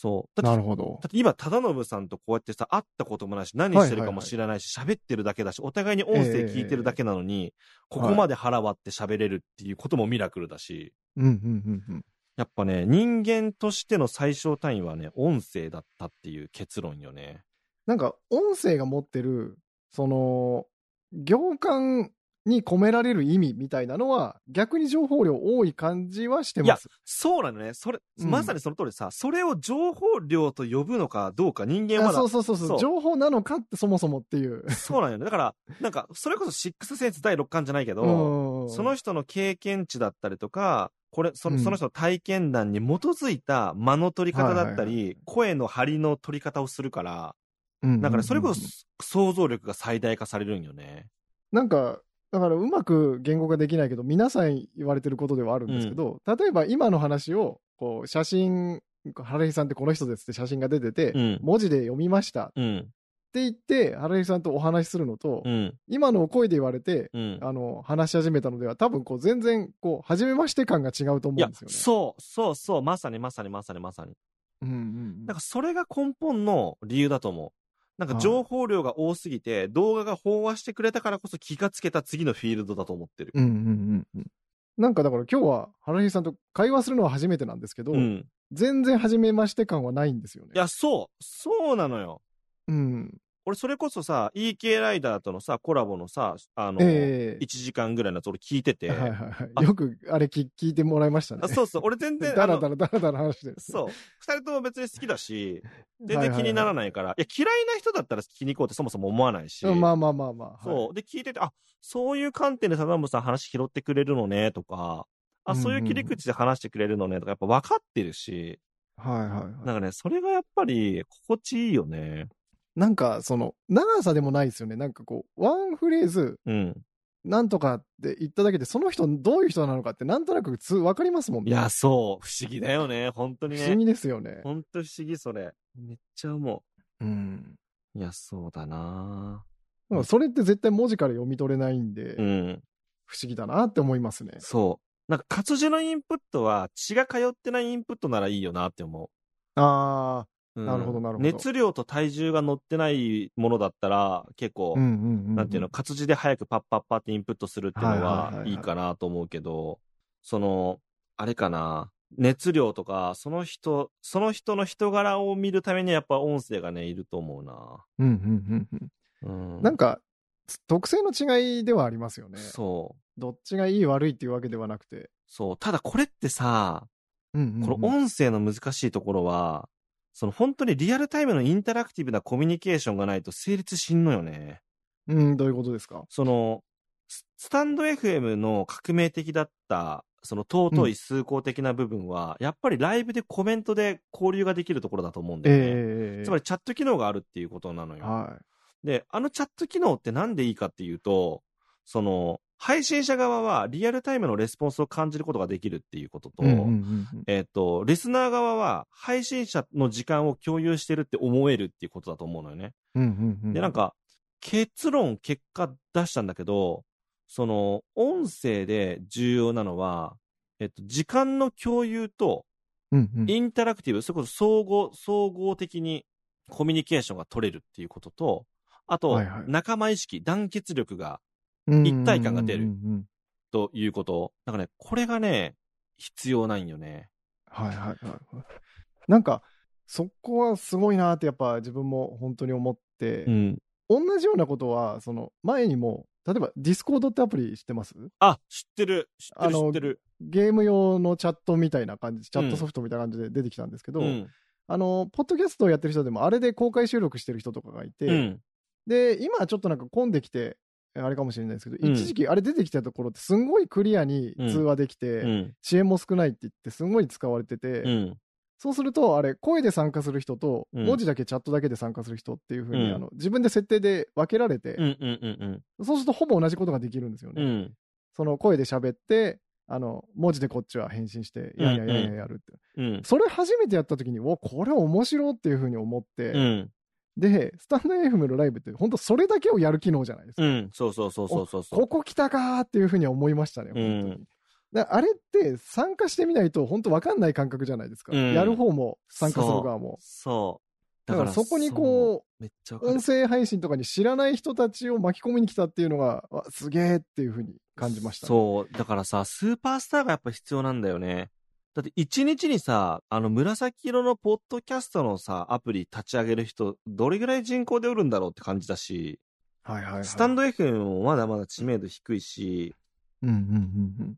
[SPEAKER 2] そう。
[SPEAKER 1] うん。
[SPEAKER 2] だっ
[SPEAKER 1] な
[SPEAKER 2] て、
[SPEAKER 1] るほど
[SPEAKER 2] だ。って今、忠信さんとこうやってさ、会ったこともないし、何してるかも知らないし、喋、ってるだけだし、お互いに音声聞いてるだけなのに、ここまで腹割って喋れるっていうこともミラクルだし、
[SPEAKER 1] うんうんうんうん。
[SPEAKER 2] やっぱね、人間としての最小単位はね、音声だったっていう結論よね。
[SPEAKER 1] なんか音声が持ってるその行間に込められる意味みたいなのは逆に情報量多い感じはしてます。
[SPEAKER 2] そうなのね。それ、
[SPEAKER 1] うん
[SPEAKER 2] まさにその通りさ、それを情報量と呼ぶのかどうか人間は
[SPEAKER 1] あ
[SPEAKER 2] まだ
[SPEAKER 1] そうそうそうそう
[SPEAKER 2] そう
[SPEAKER 1] 情報なのかってそもそもっていう。
[SPEAKER 2] そうなんよね。だから、なんか、それこそシックスセンス第六感じゃないけど、そ
[SPEAKER 1] そ
[SPEAKER 2] の人の経験値だったりとか、これ、そ
[SPEAKER 1] うん
[SPEAKER 2] その人の体験談に基づいた間の取り方だったり、
[SPEAKER 1] はいはい
[SPEAKER 2] 声の張りの取り方をするから、だからそれこそ想像力が最大化されるんよね。
[SPEAKER 1] なんかだからうまく言語化できないけど皆さん言われてることではあるんですけど、例えば今の話をこう写真原井さんってこの人ですって写真が出てて、
[SPEAKER 2] うん
[SPEAKER 1] 文字で読みましたっ
[SPEAKER 2] うん、
[SPEAKER 1] て言って原井さんとお話しするのと、
[SPEAKER 2] うん、
[SPEAKER 1] 今のお声で言われて
[SPEAKER 2] うん。
[SPEAKER 1] あの話し始めたのでは多分こう全然こう初めまして感が違うと
[SPEAKER 2] い
[SPEAKER 1] 思う
[SPEAKER 2] や
[SPEAKER 1] んです、よね。
[SPEAKER 2] そう、そう、そう、まさにまさにまさにまさに。
[SPEAKER 1] うんうん
[SPEAKER 2] なんかそれが根本の理由だと思う。なんか
[SPEAKER 1] はい
[SPEAKER 2] 情報量が多すぎて、動画が飽和してくれたからこそ気がつけた次のフィールドだと思ってる。
[SPEAKER 1] うんうんうんうんなんかだから今日は原西さんと会話するのは初めてなんですけど、
[SPEAKER 2] うん。
[SPEAKER 1] 全然初めまして感はないんですよね。
[SPEAKER 2] いや、そう、そうなのよ。
[SPEAKER 1] うん、
[SPEAKER 2] 俺それこそさ、EK ライダーとのさ、コラボのさ、あの、
[SPEAKER 1] ええ
[SPEAKER 2] 1時間ぐらいのやつ俺聞いてて、
[SPEAKER 1] はいはいは
[SPEAKER 2] あ
[SPEAKER 1] い、よくあれ聞聞いてもらいましたね
[SPEAKER 2] あ。そうそう、俺全然、
[SPEAKER 1] だ
[SPEAKER 2] あ
[SPEAKER 1] ら
[SPEAKER 2] の
[SPEAKER 1] だらだらだら話してる。
[SPEAKER 2] そう、二人とも別に好きだし、全
[SPEAKER 1] は
[SPEAKER 2] 然気になら
[SPEAKER 1] い
[SPEAKER 2] ないから、いや、嫌いな人だったら聞きに行こうってそもそも思わないし、
[SPEAKER 1] はいはいまあまあまあまあ。はい
[SPEAKER 2] そう。で、聞いてて、あ、そういう観点で貞信さん話拾ってくれるのね、とか、あ、
[SPEAKER 1] うんうん
[SPEAKER 2] そういう切り口で話してくれるのね、とか、やっぱ分かってるし、
[SPEAKER 1] はいはいはい。
[SPEAKER 2] なんかね、それがやっぱり心地いいよね。
[SPEAKER 1] なんかその長さでもないですよね。なんかこうワンフレーズ
[SPEAKER 2] うん。
[SPEAKER 1] なんとかって言っただけで、その人どういう人なのかってなんとなくつ分かりますもん
[SPEAKER 2] い
[SPEAKER 1] ね。
[SPEAKER 2] や、そう。不思議だよね。本当に
[SPEAKER 1] 不思
[SPEAKER 2] ね。
[SPEAKER 1] 議ですよね。
[SPEAKER 2] 本当不思議、それ。めっちゃ思
[SPEAKER 1] うん。
[SPEAKER 2] う。いや、そうだな
[SPEAKER 1] それって絶対文字から読み取れないんで、
[SPEAKER 2] うん。
[SPEAKER 1] 不思議だなって思いますね。
[SPEAKER 2] そう。なんか活字のインプットは血が通ってないインプットならいいよなって思う。
[SPEAKER 1] あ
[SPEAKER 2] うん
[SPEAKER 1] なるほどなるほど
[SPEAKER 2] 熱量と体重が乗ってないものだったら結構、
[SPEAKER 1] あ、うんうんうん。
[SPEAKER 2] なんていうの、活字で早くパッパッパってインプットするっていうの
[SPEAKER 1] はいはいはい
[SPEAKER 2] は
[SPEAKER 1] はい
[SPEAKER 2] いいかなと思うけど、その、あれかな、熱量とか、その人、その人の人柄を見るためにやっぱ音声がね、いると思うな。
[SPEAKER 1] うんうんうん
[SPEAKER 2] うん。
[SPEAKER 1] うん。なんか、つ特性の違いではありますよね。
[SPEAKER 2] そう。
[SPEAKER 1] どっちがいい悪いっていうわけではなくて。
[SPEAKER 2] そう。ただこれってさ、
[SPEAKER 1] うんうんうん
[SPEAKER 2] この音声の難しいところは、その本当にリアルタイムのインタラクティブなコミュニケーションがないと成立しんのよね。
[SPEAKER 1] うん、どういうことですか
[SPEAKER 2] その、ススタンド FM の革命的だった、その尊い崇高的な部分は、やっぱりライブでコメントで交流ができるところだと思うんだよね。
[SPEAKER 1] ええ
[SPEAKER 2] つまりチャット機能があるっていうことなのよ。
[SPEAKER 1] は
[SPEAKER 2] で、あのチャット機能ってなんでいいかっていうと、その、配信者側はリアルタイムのレスポンスを感じることができるっていうことと、
[SPEAKER 1] い。うんうんうんうん
[SPEAKER 2] えっ、と、リスナー側は配信者の時間を共有してるって思えるっていうことだと思うのよね。
[SPEAKER 1] うんうんうん。
[SPEAKER 2] で、なんか、結論、結果出したんだけど、その、音声で重要なのは、えっと、時間の共有と、
[SPEAKER 1] うんうん。
[SPEAKER 2] インタラクティブ、それこそ総合、総合的にコミュニケーションが取れるっていうことと、あと、
[SPEAKER 1] はいはい
[SPEAKER 2] 仲間意識、団結力が
[SPEAKER 1] うん
[SPEAKER 2] 一体感が出る
[SPEAKER 1] うんうんうん
[SPEAKER 2] ということ。だからね、これがね、必要ないんよね。
[SPEAKER 1] はいはいはいはい。なんか、そこはすごいなってやっぱ自分も本当に思って、
[SPEAKER 2] ん。
[SPEAKER 1] 同じようなことは、その前にも、例えばディスコードってアプリ知ってます
[SPEAKER 2] あ、知ってる。知って
[SPEAKER 1] あ
[SPEAKER 2] る、
[SPEAKER 1] の
[SPEAKER 2] 知ってる。
[SPEAKER 1] ゲーム用のチャットみたいな感じ、チャットソフトみたいな感じで出てきたんですけど、
[SPEAKER 2] うん。
[SPEAKER 1] あの、ポッドキャストをやってる人でも、あれで公開収録してる人とかがいて、
[SPEAKER 2] うん。
[SPEAKER 1] で、今ちょっとなんか混んできて、あれかもしれないですけど、
[SPEAKER 2] うん
[SPEAKER 1] 一時期あれ出てきたところって、すんごいクリアに通話できて、
[SPEAKER 2] うん。
[SPEAKER 1] 遅延も少ないって言って、すんごい使われてて、
[SPEAKER 2] うん。
[SPEAKER 1] そうすると、あれ、声で参加する人と、
[SPEAKER 2] うん
[SPEAKER 1] 文字だけ、チャットだけで参加する人っていう風に、
[SPEAKER 2] うん
[SPEAKER 1] あの自分で設定で分けられて、
[SPEAKER 2] うん。うん。うん。
[SPEAKER 1] そうするとほぼ同じことができるんですよ
[SPEAKER 2] う
[SPEAKER 1] ね。
[SPEAKER 2] ん。
[SPEAKER 1] その声で喋って、あの文字でこっちは返信して、
[SPEAKER 2] うん
[SPEAKER 1] やんやんやんやんやるって。
[SPEAKER 2] うん。
[SPEAKER 1] それ初めてやった時に、おこれ面白いっていう風に思って、
[SPEAKER 2] うん。
[SPEAKER 1] で、スタンド FM のライブって、本当それだけをやる機能じゃないですか。
[SPEAKER 2] うん。そうそうそうそうそうそう。
[SPEAKER 1] ここ来たかーっていう風に思いましたね、本当に。
[SPEAKER 2] うん
[SPEAKER 1] だからあれって参加してみないと本当わかんない感覚じゃないですか、
[SPEAKER 2] うん
[SPEAKER 1] やる方も参加する側も
[SPEAKER 2] そう。
[SPEAKER 1] だからそこにこう
[SPEAKER 2] う。めっちゃわかる
[SPEAKER 1] 音声配信とかに知らない人たちを巻き込みに来たっていうのが、わすげえっていうふうに感じました、ね。
[SPEAKER 2] そう。だからさ、スーパースターがやっぱ必要なんだよね。だって一日にさ、あの紫色のポッドキャストのさ、アプリ立ち上げる人、どれぐらい人口でおるんだろうって感じだし、
[SPEAKER 1] はいはいはい。
[SPEAKER 2] スタンド FM もまだまだ知名度低いし、
[SPEAKER 1] うんうんうんうん。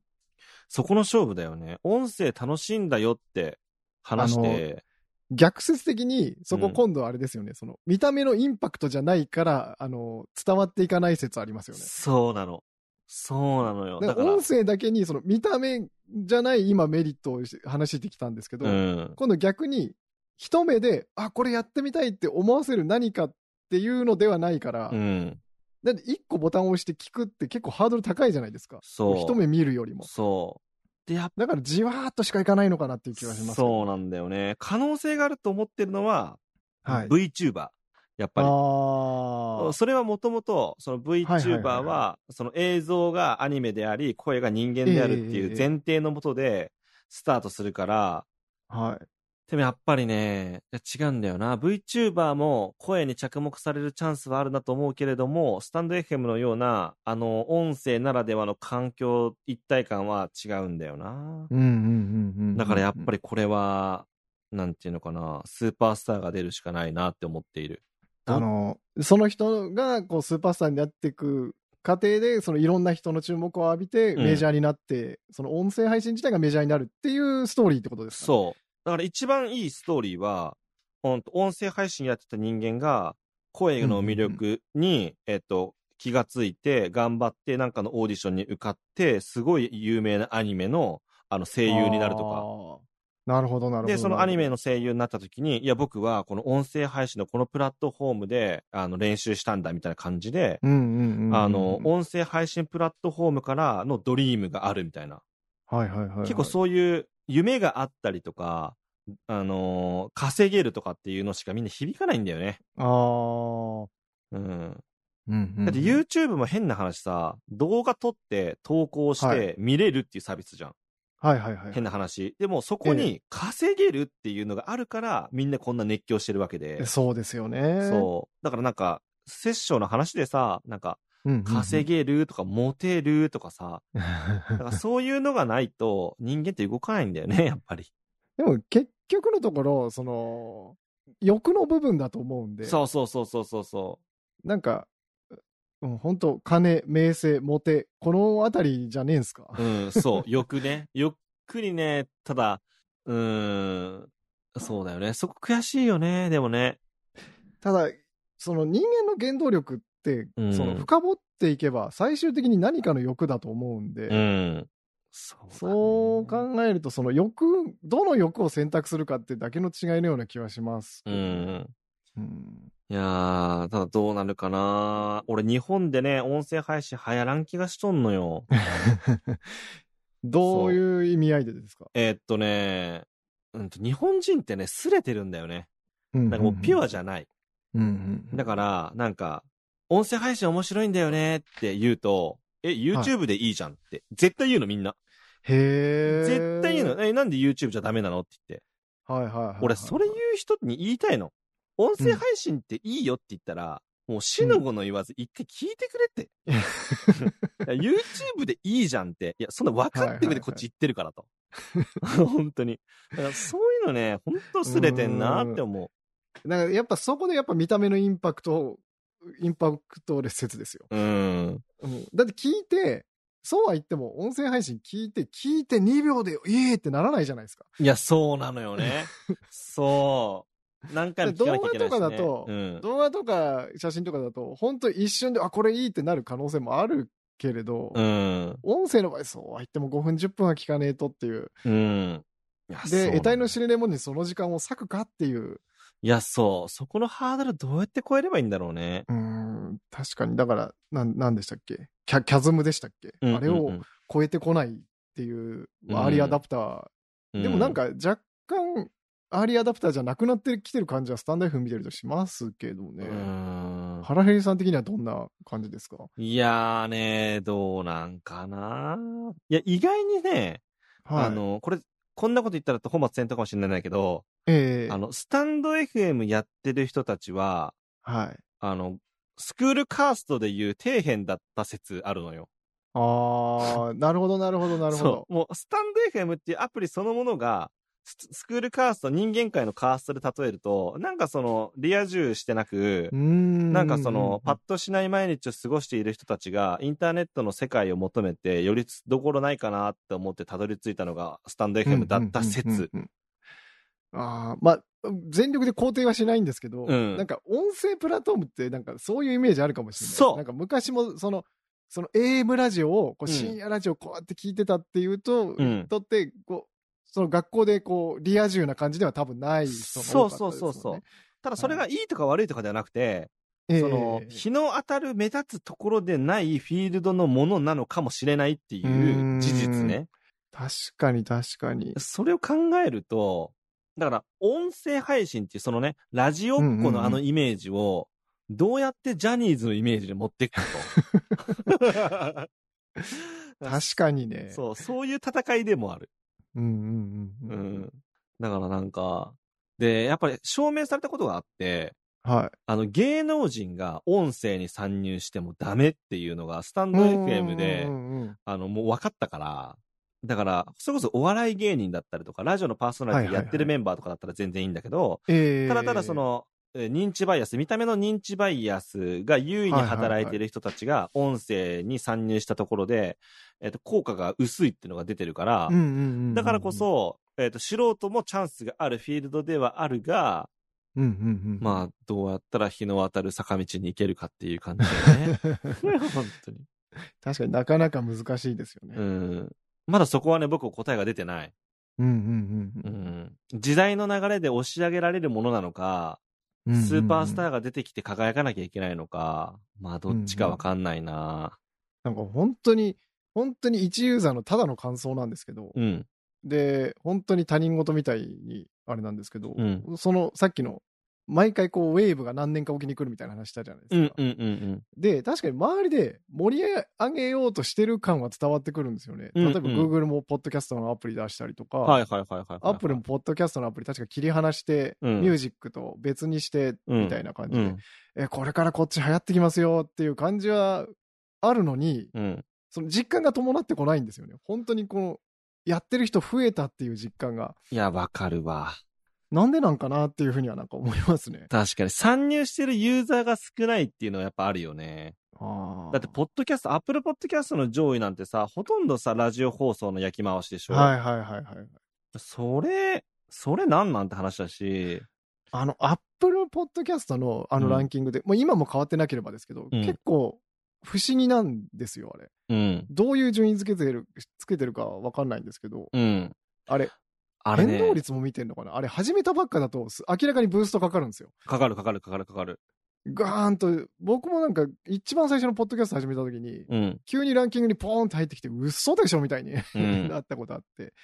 [SPEAKER 2] そこの勝負だよね。音声楽しいんだよって話して、
[SPEAKER 1] 逆説的に、そこ今度あれですよね、その、見た目のインパクトじゃないから、あの、伝わっていかない説ありますよね。
[SPEAKER 2] そうなの。そうなのよ。
[SPEAKER 1] だ
[SPEAKER 2] だ
[SPEAKER 1] か
[SPEAKER 2] からら、
[SPEAKER 1] 音声だけに、その、見た目じゃない今メリットをし話してきたんですけど、
[SPEAKER 2] うん。
[SPEAKER 1] 今度逆に、一目で、あ、これやってみたいって思わせる何かっていうのではないから、
[SPEAKER 2] うん。
[SPEAKER 1] だって一個ボタンを押して聞くって結構ハードル高いじゃないですか。
[SPEAKER 2] そう。
[SPEAKER 1] 一目見るよりも。
[SPEAKER 2] そう。で、やっ
[SPEAKER 1] だからじわーっとしかいかないのかなっていう気がします。
[SPEAKER 2] そうなんだよね。可能性があると思ってるのは、
[SPEAKER 1] はい。
[SPEAKER 2] VTuber。やっぱり。
[SPEAKER 1] ああ。
[SPEAKER 2] それはもともと、その
[SPEAKER 1] はいはい
[SPEAKER 2] VTuber
[SPEAKER 1] はい
[SPEAKER 2] は、その映像がアニメであり、声が人間であるってい
[SPEAKER 1] えええ
[SPEAKER 2] う
[SPEAKER 1] え
[SPEAKER 2] 前提のもとで、スタートするから、
[SPEAKER 1] はい。
[SPEAKER 2] でもやっぱりね、違うんだよな。VTuber も声に着目されるチャンスはあるなと思うけれども、スタンド FM のような、あの、音声ならではの環境一体感は違うんだよな。
[SPEAKER 1] うんうんうんうん。
[SPEAKER 2] だからやっぱ
[SPEAKER 1] り。
[SPEAKER 2] りこれは、なんていうのかな、スーパースターが出るしかないなって思っている。
[SPEAKER 1] あの、その人がこうスーパースターになっていく過程で、そのいろんな人の注目を浴びて
[SPEAKER 2] うん
[SPEAKER 1] メジャーになって、その音声配信自体がメジャーになるっていうストーリーってことですか、う。
[SPEAKER 2] そう。だから一番いいストーリーは、ほんと音声配信やってた人間が、声の魅力に、えっと、気がついて、頑張って、なんかのオーディションに受かって、すごい有名なアニメの、あの、声優になるとか。
[SPEAKER 1] か。なるほどなるほど。
[SPEAKER 2] で、そのアニメ
[SPEAKER 1] の。
[SPEAKER 2] の声優になった時に、いや、僕はこの音声配信のこのプラットフォームで、あの、練習したんだ、みたいな感じで、
[SPEAKER 1] うんうんうんうん。
[SPEAKER 2] あの、音声配信プラットフォームからのドリームがあるみたいな。
[SPEAKER 1] はいはいはいはい。
[SPEAKER 2] 結構そういう夢があったりとか、あのー稼げるとかっていうのしかみんな響かないんだよね。
[SPEAKER 1] ああ。
[SPEAKER 2] うん。
[SPEAKER 1] うんうん
[SPEAKER 2] だって YouTube も変な話さ、動画撮って投稿し
[SPEAKER 1] は
[SPEAKER 2] て
[SPEAKER 1] い
[SPEAKER 2] 見れるっていうサービスじゃん。
[SPEAKER 1] はいはいはい。
[SPEAKER 2] 変な話。でもそこ
[SPEAKER 1] え
[SPEAKER 2] に稼げるっていうのがあるから、みんなこんな熱狂してるわけで。
[SPEAKER 1] そうですよね。
[SPEAKER 2] そう。だからなんか、セッションの話でさ、なんか、
[SPEAKER 1] うんうんうん。
[SPEAKER 2] 稼げるとか、モテると かさ、だ
[SPEAKER 1] ぎ
[SPEAKER 2] か。らそういうのがないと、人間って動かないんだよね、やっぱり。
[SPEAKER 1] でも結局のところ、その、欲の部分だと思うんで、
[SPEAKER 2] そうそうそうそうそうそう。
[SPEAKER 1] なんか、うん、本当金、名声、モテ、このあたりじゃねえんすか。
[SPEAKER 2] うん、そう、欲ね。 ゆっくりね、ただ、うーん、そうだよね。そこ悔しいよね、でもね。
[SPEAKER 1] ただ、その人間の原動力って、
[SPEAKER 2] うん
[SPEAKER 1] その深掘っていけば、最終的に何かの欲だと思うんで、
[SPEAKER 2] うん。そうだね
[SPEAKER 1] そう考えると、その欲、どの欲を選択するかってだけの違いのような気はします。
[SPEAKER 2] うん。
[SPEAKER 1] うん
[SPEAKER 2] いやー、ただどうなるかな俺、日本でね、音声配信流行らん気がしとんの よ。
[SPEAKER 1] どういう意味合いでですか
[SPEAKER 2] えーっとね、うんと、日本人ってね、すれてるんだよね。なんかもうピュアじゃない。
[SPEAKER 1] うんうんうん
[SPEAKER 2] だから、なんか、音声配信面白いんだよねって言うと、え、YouTube でいいじゃんって。絶対言うのみんな。
[SPEAKER 1] へえ。
[SPEAKER 2] 絶対言うの。え、なんで YouTube じゃダメなのって言って。
[SPEAKER 1] はいはいはいはい。
[SPEAKER 2] 俺、それ言う人に言いたいの。音声配信っていいよって言ったら、もう死の子の言わず言って聞いてくれって。 いや YouTube でいいじゃんって。いや、そんな分かってくれてこっち言ってるからと。 本当に。だからそういうのね、本当すれてんなって思う。
[SPEAKER 1] なんかやっぱそこでやっぱ見た目のインパクト、インパクトで説ですよ。
[SPEAKER 2] うん。
[SPEAKER 1] うんだって聞いて、そうは言っても音声配信聞いて、聞いて2秒で、ええってならないじゃないですか。
[SPEAKER 2] いや、そうなのよね。そう。何回も聞かなきゃいけないし、ね。
[SPEAKER 1] 動画とかだと
[SPEAKER 2] うん、
[SPEAKER 1] 動画とか写真とかだと、本当一瞬で、あ、これいいってなる可能性もあるけれど、
[SPEAKER 2] うん。
[SPEAKER 1] 音声の場合、そうは言っても5分、10分は聞かねえとっていう。
[SPEAKER 2] うん。いやそう
[SPEAKER 1] で、
[SPEAKER 2] なの
[SPEAKER 1] 得体の知れないものにその時間を割くかっていう。
[SPEAKER 2] いや、そう。そこのハードルどうやって超えればいいんだろうね。
[SPEAKER 1] うーん、確かに。だから、なん、なんでしたっけキャキャズムでしたっけ、
[SPEAKER 2] うん
[SPEAKER 1] あれを、超えてこないっていう、まあ
[SPEAKER 2] うん
[SPEAKER 1] アーリーアダプター。でもなん、か若干、アーリーアダプターじゃなくなってきてる感じはスタンダイフ見てるとしますけど
[SPEAKER 2] う
[SPEAKER 1] ね。
[SPEAKER 2] ん。
[SPEAKER 1] ハラヘリさん的にはどんな感じですか
[SPEAKER 2] いやーね、どうなんかな。いや、意外にね、
[SPEAKER 1] はい。
[SPEAKER 2] あ、の、これ、こんなこと言ったら本末転倒かもしれないけど、
[SPEAKER 1] ええ
[SPEAKER 2] あの、スタンド FM やってる人たちは、
[SPEAKER 1] はい。
[SPEAKER 2] あの、スクールカーストでいう底辺だった説あるのよ。
[SPEAKER 1] あー、なるほど、なるほど、なるほ
[SPEAKER 2] そ
[SPEAKER 1] ど。
[SPEAKER 2] う。もう、スタンド FM っていうアプリそのものが、ススクールカースト、人間界のカーストで例えると、なんかその、リア充してなく
[SPEAKER 1] うー、ん。
[SPEAKER 2] なんかその、パッ
[SPEAKER 1] ッ、
[SPEAKER 2] としない毎日を過ごしている人たちが、インターネットの世界を求めて、よりどころないかなって思ってたどり着いたのが、スタンド FM だった説。
[SPEAKER 1] うんうんうんうん。あー、まあ、全力で肯定はしないんですけど、
[SPEAKER 2] うん
[SPEAKER 1] なんか音声プラットフォームってなんかそういうイメージあるかもしれない。
[SPEAKER 2] そう
[SPEAKER 1] なんか昔もその、その AM ラジオを、こう
[SPEAKER 2] うん
[SPEAKER 1] 深夜ラジオこうやって聞いてたっていうと、
[SPEAKER 2] うん
[SPEAKER 1] とって、こう、その学校でこう、リア充な感じでは多分ない人が
[SPEAKER 2] そ
[SPEAKER 1] 多
[SPEAKER 2] う
[SPEAKER 1] かったですよ
[SPEAKER 2] そ
[SPEAKER 1] ね。
[SPEAKER 2] うそうそう。ただそれがいいとか悪いとかではなくて、
[SPEAKER 1] ええ
[SPEAKER 2] その、日の当たる目立つところでないフィールドのものなのかもしれないっていう事実ね。
[SPEAKER 1] 確かに確かに。
[SPEAKER 2] それを考えると、だから音声配信っていうそのね、ラジオっ子のあのイメージを、どうやってジャニーズのイメージに持っていくか と。
[SPEAKER 1] 確かにね。
[SPEAKER 2] そう、そういう戦いでもある。
[SPEAKER 1] うんうんうん
[SPEAKER 2] う
[SPEAKER 1] うん。
[SPEAKER 2] ん。だからなんか、で、やっぱり証明されたことがあって、
[SPEAKER 1] は
[SPEAKER 2] あの芸能人が音声に参入してもダメっていうのがスタン
[SPEAKER 1] い。
[SPEAKER 2] ド FM で
[SPEAKER 1] う、んうんうん
[SPEAKER 2] あの、もう分かったから、だから、それこそお笑い芸人だったりとか、ラジオのパーソナリティやってるメンバーとかだったら全然いいんだけど、
[SPEAKER 1] ええ
[SPEAKER 2] ただただそ、の、えー認知バイアス、見た目の認知バイアスが優位に働いている人たちが音声に参入したところで、えっと、効果が薄いっていうのが出てるから
[SPEAKER 1] うん、うんうんうん
[SPEAKER 2] だからこ、そ、えっと、素人もチャンスがあるフィールドではあるが、
[SPEAKER 1] うんうんうん、。
[SPEAKER 2] まあ、どうやったら日の当たる坂道に行けるかっていう感じだよね 本当に。
[SPEAKER 1] 確かになかなか難しいですよね。
[SPEAKER 2] うん。まだそこはね、僕答えが出てない。
[SPEAKER 1] うんうんうん
[SPEAKER 2] うん時代の流れで押し上げられるものなのか、
[SPEAKER 1] うん
[SPEAKER 2] スーパースター
[SPEAKER 1] ー。
[SPEAKER 2] が出てきて輝かなきゃいけないのか、まあどっちかわかんないな。
[SPEAKER 1] なんか本当に、本当に一ユーザーのただの感想なんですけど、
[SPEAKER 2] うん。
[SPEAKER 1] で、本当に他人事みたいにあれなんですけど、
[SPEAKER 2] うん
[SPEAKER 1] そのさっきの、毎回こうウェーブが何年か起きに来るみたいな話したじゃないで
[SPEAKER 2] う
[SPEAKER 1] す
[SPEAKER 2] ん
[SPEAKER 1] か。
[SPEAKER 2] うんうん
[SPEAKER 1] で、確かに周りで盛り上げようとしてる感は伝わってくるんですよね。
[SPEAKER 2] うんうん
[SPEAKER 1] 例えば Google もポッドキャストのアプリ出したりとか、
[SPEAKER 2] うん。はいはいはいはいはい。
[SPEAKER 1] アップルもポッドキャストのアプリ確か切り離して、
[SPEAKER 2] うん
[SPEAKER 1] ミュージックと別にして、みたいな感じ
[SPEAKER 2] う
[SPEAKER 1] で、
[SPEAKER 2] ん。
[SPEAKER 1] え、これからこっち流行ってきますよっていう感じはあるのに、
[SPEAKER 2] うん。
[SPEAKER 1] その実感が伴ってこないんですよね。本当にこの、やってる人増えたっていう実感が、
[SPEAKER 2] いや、わかるわ。
[SPEAKER 1] なんでなんかなっていうふうにはなんか思いますね。
[SPEAKER 2] 確かに参入してるユーザーが少ないっていうのはやっぱあるよね。
[SPEAKER 1] あー
[SPEAKER 2] だって、ポッドキャスト、アップルポッドキャストの上位なんてさ、ほとんどさ、ラジオ放送の焼き回しでしょ。
[SPEAKER 1] はいはいはいはい。
[SPEAKER 2] それ、それなんなんて話だし。
[SPEAKER 1] あの、アップルポッドキャストのあのランキングで、もう今も変わってなければですけど、
[SPEAKER 2] うん
[SPEAKER 1] 結構不思議なんですよ、あれ。
[SPEAKER 2] うん。
[SPEAKER 1] どういう順位付けてる、つけてるかはわかんないんですけど、
[SPEAKER 2] うん。
[SPEAKER 1] あれ、
[SPEAKER 2] あれね。
[SPEAKER 1] 変動率も見てんのかなあれ、始めたばっかだと、す明らかにブーストかかるんですよ。
[SPEAKER 2] かかるかかるかかるかかる。
[SPEAKER 1] ガーンと、僕もなんか、一番最初のポッドキャスト始めた時に、
[SPEAKER 2] うん。
[SPEAKER 1] 急にランキングにポーンと入ってきて、嘘でしょみたいに
[SPEAKER 2] う ん
[SPEAKER 1] なったことあって、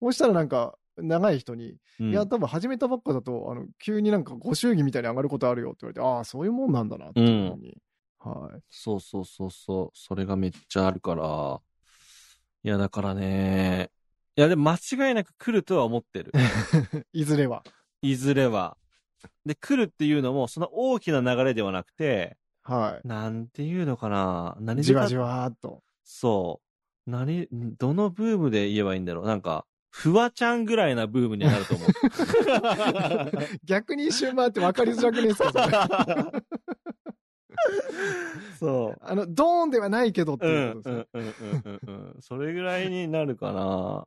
[SPEAKER 1] そしたらなんか、長い人に、
[SPEAKER 2] うん
[SPEAKER 1] いや、多分始めたばっかだと、あの、急になんかご祝儀みたいに上がることあるよって言われて、ああ、そういうもんなんだなっていうふうにはい。
[SPEAKER 2] そうそうそうそう。それがめっちゃあるから。いや、だからね。いや、でも間違いなく来るとは 思ってる。
[SPEAKER 1] いずれは。
[SPEAKER 2] いずれは。で、来るっていうのも、そんな大きな流れではなくて、
[SPEAKER 1] は
[SPEAKER 2] なんていうのかな。何
[SPEAKER 1] い。
[SPEAKER 2] で
[SPEAKER 1] じ
[SPEAKER 2] か
[SPEAKER 1] わじわーっ と。
[SPEAKER 2] そう。何、どのブームで言えばいいんだろう。なんか、フワちゃんぐらいなブームにはなる と思う。
[SPEAKER 1] 逆に一周回って分かりづらくねえですかそれ
[SPEAKER 2] そう。
[SPEAKER 1] あの、ドーンではないけどって
[SPEAKER 2] う
[SPEAKER 1] いうこ
[SPEAKER 2] ん
[SPEAKER 1] とです
[SPEAKER 2] う
[SPEAKER 1] ね。
[SPEAKER 2] んうんうんうんうん。それぐらいになるかな。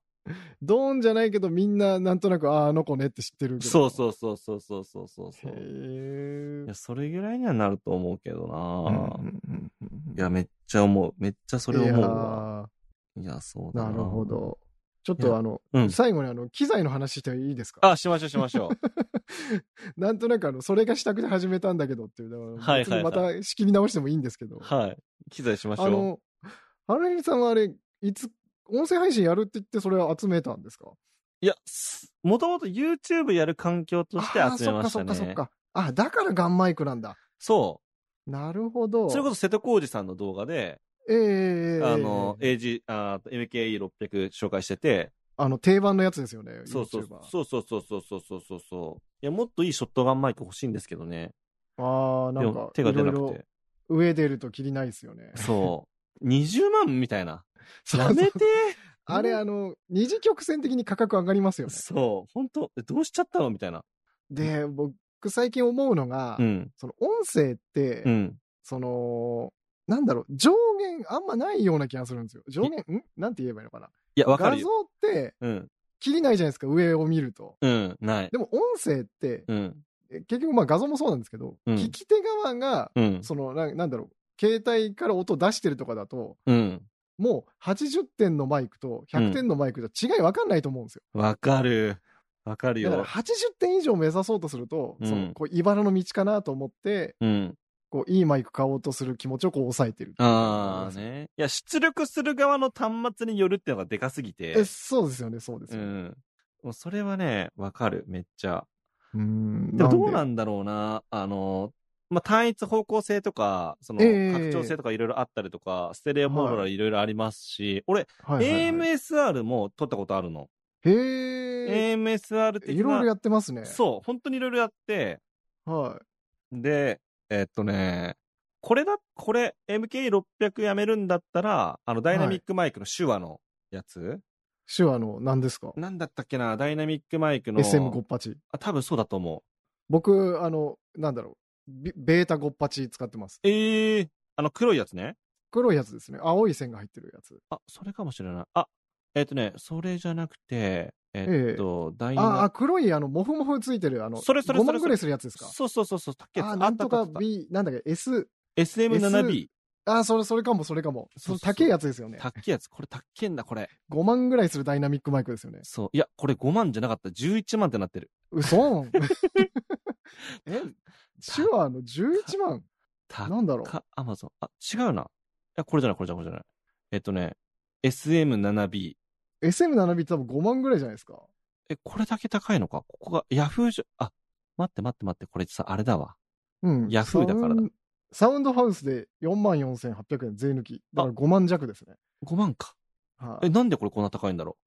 [SPEAKER 1] ドーンじゃないけど、みんななんとなく、ああ、あの子ねって知ってるぐらい。
[SPEAKER 2] そうそうそうそうそうそうそうそう。い
[SPEAKER 1] へえ
[SPEAKER 2] や、。それぐらいにはなると思うけどな。
[SPEAKER 1] うんうんうんうん
[SPEAKER 2] いや、めっちゃ思う。めっちゃそれ思うわ。いや、そう
[SPEAKER 1] いや
[SPEAKER 2] だ
[SPEAKER 1] ー
[SPEAKER 2] な。
[SPEAKER 1] なるほ。ど。ちょっ
[SPEAKER 2] いや
[SPEAKER 1] とあの、
[SPEAKER 2] うん
[SPEAKER 1] 最後にあの、機材の話していいですか
[SPEAKER 2] あ、しましょうしましょう。
[SPEAKER 1] なんとなくあの、それがしたくて始めたんだけどっていう、だから
[SPEAKER 2] はいはいはい
[SPEAKER 1] 別にまた仕切り直してもいいんですけど。
[SPEAKER 2] はい。機材しまし
[SPEAKER 1] あ
[SPEAKER 2] ょ
[SPEAKER 1] の、原英さんはあれ、いつ、音声配信やるって言ってそれを集めたんですか
[SPEAKER 2] う。いや、すもともと YouTube やる環境として集めましたね。
[SPEAKER 1] あーそっかそっかそっか。あ、だからガンマイクなんだ。
[SPEAKER 2] そ
[SPEAKER 1] なるほど。
[SPEAKER 2] う。それこそ瀬戸康史さんの動画で、
[SPEAKER 1] ええええええ
[SPEAKER 2] あの、AG、あー MKE600 紹介してて、
[SPEAKER 1] あの、定番のやつですよね。
[SPEAKER 2] そうそう
[SPEAKER 1] YouTuber
[SPEAKER 2] そうそうそうそうそうそうそうそう。いや、もっといいショットガンマイク欲しいんですけどね。
[SPEAKER 1] ああ、な
[SPEAKER 2] で
[SPEAKER 1] ん
[SPEAKER 2] も
[SPEAKER 1] か、
[SPEAKER 2] 手が出なく
[SPEAKER 1] い
[SPEAKER 2] て。
[SPEAKER 1] ろいろ上出るときりないですよね。
[SPEAKER 2] そう。20万みたい な。
[SPEAKER 1] そう
[SPEAKER 2] やめて
[SPEAKER 1] あれ、あの、二次曲線的に価格上がりますよね。
[SPEAKER 2] そう。本当えどうしちゃったのみたいな。
[SPEAKER 1] で、僕、最近思うのが、
[SPEAKER 2] うん。
[SPEAKER 1] その、音声って、
[SPEAKER 2] うん。
[SPEAKER 1] その、なんだろう、上限あんまないような気がするんですよ。上限、んなんて言えばいいのかな。
[SPEAKER 2] いや、わか
[SPEAKER 1] 画
[SPEAKER 2] る
[SPEAKER 1] 像
[SPEAKER 2] よ。
[SPEAKER 1] って、
[SPEAKER 2] うん。
[SPEAKER 1] 切りないじゃないですか、上を見ると。
[SPEAKER 2] うん。ない。
[SPEAKER 1] でも、音声って、
[SPEAKER 2] うん。
[SPEAKER 1] え結局、まあ、画像もそうなんですけど、
[SPEAKER 2] うん
[SPEAKER 1] 聞き手側が、
[SPEAKER 2] うん。
[SPEAKER 1] そのな、なんだろう、携帯から音出してるとかだと、
[SPEAKER 2] うん。
[SPEAKER 1] もう80点のマイクと100点のマイクじゃ違い分かんないと思うんですよ。
[SPEAKER 2] わかる。わかる
[SPEAKER 1] だから
[SPEAKER 2] よ。
[SPEAKER 1] 80点以上目指そうとすると、
[SPEAKER 2] うん
[SPEAKER 1] そのこう茨の道かなと思って、
[SPEAKER 2] うん。
[SPEAKER 1] こういいマイク買おうとする気持ちをこう抑えてる。
[SPEAKER 2] ああね。いや、出力する側の端末によるっていうのがでかすぎて。
[SPEAKER 1] えそうですよね、そうです
[SPEAKER 2] う
[SPEAKER 1] よね。
[SPEAKER 2] ん。もうそれはね、わかる。めっちゃ。
[SPEAKER 1] うん
[SPEAKER 2] でもどうなんんだろうな、あの、まあ、単一方向性とか、その、
[SPEAKER 1] ええ
[SPEAKER 2] 拡張性とかいろいろあったりとか、ステレオモードラいろいろありますし、俺、
[SPEAKER 1] はいはいはい
[SPEAKER 2] AMSR も撮ったことあるの。
[SPEAKER 1] へえ、
[SPEAKER 2] AMSR 的ない
[SPEAKER 1] ろいろやってますね。
[SPEAKER 2] そう、本当にいろいろやって、
[SPEAKER 1] は
[SPEAKER 2] で、えっとね、これだ、これ、MK600 やめるんだったら、あの、ダイナミックマイクの手話のやつ、
[SPEAKER 1] い。手話の何ですか
[SPEAKER 2] なんだったっけな、ダイナミックマイクの、
[SPEAKER 1] ?SM58。
[SPEAKER 2] あ多分そうだと思う。
[SPEAKER 1] 僕、あの、なんだろう、ビベータ58使ってます。
[SPEAKER 2] ええあの、黒いやつね。
[SPEAKER 1] 黒いやつですね。青い線が入ってるやつ。
[SPEAKER 2] あ、それかもしれない。あ、えっ、とね、それじゃなくて、えっ、と、ダイナ
[SPEAKER 1] ああ、黒い、あの、モフモフついてる、あの、
[SPEAKER 2] それそれ
[SPEAKER 1] 5
[SPEAKER 2] それ
[SPEAKER 1] 万ぐらいするやつですか
[SPEAKER 2] そうそうそうそう、たっけ
[SPEAKER 1] あー、なんと
[SPEAKER 2] あ
[SPEAKER 1] か
[SPEAKER 2] ったあったあった
[SPEAKER 1] B、なんだっけ、S、
[SPEAKER 2] SM7B。
[SPEAKER 1] あー、それ、それかも、それかも。
[SPEAKER 2] そうそうそう
[SPEAKER 1] 高いやつですよね
[SPEAKER 2] た。っけやつ、これたっけんだ、これ。
[SPEAKER 1] 5万ぐらいするダイナミックマイクですよね。
[SPEAKER 2] そう。いや、これ5万じゃなかった。11万ってなってる。
[SPEAKER 1] 嘘え、手話の11万
[SPEAKER 2] た
[SPEAKER 1] なんだろう
[SPEAKER 2] か、アマゾン。あ、違うな。いや、これじゃない、これじゃない、これじゃない。えっ、とね、SM7B。
[SPEAKER 1] ?SM7 ビって多分5万ぐらいじゃないですか。
[SPEAKER 2] え、これだけ高いのかここが、ヤフーじゃ、あ、待って待って待って、これさ、あれだわ。
[SPEAKER 1] うん。
[SPEAKER 2] ヤフーだからだ
[SPEAKER 1] サウン。サウンドハウスで4万4800円税抜き。だから5万弱ですね。
[SPEAKER 2] 5万か。
[SPEAKER 1] はい
[SPEAKER 2] え、なんでこれこんな高いんだろ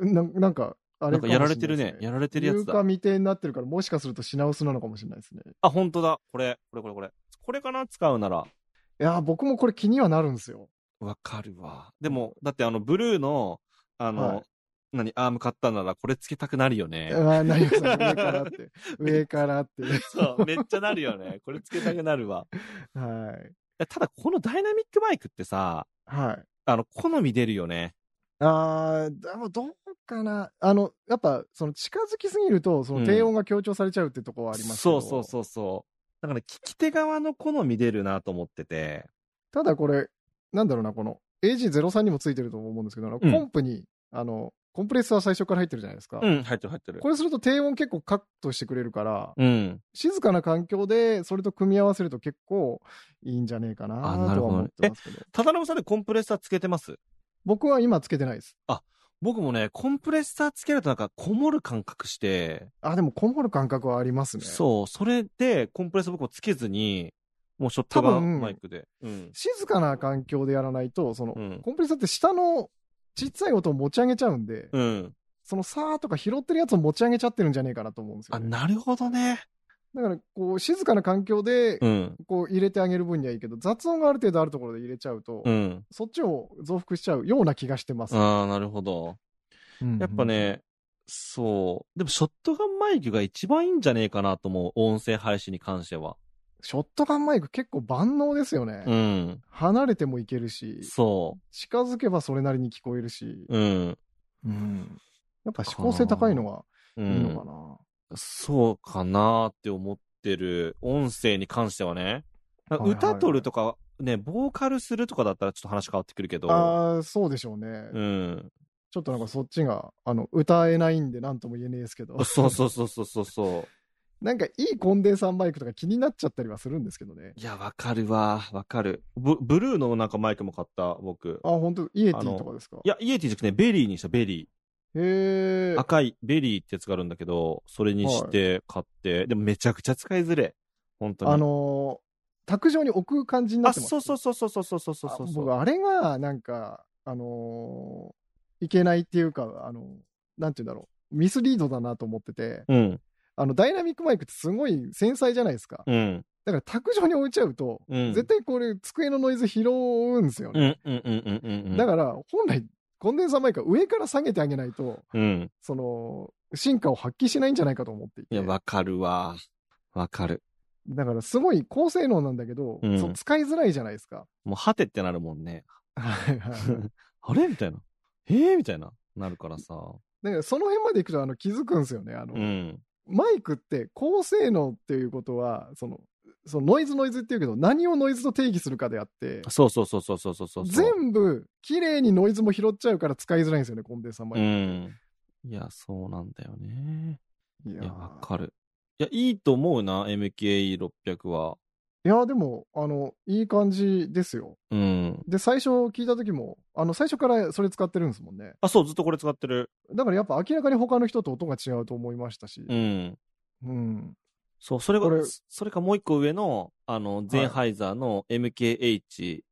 [SPEAKER 1] ななんか、あ
[SPEAKER 2] う
[SPEAKER 1] れ
[SPEAKER 2] な
[SPEAKER 1] かもし
[SPEAKER 2] んか
[SPEAKER 1] れ
[SPEAKER 2] や
[SPEAKER 1] ない
[SPEAKER 2] られ
[SPEAKER 1] です
[SPEAKER 2] てるね。
[SPEAKER 1] ね。
[SPEAKER 2] やられてるやつ
[SPEAKER 1] 有
[SPEAKER 2] だ。
[SPEAKER 1] 価未定になってるから、もしかすると品薄なのかもしれないですね。
[SPEAKER 2] あ、本当だ。これ、これこれこれ。これかな使うなら。
[SPEAKER 1] いやー、僕もこれ気にはなるんですよ。
[SPEAKER 2] わかるわ。でも、だってあの、ブルーの、あの、
[SPEAKER 1] はい
[SPEAKER 2] 何、アーム買ったならこれつけたくなるよね。
[SPEAKER 1] ああ、なりますね。上から って。上からって。
[SPEAKER 2] そう、めっちゃなるよね。これつけたくなるわ。い
[SPEAKER 1] はい。
[SPEAKER 2] やただ、このダイナミックバイクってさ、
[SPEAKER 1] はい。
[SPEAKER 2] あの、好み出るよね。
[SPEAKER 1] ああ、でもどうかな。あの、やっぱ、その近づきすぎると、その低音が強調されちゃうってとこはありますけど、
[SPEAKER 2] そうそうそうそう。だから、聞き手側の好み出るなと思ってて。
[SPEAKER 1] ただこれ、なんだろうな、この AG03 にもついてると思うんですけど、あの
[SPEAKER 2] うん
[SPEAKER 1] コンプに、あの、コンプレッサー最初から入ってるじゃないですか。
[SPEAKER 2] うん、入ってる入ってる
[SPEAKER 1] こ。れすると低音結構カットしてくれるから、
[SPEAKER 2] うん。
[SPEAKER 1] 静かな環境でそれと組み合わせると結構いいんじゃねえかな
[SPEAKER 2] あな
[SPEAKER 1] とは
[SPEAKER 2] るほど
[SPEAKER 1] 思
[SPEAKER 2] ね
[SPEAKER 1] ってますけど。
[SPEAKER 2] ただのさんでコンプレッサーつけてます
[SPEAKER 1] 僕は今つけてないです。
[SPEAKER 2] 僕もね、コンプレッサーつけるとなんか、こもる感覚して、
[SPEAKER 1] あ、でもこもる感覚はありますね。
[SPEAKER 2] そう、それで、コンプレッサー僕もつけずに、もうショットガ
[SPEAKER 1] 多分
[SPEAKER 2] ンマイクで。うん。
[SPEAKER 1] 静かな環境でやらないと、その、
[SPEAKER 2] うん
[SPEAKER 1] コンプレッサーって下のちっちゃい音を持ち上げちゃうんで、
[SPEAKER 2] うん。
[SPEAKER 1] そのさーとか拾ってるやつを持ち上げちゃってるんじゃねえかなと思うんですよ
[SPEAKER 2] あ、
[SPEAKER 1] ね、
[SPEAKER 2] なるほどね。
[SPEAKER 1] だから、こう、静かな環境で、
[SPEAKER 2] うん。
[SPEAKER 1] こう、入れてあげる分にはいいけど、雑音がある程度あるところで入れちゃうと、
[SPEAKER 2] うん。
[SPEAKER 1] そっちを増幅しちゃうような気がしてます。
[SPEAKER 2] ああ、なるほど。
[SPEAKER 1] うん
[SPEAKER 2] やっぱ、ね、そう。でも、ショットガンマイクが一番いいんじゃねえかなと思う。音声配信に関しては。
[SPEAKER 1] ショットガンマイク結構万能ですよね。
[SPEAKER 2] うん。
[SPEAKER 1] 離れてもいけるし、
[SPEAKER 2] そ
[SPEAKER 1] 近づけばそれなりに聞こえるし、
[SPEAKER 2] う。うん。
[SPEAKER 1] うんやっぱ指向性高いのが
[SPEAKER 2] う
[SPEAKER 1] いいのか
[SPEAKER 2] ん。
[SPEAKER 1] な。
[SPEAKER 2] そうかなーって思ってる。音声に関してはね。なんか
[SPEAKER 1] はいはいはい
[SPEAKER 2] 歌取るとか、ね、ボーカルするとかだったらちょっと話変わってくるけど。
[SPEAKER 1] ああ、そうでしょうね。
[SPEAKER 2] うん。
[SPEAKER 1] ちょっとなんかそっちが、あの、歌えないんでなんとも言えねえですけど。
[SPEAKER 2] そうそうそうそうそうそう。
[SPEAKER 1] なんかいいコンデンサーマイクとか気になっちゃったりはするんですけどね。
[SPEAKER 2] いや、わかるわ。わかる。ブ、ブルーのなんかマイクも買った、僕。
[SPEAKER 1] あ、本当イエティとかですか
[SPEAKER 2] いや、イエティじゃなくてね、ベリーにした、ベリ
[SPEAKER 1] へえ
[SPEAKER 2] ー。。赤い、ベリーってやつがあるんだけど、それにして買って、でもめちゃくちゃ使いづれ。本当に。
[SPEAKER 1] あのー卓上に置く感じにな
[SPEAKER 2] あ、
[SPEAKER 1] ってます。
[SPEAKER 2] そうそうそうそうそうそうそうそうそう
[SPEAKER 1] あ僕、あれが、なんか、あのーいけないっていうか、あのなんて言うんだろう。ミスリードだなと思ってて、
[SPEAKER 2] うん、
[SPEAKER 1] あの、ダイナミックマイクってすごい繊細じゃないですか。
[SPEAKER 2] うん、
[SPEAKER 1] だから卓上に置いちゃうと、
[SPEAKER 2] うん。
[SPEAKER 1] 絶対これ机のノイズ拾うんですよ
[SPEAKER 2] う
[SPEAKER 1] ね。
[SPEAKER 2] ん、うん、うん、うん、うんうん。
[SPEAKER 1] だから、本来、コンデンサーマイクは上から下げてあげないと、
[SPEAKER 2] ら、うん。
[SPEAKER 1] その、進化を発揮しないんじゃないかと思ってい
[SPEAKER 2] い
[SPEAKER 1] て。
[SPEAKER 2] や、わかるわ。わかる。
[SPEAKER 1] だから、すごい高性能なんだけど、
[SPEAKER 2] うん
[SPEAKER 1] そう使いづらいじゃないです か。
[SPEAKER 2] もう、はてってなるもんね。
[SPEAKER 1] はいはい。
[SPEAKER 2] あれみたいな。ええみたいな。なるからさ。
[SPEAKER 1] だから、その辺まで行くと、あの、気づくんですよね。あの、
[SPEAKER 2] うん。
[SPEAKER 1] マイクって高性能っていうことは、その、そのノイズノイズっていうけど、何をノイズと定義するかであって、
[SPEAKER 2] そうそうそうそうそうそうそう。
[SPEAKER 1] 全部、綺麗にノイズも拾っちゃうから使いづらいんですよね、コンデンサーマイ
[SPEAKER 2] う
[SPEAKER 1] ク。
[SPEAKER 2] ん。いや、そうなんだよね。
[SPEAKER 1] いや
[SPEAKER 2] い
[SPEAKER 1] ー
[SPEAKER 2] や、わかる。いや、いいと思うな、MKE600 は。
[SPEAKER 1] いやーでも、あの、いい感じですよ。
[SPEAKER 2] うん。
[SPEAKER 1] で、最初聞いた時も、あの、最初からそれ使ってるんですもんね。
[SPEAKER 2] あ、そう、ずっとこれ使ってる。
[SPEAKER 1] だからやっぱ明らかに他の人と音が違うと思いましたし。
[SPEAKER 2] うん。
[SPEAKER 1] うん。
[SPEAKER 2] そう、それが
[SPEAKER 1] これ、
[SPEAKER 2] それかもう一個上の、あの、ゼンハイザーの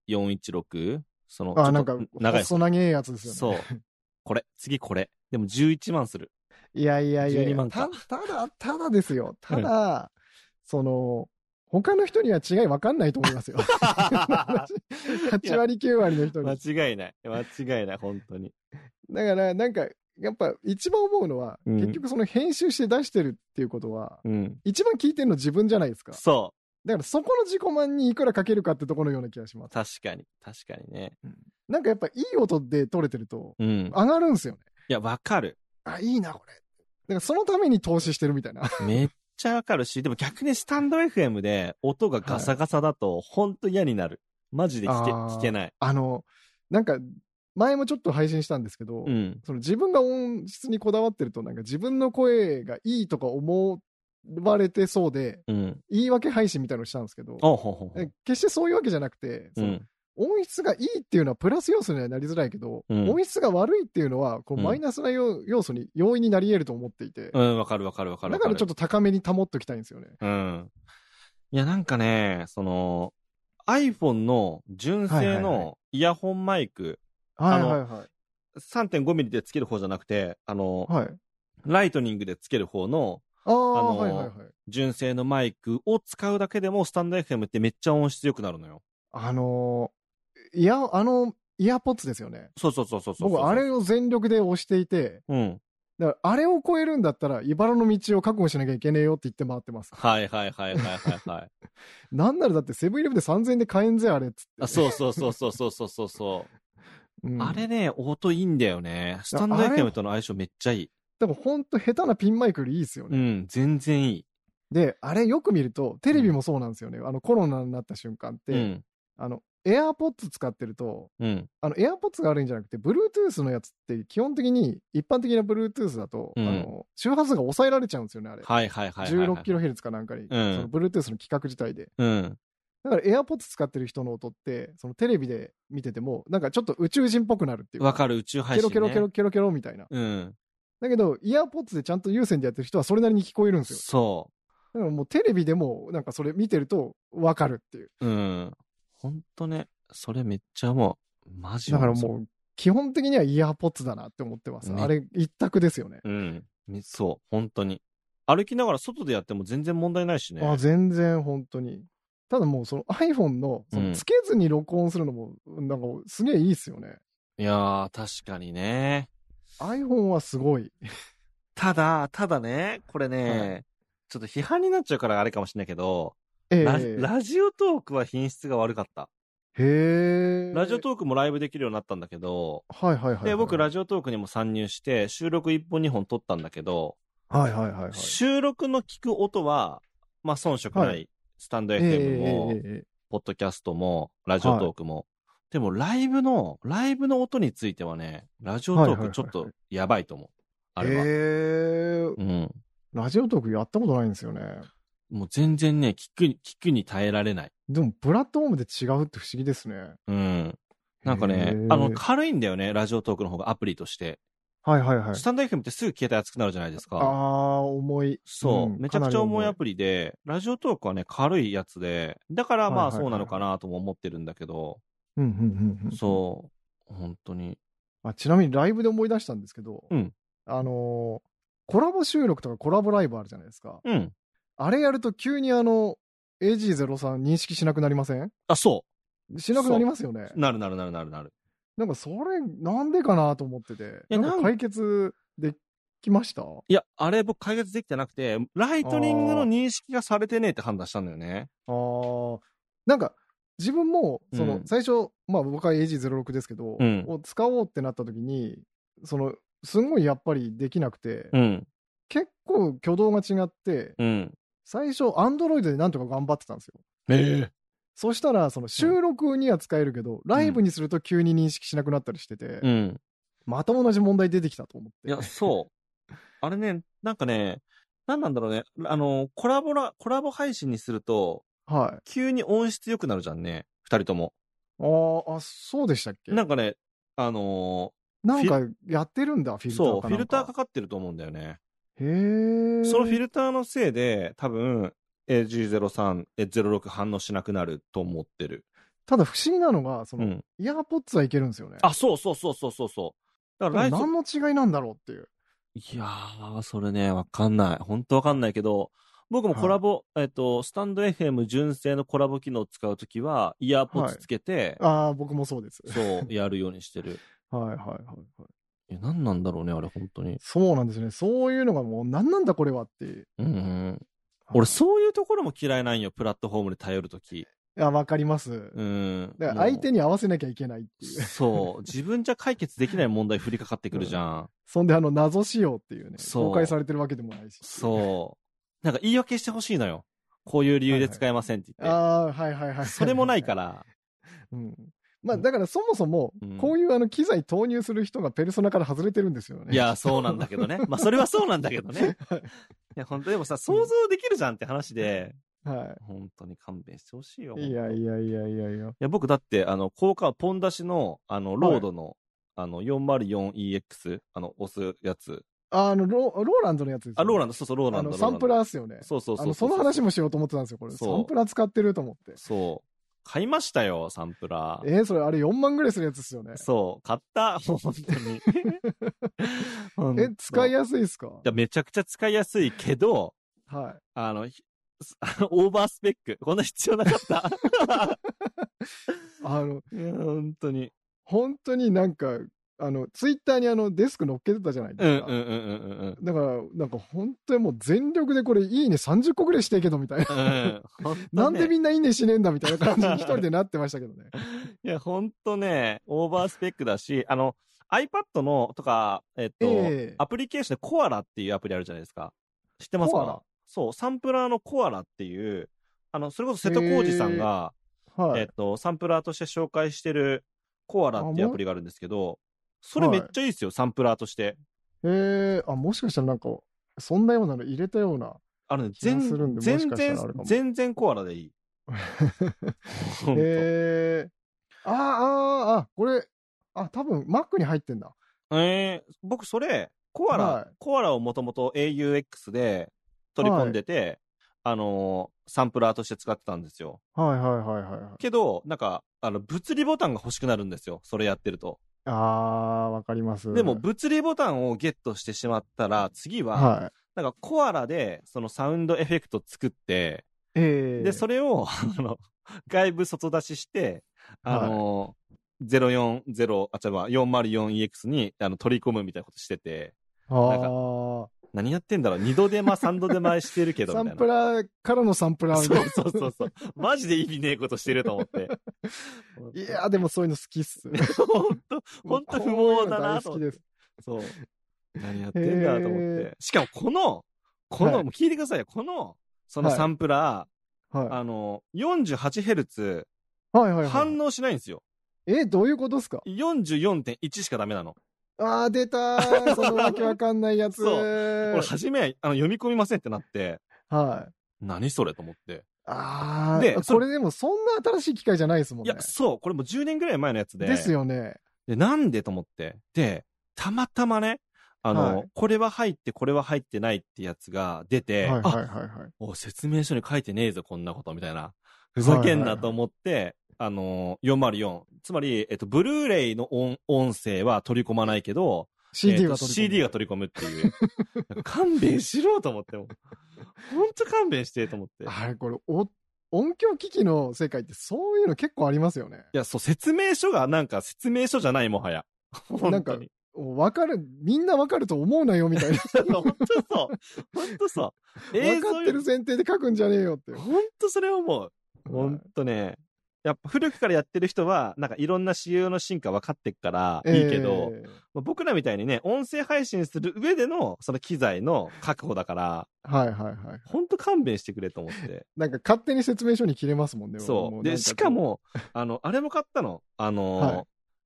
[SPEAKER 2] MKH416。その、ちょ
[SPEAKER 1] あ、
[SPEAKER 2] っと
[SPEAKER 1] なんか、
[SPEAKER 2] 長い方。
[SPEAKER 1] 細長いやつですよね。
[SPEAKER 2] そう。これ、次これ。でも11万 する。
[SPEAKER 1] いやいやいやい
[SPEAKER 2] 12
[SPEAKER 1] や
[SPEAKER 2] 万
[SPEAKER 1] た
[SPEAKER 2] か
[SPEAKER 1] ただ、ただですよ。ただ、その、他の人には違い分かんないと思い ますよ。8割、9割の人に。
[SPEAKER 2] 間違いない。間違いない、本当に。
[SPEAKER 1] だから、なんか、やっぱ一番思うのは、
[SPEAKER 2] うん
[SPEAKER 1] 結局その編集して出してるっていうことは、
[SPEAKER 2] うん。
[SPEAKER 1] 一番聞いてるの自分じゃないですか。
[SPEAKER 2] そ
[SPEAKER 1] だからそこの自己満にいくらかけるかってところのような気がしま
[SPEAKER 2] う。
[SPEAKER 1] す。
[SPEAKER 2] 確かに。確かにね。
[SPEAKER 1] なんかやっぱいい音で撮れてると、
[SPEAKER 2] うん。
[SPEAKER 1] 上がるんですよね。
[SPEAKER 2] いや、わかる。
[SPEAKER 1] あ、いいな、これ。だからそのために投資してるみたいな。
[SPEAKER 2] めっちゃわかるし、でも逆にスタンド FM で音がガサガサだと、ほんと嫌になる。マジで聞け
[SPEAKER 1] あー
[SPEAKER 2] 聞けない。
[SPEAKER 1] あの、なんか、前もちょっと配信したんですけど、
[SPEAKER 2] うん。
[SPEAKER 1] その自分が音質にこだわってると、なんか自分の声がいいとか思われてそうで、
[SPEAKER 2] うん。
[SPEAKER 1] 言い訳配信みたいのをしたんですけど、
[SPEAKER 2] おうほうほうほ
[SPEAKER 1] え
[SPEAKER 2] う。
[SPEAKER 1] 決してそういうわけじゃなくて、
[SPEAKER 2] う
[SPEAKER 1] その
[SPEAKER 2] ん。
[SPEAKER 1] 音質がいいっていうのはプラス要素にはなりづらいけど、
[SPEAKER 2] うん
[SPEAKER 1] 音質が悪いっていうのはこう
[SPEAKER 2] うん
[SPEAKER 1] マイナスな要,、要素に容易になり得ると思っていて、
[SPEAKER 2] うん、わかるわかるわかる。
[SPEAKER 1] だからちょっ
[SPEAKER 2] っ
[SPEAKER 1] と高めに保っときたいんですよね。
[SPEAKER 2] と。うん。いや、なんかね、その、iPhone の純正
[SPEAKER 1] はいはいは
[SPEAKER 2] のイヤホンマイク、
[SPEAKER 1] はいはいはい。
[SPEAKER 2] 3.5ミリでつける方じゃなくて、あの、
[SPEAKER 1] はい、
[SPEAKER 2] ライトニングでつける方の
[SPEAKER 1] ああ、
[SPEAKER 2] のー
[SPEAKER 1] はいはいはい。
[SPEAKER 2] 純正のマイクを使うだけでも、スタンド FM ってめっちゃ音質良くなるのよ。
[SPEAKER 1] あのー、いや、あの、イヤーポッツですよね。
[SPEAKER 2] そうそうそうそうそう。
[SPEAKER 1] 僕、あれを全力で押していて、
[SPEAKER 2] うん。
[SPEAKER 1] だからあれを超えるんだったら、茨の道を覚悟しなきゃいけねえよって言って回ってます。
[SPEAKER 2] はいはいはいはいはいはい。
[SPEAKER 1] なんならだってセブンイレブンで3000円で買えんぜ、あれっつって。
[SPEAKER 2] あそうそうそうそうそうそうそうそう、
[SPEAKER 1] うん
[SPEAKER 2] あれね、音いいんだよね。スタンド
[SPEAKER 1] あれ
[SPEAKER 2] FM との相性めっちゃいい。
[SPEAKER 1] でもほんと下手なピンマイクよりいいですよ
[SPEAKER 2] う
[SPEAKER 1] ね。
[SPEAKER 2] ん、全然いい。
[SPEAKER 1] で、あれよく見ると、テレビもそうなんですよね。あのコロナになった瞬間って、
[SPEAKER 2] うん。
[SPEAKER 1] あの、エアーポッツ使ってると、
[SPEAKER 2] うん。
[SPEAKER 1] あの、エアーポッツが悪いんじゃなくて、Bluetooth のやつって基本的に一般的な Bluetooth だと、
[SPEAKER 2] うん
[SPEAKER 1] あの、周波数が抑えられちゃうんですよね、あれ。
[SPEAKER 2] はいはいはいはい、はい。
[SPEAKER 1] 16kHz かなんかに、その Bluetooth の規格自体で。
[SPEAKER 2] うん。
[SPEAKER 1] だから AirPods 使ってる人の音って、そのテレビで見てても、なんかちょっと宇宙人っぽくなるっていう
[SPEAKER 2] わかる、宇宙配
[SPEAKER 1] ケ
[SPEAKER 2] 信、
[SPEAKER 1] ロ
[SPEAKER 2] ね。
[SPEAKER 1] ケロケロケロケロみたいな。
[SPEAKER 2] うん。
[SPEAKER 1] だけど、イヤーポッツでちゃんと有線でやってる人はそれなりに聞こえるんですよ。
[SPEAKER 2] そ
[SPEAKER 1] でももうテレビでもなんかそれ見てるとわかるっていう。
[SPEAKER 2] うん。ほんとね、それめっちゃもう、マジ
[SPEAKER 1] だからもう基本的にはイヤーポッツだなって思ってます。
[SPEAKER 2] ね
[SPEAKER 1] あれ一択ですよね。
[SPEAKER 2] う。うん。みそう、本当に。歩きながら外でやっても全然問題ないしね。
[SPEAKER 1] あ全然本当に。ただもうその iPhone のそうの
[SPEAKER 2] ん
[SPEAKER 1] つけずに録音するのもなんかすげえいいっすよね。
[SPEAKER 2] いやー、確かにね。
[SPEAKER 1] iPhone はすごい。
[SPEAKER 2] ただ、ただね、これね、
[SPEAKER 1] は
[SPEAKER 2] ちょっと批判になっちゃうからあれかもしれないけど、
[SPEAKER 1] ええ
[SPEAKER 2] ララジオトークは品質が悪かった。
[SPEAKER 1] へえ。
[SPEAKER 2] ラジオトークもライブできるようになったんだけど、
[SPEAKER 1] はいはいはいはい。
[SPEAKER 2] で、僕ラ
[SPEAKER 1] ジ
[SPEAKER 2] ジオトークにも参入して、収録1本2本撮ったんだけど、
[SPEAKER 1] オ。はいはいはいはい。
[SPEAKER 2] 収録の聞く音は、まあ遜色ない。
[SPEAKER 1] は
[SPEAKER 2] スタンド
[SPEAKER 1] え
[SPEAKER 2] FM も、
[SPEAKER 1] ええええ
[SPEAKER 2] ポッドキャストも、ラジオトークも。でも、ライブの、ライブの音についてはね、ラジオト
[SPEAKER 1] はいはい
[SPEAKER 2] ー
[SPEAKER 1] はい
[SPEAKER 2] ク
[SPEAKER 1] はい
[SPEAKER 2] ちょっとやばいと思う。あ
[SPEAKER 1] え
[SPEAKER 2] れは。
[SPEAKER 1] へえ。
[SPEAKER 2] うん。
[SPEAKER 1] ラジオトークやったことないんですよね。
[SPEAKER 2] もう全然ね、聞く、聞くに耐えられない。
[SPEAKER 1] でもプラットフォームで違うって不思議ですね。
[SPEAKER 2] うん。なんか
[SPEAKER 1] へ
[SPEAKER 2] ね
[SPEAKER 1] ー、
[SPEAKER 2] あの、軽いんだよね、ラジオトークの方がアプリとして。
[SPEAKER 1] はいはいはい
[SPEAKER 2] ス。タンド FM ってすぐ消えたら熱くなるじゃないです
[SPEAKER 1] あ
[SPEAKER 2] か。
[SPEAKER 1] あー、重い。
[SPEAKER 2] そう、
[SPEAKER 1] うん
[SPEAKER 2] めちゃくちゃ重いア
[SPEAKER 1] か
[SPEAKER 2] プリで、ラジオトークはね、軽いやつで、だからま
[SPEAKER 1] は
[SPEAKER 2] あ
[SPEAKER 1] いはいはい
[SPEAKER 2] そうなのかなとも思ってるんだけど、
[SPEAKER 1] なり重いうんうんうんうん。
[SPEAKER 2] そう、本当に。
[SPEAKER 1] あちなみにライブで思い出したんですけど、
[SPEAKER 2] うん
[SPEAKER 1] あのーコラボ収録とかコラボライブあるじゃないですか。
[SPEAKER 2] うん。
[SPEAKER 1] あれやると急にあの、AG03 認識しなくなりません
[SPEAKER 2] あ、そ
[SPEAKER 1] しなくなりますよね。
[SPEAKER 2] う。なるなるなるなるなる。
[SPEAKER 1] なんかそれなんでかなと思ってて。な
[SPEAKER 2] や
[SPEAKER 1] ん
[SPEAKER 2] な
[SPEAKER 1] か
[SPEAKER 2] ん
[SPEAKER 1] 解決できました
[SPEAKER 2] いや、あれ僕解決できてなくて、ライトニングの認識がされてねえって判断したんだよね。
[SPEAKER 1] あーなんか自分もその
[SPEAKER 2] うん
[SPEAKER 1] 最初、まあ僕は AG06 ですけど、
[SPEAKER 2] うん
[SPEAKER 1] を使おうってなった時にそのすごいやっぱりできなくて、
[SPEAKER 2] うん。
[SPEAKER 1] 結構挙動が違って
[SPEAKER 2] うん。
[SPEAKER 1] 最初アンドロイドでなんとか頑張ってたんですよ
[SPEAKER 2] ええ
[SPEAKER 1] そしたらその収録には使えるけど、ライブにすると急に認識しなくなったりしてて、
[SPEAKER 2] うん。
[SPEAKER 1] また同じ問題出てきたと思って
[SPEAKER 2] いや、そう。あれね、なんかね、なんなんだろうね。あの、コラボラ、コラボ配信にすると、
[SPEAKER 1] はい
[SPEAKER 2] 急に音質良くなるじゃんね。二人とも。
[SPEAKER 1] あーあそうでしたっけ
[SPEAKER 2] なんかね、あの
[SPEAKER 1] なんかやってるんだフィルター
[SPEAKER 2] そう、
[SPEAKER 1] か
[SPEAKER 2] フ
[SPEAKER 1] なん
[SPEAKER 2] ィルターかかってると思うんだよね。
[SPEAKER 1] へえ
[SPEAKER 2] そのフィルターのせいで、多分、G03、06反応しなくなると思ってる。
[SPEAKER 1] ただ不思議なのがそうの、
[SPEAKER 2] ん。
[SPEAKER 1] イヤーポッツはいけるんですよね
[SPEAKER 2] あ、そうそうそうそうそうそう。だからラ
[SPEAKER 1] で
[SPEAKER 2] イト
[SPEAKER 1] も何の違いなんだろうっていう。
[SPEAKER 2] いやー、それね、わかんない。本当わかんないけど、僕もコラボ、えっと、スタンド FM 純正のコラボ機能を使うときは、イヤーポッツつけ て、
[SPEAKER 1] ああ、僕もそうです。
[SPEAKER 2] そう、やるようにしてる。
[SPEAKER 1] はいはいはいはい。
[SPEAKER 2] いや、何なんだろうね、あれ、本当に。
[SPEAKER 1] そうなんですね。そういうのがもう何なんだこれはっていう。
[SPEAKER 2] うんうん。俺、そういうところも嫌いなんよ、プラットフォームに頼るとき。
[SPEAKER 1] いや、わかります。
[SPEAKER 2] うん。
[SPEAKER 1] だから相手
[SPEAKER 2] に。
[SPEAKER 1] に合わせなきゃいけないっていう。
[SPEAKER 2] そう。自分じゃ解決できない問題降りかかってくるじゃん。
[SPEAKER 1] そんであの謎仕様っていうね。
[SPEAKER 2] そう
[SPEAKER 1] 公開されてるわけでもないし。
[SPEAKER 2] そう。なんか言い訳してほしいのよ。こういう理由で使えませんって言って。
[SPEAKER 1] ああ、はいはいはい。。
[SPEAKER 2] それもないからら。
[SPEAKER 1] うん。まあだからそもそも
[SPEAKER 2] うん、
[SPEAKER 1] こういうあの機材投入する人がペルソナから外れてるんですよね。
[SPEAKER 2] いや、そうなんだけどね。まあ、それはそうなんだけ どね。いや、本当でもさ、想像できるじゃんって話で、
[SPEAKER 1] は
[SPEAKER 2] 本当に勘弁してほしいよ。
[SPEAKER 1] い。いや
[SPEAKER 2] い
[SPEAKER 1] いやいやいやいや。
[SPEAKER 2] や、僕だって、あの、効果はポン出しの、あの、ロードの、あの、404EX、あの、押すやつ。
[SPEAKER 1] ああの、ローローランドのやつですよね、
[SPEAKER 2] あ、ローランド、そうそう、ローラ
[SPEAKER 1] あ
[SPEAKER 2] ンド。
[SPEAKER 1] の、
[SPEAKER 2] ロー
[SPEAKER 1] サ
[SPEAKER 2] ラ
[SPEAKER 1] ンプ
[SPEAKER 2] ー。
[SPEAKER 1] ラーっすよね。
[SPEAKER 2] そうそうそう
[SPEAKER 1] あの、その話もしようと思ってたんですよ、これ。サ
[SPEAKER 2] そう
[SPEAKER 1] ンプラー使ってると思って。
[SPEAKER 2] そう。買いましたよ、サンプラー。
[SPEAKER 1] えー、それあれ4万ぐらいするやつですよね。
[SPEAKER 2] そう、買った、 本当 に本当。
[SPEAKER 1] え、使いやすいですか
[SPEAKER 2] いやめちゃくちゃ使いやすいけど、
[SPEAKER 1] は
[SPEAKER 2] あの、ひ オーバースペック。こんな必要なかった。
[SPEAKER 1] い。あの、
[SPEAKER 2] いや、本当に。
[SPEAKER 1] 本当になんか、あの、ツイッターにあの、デスク乗っけてたじゃないで
[SPEAKER 2] うんう
[SPEAKER 1] すか。
[SPEAKER 2] んうんうんうんうん。
[SPEAKER 1] だから、なんか本当にもう全力でこれいいね30個ぐらいしてけどみたいな。
[SPEAKER 2] うん、ほとね
[SPEAKER 1] なんでみんないいねしねえんだみたいな感じに一人でなってましたけどね。
[SPEAKER 2] いや、ほんとね、オーバースペックだし、あの、iPad の、とか、えっと、
[SPEAKER 1] ええ
[SPEAKER 2] アプリケーションでコアラっていうアプリあるじゃないですか。知ってます
[SPEAKER 1] コアラ
[SPEAKER 2] かそう、サンプラーのコアラっていう、あの、それこそ瀬戸康史さんが、
[SPEAKER 1] はい。
[SPEAKER 2] えっと、サンプラーとして紹介してるコアラっていうアプリがあるんですけど、それめっちゃいいですよ、サンプラーとして。
[SPEAKER 1] えー、あ、もしかしたらなんか、そんなようなの入れたよう な。
[SPEAKER 2] あのね、
[SPEAKER 1] 気が
[SPEAKER 2] 全
[SPEAKER 1] するんでもし
[SPEAKER 2] 全
[SPEAKER 1] かした
[SPEAKER 2] 然
[SPEAKER 1] らあるかも、
[SPEAKER 2] 全然コアラでい い。ほんと
[SPEAKER 1] えー、あーあー、あー、これ、あ、多分 Mac に入ってんだ。
[SPEAKER 2] えー僕それ、コアラ、
[SPEAKER 1] はい
[SPEAKER 2] コアラをもともと AUX で取り込んでて、あのーサンプラーとして使ってたんですよ。
[SPEAKER 1] はいはいはいはいはい。
[SPEAKER 2] けど、なんか、あの、物理ボタンが欲しくなるんですよ。それやってると。
[SPEAKER 1] あー、わかります。
[SPEAKER 2] でも、物理ボタンをゲットしてしまったら、次は、
[SPEAKER 1] はい。
[SPEAKER 2] なんかコアラで、そのサウンドエフェクト作って、
[SPEAKER 1] ええ
[SPEAKER 2] で、それを、 あの、外部外出しして、あのー、040、あ、違うわ、404EX にあの取り込むみたいなことしてて、
[SPEAKER 1] あ
[SPEAKER 2] んか
[SPEAKER 1] ー
[SPEAKER 2] 何やってんだろう二 度手間、三度手前してるけど、み
[SPEAKER 1] サ
[SPEAKER 2] たいな。
[SPEAKER 1] ンプラーからのサンプラーみたい
[SPEAKER 2] そうそうそうそう。マジで意味ねえことしてると 思って。
[SPEAKER 1] な。いやー、でもそういうの好きっす。
[SPEAKER 2] 本当本当不毛だなと
[SPEAKER 1] こう
[SPEAKER 2] 思
[SPEAKER 1] いうの大好き
[SPEAKER 2] っ
[SPEAKER 1] で
[SPEAKER 2] て。
[SPEAKER 1] す。
[SPEAKER 2] そう。何やってんだと思っ
[SPEAKER 1] へ
[SPEAKER 2] て。しかもこの、この、
[SPEAKER 1] はい
[SPEAKER 2] もう聞いてくださいよ。この、その
[SPEAKER 1] はい
[SPEAKER 2] サンプラー、
[SPEAKER 1] は
[SPEAKER 2] あの、48Hz、
[SPEAKER 1] い。はいはいはい
[SPEAKER 2] 反。応しないんですよ。
[SPEAKER 1] え、どういうことっすか
[SPEAKER 2] 44.1しかダメなの。
[SPEAKER 1] あー、出た ー。そのわけわかんないやつ。
[SPEAKER 2] そう俺、
[SPEAKER 1] は
[SPEAKER 2] 初め、あの、読み込みませんってなって、
[SPEAKER 1] い。
[SPEAKER 2] 何それと思って。
[SPEAKER 1] あ
[SPEAKER 2] で
[SPEAKER 1] あ、
[SPEAKER 2] それ
[SPEAKER 1] これでもそんな新しい機械じゃないですもん
[SPEAKER 2] い
[SPEAKER 1] ね。
[SPEAKER 2] や、そう、これもう10年ぐらい前のやつで。
[SPEAKER 1] ですよね。
[SPEAKER 2] で、なんでと思って。で、たまたまね、あの、
[SPEAKER 1] はい
[SPEAKER 2] これは入って、これは入ってないってやつが出て、
[SPEAKER 1] はいはい
[SPEAKER 2] あ
[SPEAKER 1] はいはい。
[SPEAKER 2] お説明書に書いてねえぞ、こんなこと、みたいな。ふざけんなと思って、あの、404。つまり、えっと、ブルーレイの音音声は取り込まないけど、
[SPEAKER 1] CD
[SPEAKER 2] えっ
[SPEAKER 1] が
[SPEAKER 2] と
[SPEAKER 1] 取り込む
[SPEAKER 2] CD が取り込むっていう。 勘弁しろと思っても。ほんと勘弁してと思って。
[SPEAKER 1] あれ、これ、お音響機器の世界ってそういうの結構ありますよね。
[SPEAKER 2] いや、そう、説明書がなんか説明書じゃない、もはや。
[SPEAKER 1] な
[SPEAKER 2] 本
[SPEAKER 1] んか
[SPEAKER 2] 当に。
[SPEAKER 1] わかる、みんなわかると思うなよみたいな。
[SPEAKER 2] 本当そう。本当そう。映
[SPEAKER 1] わ
[SPEAKER 2] 像
[SPEAKER 1] か
[SPEAKER 2] よ
[SPEAKER 1] っ
[SPEAKER 2] り
[SPEAKER 1] てる前提で書くんじゃねえよって。
[SPEAKER 2] ほんとそれ思う。ほんとね。やっぱ古くからやってる人は、なんかいろんな仕様の進化分かってっからいいけど、
[SPEAKER 1] え
[SPEAKER 2] まあ僕らみたいにね、音声配信する上でのその機材の確保だから、
[SPEAKER 1] ーはいはいはい。
[SPEAKER 2] ほんと勘弁してくれと思 って。
[SPEAKER 1] なんか勝手に説明書に切れますもんね。
[SPEAKER 2] そ
[SPEAKER 1] も
[SPEAKER 2] う。
[SPEAKER 1] なん
[SPEAKER 2] で、
[SPEAKER 1] こ
[SPEAKER 2] しか、も、あの、あれも買ったの。あのー
[SPEAKER 1] はい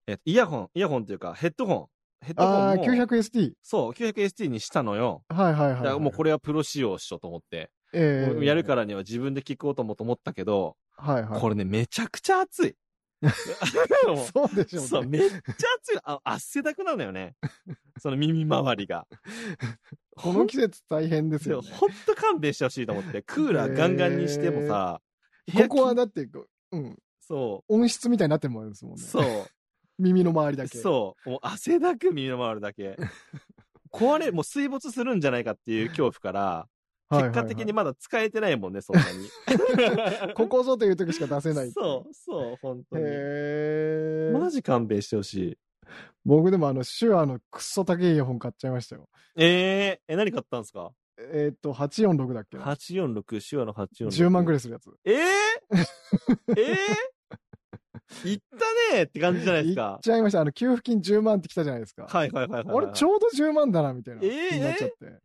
[SPEAKER 2] えっと、イヤホン、イヤホンというかヘッドホン。ヘッドホ
[SPEAKER 1] ああ、
[SPEAKER 2] ンも、
[SPEAKER 1] 900ST。
[SPEAKER 2] そう、900ST にしたのよ。
[SPEAKER 1] はいはいはいは
[SPEAKER 2] だか
[SPEAKER 1] い。
[SPEAKER 2] らもうこれはプロ仕様っしょと思って。
[SPEAKER 1] え
[SPEAKER 2] も
[SPEAKER 1] ー
[SPEAKER 2] うやるからには自分で聞こうともと思ったけど、
[SPEAKER 1] はいはい。
[SPEAKER 2] これね、めちゃくちゃ熱い。も
[SPEAKER 1] そうでし
[SPEAKER 2] う
[SPEAKER 1] ょ
[SPEAKER 2] そう、
[SPEAKER 1] ね。
[SPEAKER 2] めっちゃ熱い。あ、汗だくなのよね。その耳周りが。
[SPEAKER 1] この季節大変ですよね。
[SPEAKER 2] ほんと勘弁してほしいと思って、クーラーガンガンにしてもさ、部
[SPEAKER 1] こ
[SPEAKER 2] 屋
[SPEAKER 1] こはだって、こううん、
[SPEAKER 2] そ
[SPEAKER 1] 音質みたいになってるもんですもん
[SPEAKER 2] う、
[SPEAKER 1] ね。
[SPEAKER 2] そ
[SPEAKER 1] 耳の周りだ
[SPEAKER 2] う、
[SPEAKER 1] け。
[SPEAKER 2] そう、もう汗だく耳の周り だけ。壊れ、もう水没するんじゃないかっていう恐怖から、
[SPEAKER 1] はいは
[SPEAKER 2] 結
[SPEAKER 1] いはい
[SPEAKER 2] 果的にまだ使えてないもんね、そんなに。
[SPEAKER 1] ここぞという時しか出せない。
[SPEAKER 2] そう、そう、本当
[SPEAKER 1] へ
[SPEAKER 2] に。
[SPEAKER 1] え。
[SPEAKER 2] マジ勘弁してほしい。
[SPEAKER 1] 僕でもあの、シュアのクソ高いイヤホン買っちゃいましたよ。
[SPEAKER 2] えー、え、何買ったんですか
[SPEAKER 1] えーっと、846だっけな
[SPEAKER 2] ?846、手話の846。
[SPEAKER 1] 10万ぐ
[SPEAKER 2] ら
[SPEAKER 1] ら
[SPEAKER 2] い。
[SPEAKER 1] いするやつ。
[SPEAKER 2] え ー、えー、いったねーって感じじゃないです
[SPEAKER 1] いっ
[SPEAKER 2] か。
[SPEAKER 1] ちゃいました。あの、給付金10万ってきたじゃないですか。
[SPEAKER 2] はいはいはいはい、はい。
[SPEAKER 1] 俺、ちょうど10万だな、みたいな。
[SPEAKER 2] えー
[SPEAKER 1] 気になっちゃって。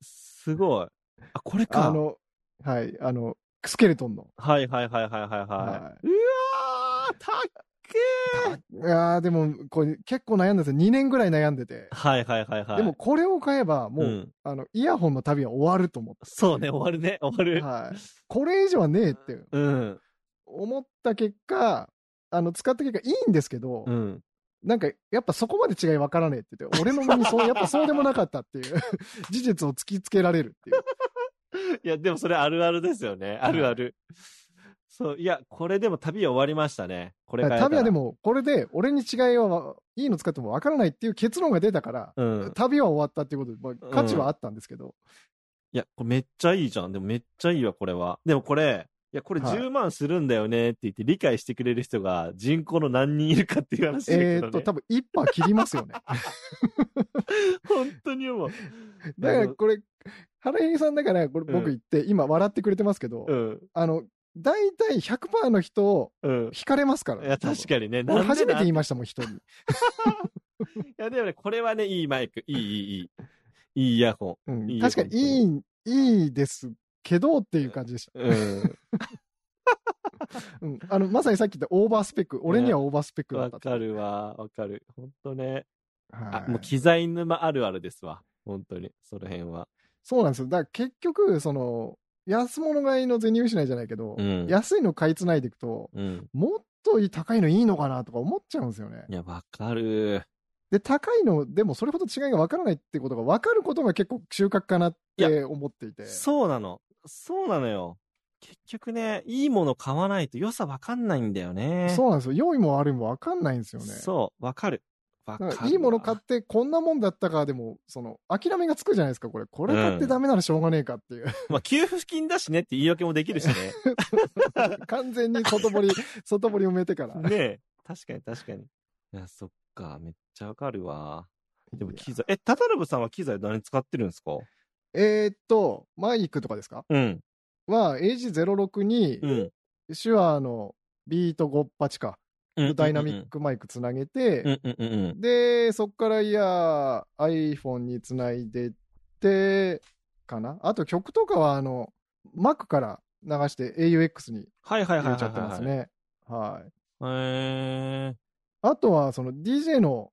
[SPEAKER 2] すごい。あ、これか。
[SPEAKER 1] あの、はい、あの、スケルトンの。
[SPEAKER 2] はいはいはいはいはいはい。
[SPEAKER 1] は
[SPEAKER 2] うわー、たっけー
[SPEAKER 1] いやーでも、これ結構悩んだんですよ。2年ぐらい悩んでて。
[SPEAKER 2] はいはいはいはい。
[SPEAKER 1] でも、、これを買えば、もう、
[SPEAKER 2] ん、
[SPEAKER 1] あの、イヤホンの旅は終わると思っ
[SPEAKER 2] そうね、終わるね、終わ
[SPEAKER 1] て。
[SPEAKER 2] る。
[SPEAKER 1] はい。これ以上はねえって
[SPEAKER 2] うん。
[SPEAKER 1] 思った結果、あの、使った結果いいんですけど、
[SPEAKER 2] うん。
[SPEAKER 1] なんか、やっぱそこまで違い分からねえって言って、俺の身にそう、やっぱそうでもなかったっていう 事実を突きつけられるっていう。
[SPEAKER 2] いや、でもそれあるあるですよね。あるある。そう、いや、これでも旅は終わりましたね。これ
[SPEAKER 1] だ
[SPEAKER 2] か。
[SPEAKER 1] からら旅はで、も、これで、俺に違いは、いいの使っても分からないっていう結論が出たから、
[SPEAKER 2] うん。
[SPEAKER 1] 旅は終わったっていうことで、まあ、価値はあったんですけど、
[SPEAKER 2] いや、これめっちゃいいじゃん。でもめっちゃいいわ、これは。でもこれ、いや、これ
[SPEAKER 1] はい
[SPEAKER 2] 10万するんだよねって言って理解してくれる人が人口の何人いるかっていう話だけど、ね。
[SPEAKER 1] えーっと、多分一波切りますよね。
[SPEAKER 2] 本当に思う。
[SPEAKER 1] だからこれ、原英さんだから、これ
[SPEAKER 2] うん
[SPEAKER 1] 僕言って、今笑ってくれてますけど、
[SPEAKER 2] うん、
[SPEAKER 1] あの、大体100%の人を
[SPEAKER 2] うん。
[SPEAKER 1] 惹かれますから、
[SPEAKER 2] いや、確
[SPEAKER 1] に。
[SPEAKER 2] かにね。
[SPEAKER 1] 俺
[SPEAKER 2] なんで
[SPEAKER 1] 初め
[SPEAKER 2] な
[SPEAKER 1] て言いましたもん、人に。
[SPEAKER 2] いや、でもね、これはね、いいマイク。いい、いい、いい。いいイヤホ
[SPEAKER 1] うん
[SPEAKER 2] いいよ
[SPEAKER 1] 確かにいい、いいですけどっていう感じでした。
[SPEAKER 2] ン。 うん。
[SPEAKER 1] うん、あのまさにさっき言ったオーバースペック、俺にはオーバースペックだっ
[SPEAKER 2] わ
[SPEAKER 1] たと。
[SPEAKER 2] かるわ、わかる。本当ね。
[SPEAKER 1] はい
[SPEAKER 2] あ、もう機材沼あるあるですわ。本当に。その辺は。
[SPEAKER 1] そうなんですよ。だから結局、その、安物買いの銭失いじゃないけど、
[SPEAKER 2] うん。
[SPEAKER 1] 安いの買いつないでいくと、
[SPEAKER 2] うん。
[SPEAKER 1] もっといい高いのいいのかなとか思っちゃうんですよね。
[SPEAKER 2] いや、わかる。
[SPEAKER 1] で、高いの、でもそれほど違いが分からないってことが分かることが結構収穫かなって思っていて。
[SPEAKER 2] そうなの。そうなのよ。結局ね、いいもの買わないと良さわかんないんだよね。
[SPEAKER 1] そうなんですよ。良いも悪いも分かんないんですよね。
[SPEAKER 2] そう、わかる。わ
[SPEAKER 1] なん
[SPEAKER 2] か
[SPEAKER 1] か
[SPEAKER 2] る。
[SPEAKER 1] いいもの買っ
[SPEAKER 2] って
[SPEAKER 1] こんなもんだったかでも、その、諦めがつくじゃないですか、これ。これ買ってダメならしょうがねえかっていう。
[SPEAKER 2] まあ、給付金だしねって言い訳もで きるしね。
[SPEAKER 1] 完全に外堀、外堀埋めてから。
[SPEAKER 2] ねえ。確かに確かに。いや、そっか。めっちゃわかるわ。でも
[SPEAKER 1] いや
[SPEAKER 2] 機材、え、タタルブさんは機材何使ってるんですか
[SPEAKER 1] えーっと、マイクとかですか
[SPEAKER 2] うん。
[SPEAKER 1] は、AG06 に
[SPEAKER 2] う、ん。
[SPEAKER 1] 手話のビート58か、
[SPEAKER 2] うん
[SPEAKER 1] ダイナミッ。クマイクつなげて、
[SPEAKER 2] うんうんうんうん。
[SPEAKER 1] で、そっからいや、iPhone につないでって、かな。あと曲とかは、あの、Mac から流して AUX に
[SPEAKER 2] はいはい
[SPEAKER 1] 入
[SPEAKER 2] はいはい、
[SPEAKER 1] れ
[SPEAKER 2] はい。
[SPEAKER 1] ちゃってます。ね。はい。
[SPEAKER 2] へえ
[SPEAKER 1] あとは、その DJ の、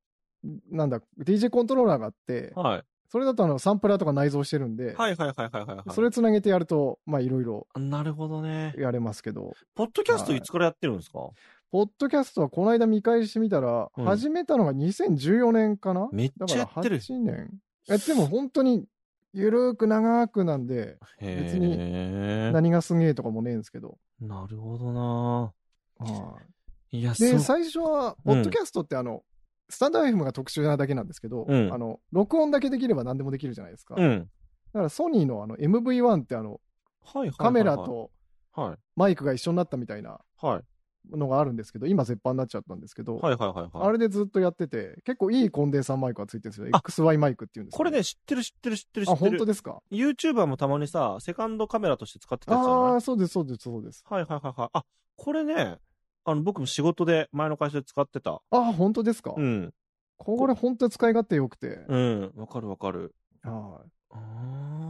[SPEAKER 1] なんだ、DJ コントローラーがあって、
[SPEAKER 2] はい。
[SPEAKER 1] それだとあのサンプラーとか内蔵してるんで、
[SPEAKER 2] はいはいはいはいはいはい。
[SPEAKER 1] それつなげてやると、まあいろいろ
[SPEAKER 2] あなるほどね。
[SPEAKER 1] やれますけど、
[SPEAKER 2] ポッドキャストいつからやってるんですか、
[SPEAKER 1] ポッドキャストはこの間見返してみたら、
[SPEAKER 2] うん
[SPEAKER 1] 始めたのが2014年かな
[SPEAKER 2] めっちゃやってる
[SPEAKER 1] だから8年。え、でも本当に、ゆるーく長くなんで、
[SPEAKER 2] へ
[SPEAKER 1] 別に
[SPEAKER 2] え。
[SPEAKER 1] 何がすげえとかもねえんですけど。
[SPEAKER 2] なるほどな。
[SPEAKER 1] はい
[SPEAKER 2] や、
[SPEAKER 1] いで、
[SPEAKER 2] そう。
[SPEAKER 1] 最初は、
[SPEAKER 2] うん
[SPEAKER 1] ポッドキャストってあの、スタンド FM が特殊なだけなんですけど、
[SPEAKER 2] うん
[SPEAKER 1] あの、録音だけできれば何でもできるじゃないですか。
[SPEAKER 2] う
[SPEAKER 1] だ
[SPEAKER 2] ん。
[SPEAKER 1] からソニーのあの MV1 ってあの、
[SPEAKER 2] はいはいはいはい。
[SPEAKER 1] カメラ。と
[SPEAKER 2] は。
[SPEAKER 1] マイクが一緒になったみたいない
[SPEAKER 2] はい。
[SPEAKER 1] のがあるんですけど、今絶版になっちゃったんですけど、
[SPEAKER 2] はいはいはいはい。
[SPEAKER 1] あれでずっとやってて、結構いいコンデンサーマイクがついてるんですよ。
[SPEAKER 2] あ
[SPEAKER 1] XY マイクっていうんですけ
[SPEAKER 2] こ
[SPEAKER 1] ど
[SPEAKER 2] れね、知ってる知ってる知ってる知
[SPEAKER 1] あ、
[SPEAKER 2] って
[SPEAKER 1] 本
[SPEAKER 2] る
[SPEAKER 1] 当。ですか
[SPEAKER 2] YouTuber もたまにさ、セカンドカメラとして使ってたやつじゃ
[SPEAKER 1] あ
[SPEAKER 2] な
[SPEAKER 1] あ
[SPEAKER 2] い
[SPEAKER 1] ー、そうです、そうです、そうです。
[SPEAKER 2] はいはいはいはい。あ、これね、あの、僕も仕事で、前の会社で使ってた。
[SPEAKER 1] あー、本当ですか、
[SPEAKER 2] うん。
[SPEAKER 1] これ本当に使い勝手良くて。
[SPEAKER 2] うん。わかるわかる。
[SPEAKER 1] は
[SPEAKER 2] あ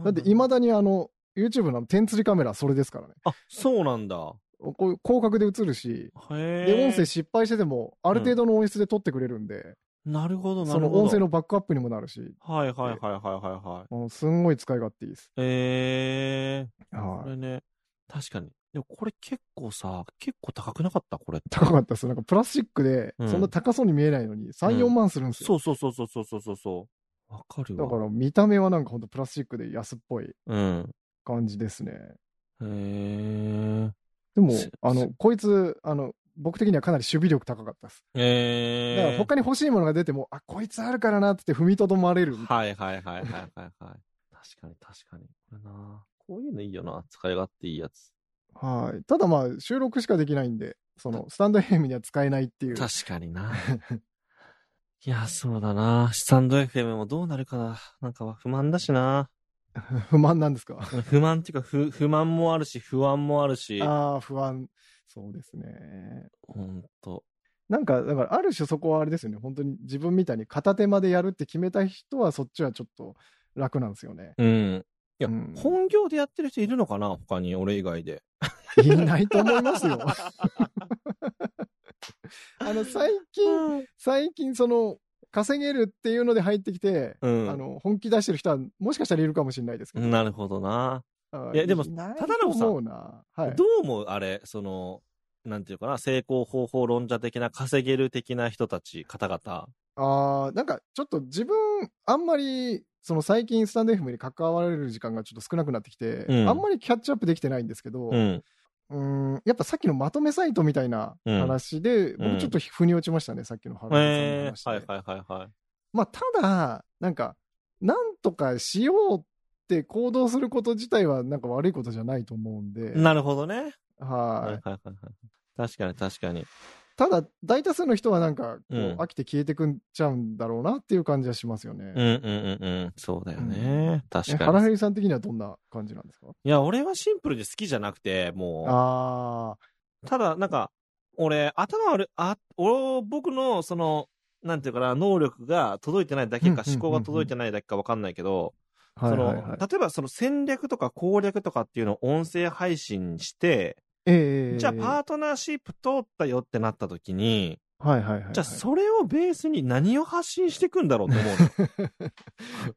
[SPEAKER 1] い
[SPEAKER 2] ー
[SPEAKER 1] だって、未だにあの、YouTube のあの点釣りカメラそれですからね。
[SPEAKER 2] あ、そうなんだ。
[SPEAKER 1] こう広角で映るし、
[SPEAKER 2] へえ。
[SPEAKER 1] で、音声失敗してても、ある程度の音質で撮ってくれるんで、
[SPEAKER 2] なるほど、な
[SPEAKER 1] そ
[SPEAKER 2] るほど。
[SPEAKER 1] の音声のバックアップにもなるし、
[SPEAKER 2] はいはいはいはいはいはい。
[SPEAKER 1] もうすんごい使い勝手いいです。
[SPEAKER 2] ええ
[SPEAKER 1] はい
[SPEAKER 2] これね、確かに。でもこれ結構さ、結構高くなかったこれって。
[SPEAKER 1] 高かったです。なんかプラスチックで、
[SPEAKER 2] うん
[SPEAKER 1] そんな高そうに見えないのに、3、
[SPEAKER 2] う
[SPEAKER 1] 4
[SPEAKER 2] ん
[SPEAKER 1] 万するんですよ。
[SPEAKER 2] そうそうそうそうそうそうそうそう。わかる
[SPEAKER 1] だか
[SPEAKER 2] わ。
[SPEAKER 1] ら見た目はなんかほんとプラスチックで安っぽい
[SPEAKER 2] うん。
[SPEAKER 1] 感じですね。
[SPEAKER 2] へえ。
[SPEAKER 1] でも
[SPEAKER 2] す、
[SPEAKER 1] あ
[SPEAKER 2] す
[SPEAKER 1] の、こいつ、あの、僕的にはかなり守備力高かったです。だか
[SPEAKER 2] え
[SPEAKER 1] ら
[SPEAKER 2] え
[SPEAKER 1] 他に欲しいものが出ても、あ、こいつあるからなって言って踏みとどまれるみたいな。
[SPEAKER 2] はいはいはいはいはいはい。確かに確かに。これなこういうのいいよな。使い勝手いいやつ。
[SPEAKER 1] はい。ただまあ、収録しかできないんで、その、スタンド FM には使えないっていう。
[SPEAKER 2] 確かに な。いや、そうだな。スタンド FM もどうなるかな。なんかは不満だしな。
[SPEAKER 1] 不満なんですか
[SPEAKER 2] 不満っていうか、不、不満もあるし、不安もあるし。
[SPEAKER 1] ああ、不安。そうですね。
[SPEAKER 2] ほんと。
[SPEAKER 1] なんか、だから、ある種そこはあれですよね。本当に自分みたいに片手までやるって決めた人は、そっちはちょっと楽なんですよね。
[SPEAKER 2] うん。いや、
[SPEAKER 1] うん
[SPEAKER 2] 本業でやってる人いるのかな他に、俺以外で。
[SPEAKER 1] いないと思います よ。あの、最近、最近、その、稼げるっていうので入ってきて、
[SPEAKER 2] うん
[SPEAKER 1] あの、本気出してる人は、もしかしたらいるかもしれないですけど。
[SPEAKER 2] なるほどな。
[SPEAKER 1] あー
[SPEAKER 2] いやでも
[SPEAKER 1] ない
[SPEAKER 2] ただのさ
[SPEAKER 1] と思うな。はい
[SPEAKER 2] ど。う思うあれ、その、なんていうかな、成功方法論者的な、稼げる的な人たち、方々。
[SPEAKER 1] あーなんかちょっと自分あんまりその最近スタンド FM に関われる時間がちょっと少なくなってきて、
[SPEAKER 2] うん
[SPEAKER 1] あんまりキャッチアップできてないんですけど、
[SPEAKER 2] うん。
[SPEAKER 1] うーんやっぱさっきのまとめサイトみたいな
[SPEAKER 2] うん
[SPEAKER 1] 話で、
[SPEAKER 2] う
[SPEAKER 1] 僕
[SPEAKER 2] ん
[SPEAKER 1] ちょっと腑に落ちましたねさっきの原田さんの
[SPEAKER 2] え
[SPEAKER 1] 話
[SPEAKER 2] ー、
[SPEAKER 1] で、
[SPEAKER 2] はいはいはいはい。
[SPEAKER 1] まあただなんかなんとかしようって行動すること自体はなんか悪いことじゃないと思うんで、
[SPEAKER 2] なるほどね。はい
[SPEAKER 1] は
[SPEAKER 2] はいはいはい。確かに確かに。
[SPEAKER 1] い、ただ大多数の人はなんかこう、
[SPEAKER 2] うん
[SPEAKER 1] 飽きて消えてくんちゃうんだろうなっていう感じはしますよね。
[SPEAKER 2] うんうんうんうん。そうだよ
[SPEAKER 1] え
[SPEAKER 2] ね。確
[SPEAKER 1] 原
[SPEAKER 2] かに。
[SPEAKER 1] 平さん的にはどんな感じなんですか
[SPEAKER 2] いや、俺はシンプルで好きじゃなくて、も
[SPEAKER 1] あ
[SPEAKER 2] う、ただなんか、俺、頭悪い、あ、俺、僕の、その、なんていうかな、能力が届いてないだけ
[SPEAKER 1] うんうん
[SPEAKER 2] か
[SPEAKER 1] う、んうん
[SPEAKER 2] 思考が届いてないだけかわかんないけど、
[SPEAKER 1] あ、はい
[SPEAKER 2] そ
[SPEAKER 1] はい
[SPEAKER 2] の、
[SPEAKER 1] はい。
[SPEAKER 2] 例えばその戦略とか攻略とかっていうのを音声配信して、
[SPEAKER 1] ええ
[SPEAKER 2] じゃあパートナーシップ通ったよってなった時に、
[SPEAKER 1] はいはいはい。
[SPEAKER 2] じゃあそれをベースに何を発信していくんだろうと思うのよ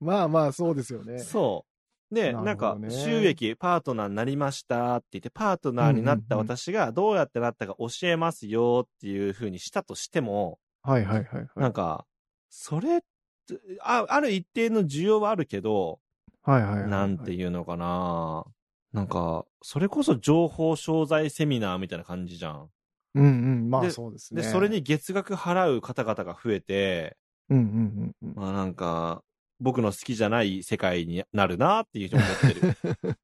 [SPEAKER 1] まあまあ、そうですよ ね。
[SPEAKER 2] そう。で、
[SPEAKER 1] な
[SPEAKER 2] な
[SPEAKER 1] る
[SPEAKER 2] ん
[SPEAKER 1] ほど
[SPEAKER 2] か
[SPEAKER 1] ね、
[SPEAKER 2] 収益、パートナーになりましたって言って、パートナーになった
[SPEAKER 1] うんうんうん
[SPEAKER 2] 私がどうやってなったか教えますよっていう風にしたとしても、
[SPEAKER 1] はいはいはいは。
[SPEAKER 2] ないんか、それってあ、ある一定の需要はあるけど、
[SPEAKER 1] はいはいはいはい。
[SPEAKER 2] なんていうのかな。なんか、それこそ情報商材セミナーみたいな感じじゃん。
[SPEAKER 1] うんうん。まあ
[SPEAKER 2] で
[SPEAKER 1] そうです
[SPEAKER 2] で、
[SPEAKER 1] ね。
[SPEAKER 2] それに月額払う方々が増えて、
[SPEAKER 1] うんうんうんうん。
[SPEAKER 2] まあなんか、僕の好きじゃない世界になるなっていうふうに思っ てる。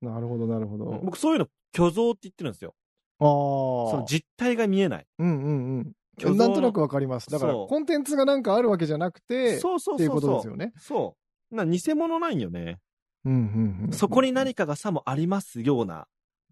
[SPEAKER 1] なるほど、なるほど。
[SPEAKER 2] 僕そういうの虚像って言ってるんですよ。そ
[SPEAKER 1] あ
[SPEAKER 2] の
[SPEAKER 1] あ。
[SPEAKER 2] 実体が見えない。
[SPEAKER 1] うんうん
[SPEAKER 2] 虚
[SPEAKER 1] うん。
[SPEAKER 2] 像の
[SPEAKER 1] なんとなくわかります。だから、
[SPEAKER 2] そう
[SPEAKER 1] コンテンツがなんかあるわけじゃなくて、
[SPEAKER 2] そうそうそうそう。
[SPEAKER 1] っていうことですよね。
[SPEAKER 2] そう。な偽物ないんよね。
[SPEAKER 1] うんうんうん。
[SPEAKER 2] そこに何かがさもありますような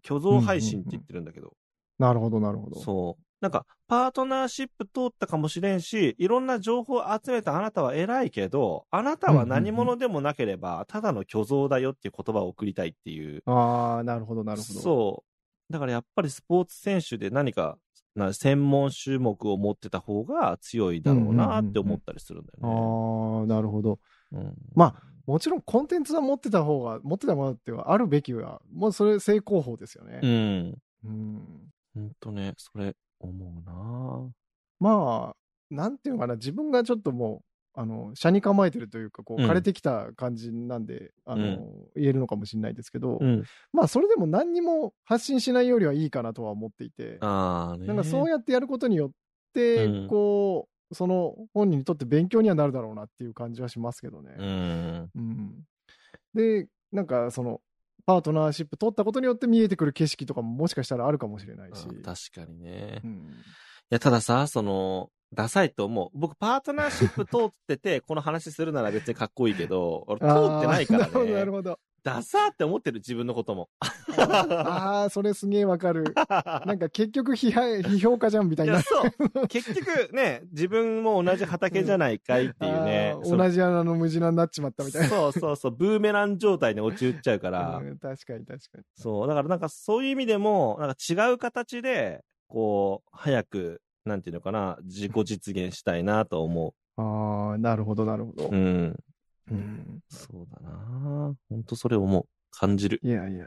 [SPEAKER 2] 虚像配信って言ってるんだけど。
[SPEAKER 1] なるほど、なるほど。
[SPEAKER 2] そう。なんか、パートナーシップ通ったかもしれんし、いろんな情報を集めたあなたは偉いけど、あなたは何者でもなければ、ただの虚像だよっていう言葉を送りたいっていう。
[SPEAKER 1] ああ、なるほど、なるほど。
[SPEAKER 2] そう。だからやっぱりスポーツ選手で何か、な専門種目を持ってた方が強いだろうなって思ったりするんだよ
[SPEAKER 1] ああ、なるほど。
[SPEAKER 2] ね。うん
[SPEAKER 1] まあ、もちろんコンテンツは持ってた方が、持ってたものっていうかあるべきは、もうそれ正攻法ですよ
[SPEAKER 2] う
[SPEAKER 1] ね。
[SPEAKER 2] ん。
[SPEAKER 1] うん。
[SPEAKER 2] ほんとね、それ思うな
[SPEAKER 1] まあ、なんていうのかな、自分がちょっともう、あの、車に構えてるというか、こう、
[SPEAKER 2] うん
[SPEAKER 1] 枯れてきた感じなんで、あの、言えるのかもしれないですけど、
[SPEAKER 2] うん。
[SPEAKER 1] まあ、それでも何にも発信しないよりはいいかなとは思っていて、
[SPEAKER 2] ああね。
[SPEAKER 1] なんかそうやってやることによって、
[SPEAKER 2] うん
[SPEAKER 1] こう、その本人にとって勉強にはなるだろうなっていう感じはしますけどね。
[SPEAKER 2] うん。
[SPEAKER 1] うん、でなんかそのパートナーシップ取ったことによって見えてくる景色とかももしかしたらあるかもしれないし、
[SPEAKER 2] あ確かにね。
[SPEAKER 1] うん、
[SPEAKER 2] いや、たださ、その、ダサいと思う。僕、パートナーシップ通ってて、 この話するなら別にかっこいいけど、俺通ってないから
[SPEAKER 1] あー なる
[SPEAKER 2] ね。
[SPEAKER 1] ほど
[SPEAKER 2] ダサーって思ってる、自分 のことも。
[SPEAKER 1] なるほどああそれすげえわかるなんか結局批判 批評家じゃんみたい
[SPEAKER 2] い
[SPEAKER 1] にな
[SPEAKER 2] や、 そう。結局ね、自分も同じ畑じゃないかいっていうね
[SPEAKER 1] あ。ー
[SPEAKER 2] その
[SPEAKER 1] 同じ穴の無地穴になっちまったみたいな
[SPEAKER 2] そうそうそう、ブーメラン状態に陥っちゃ うから
[SPEAKER 1] う。ん確かに確かに
[SPEAKER 2] そう。だからなんかそういう意味でも、なんか違う形で、こう、早く、なんていうのかな、自己実現したいなと思
[SPEAKER 1] ああなるほどなるほど
[SPEAKER 2] う。、うん。
[SPEAKER 1] うん
[SPEAKER 2] そうだな本当それ思う。感じる。
[SPEAKER 1] いやいやいや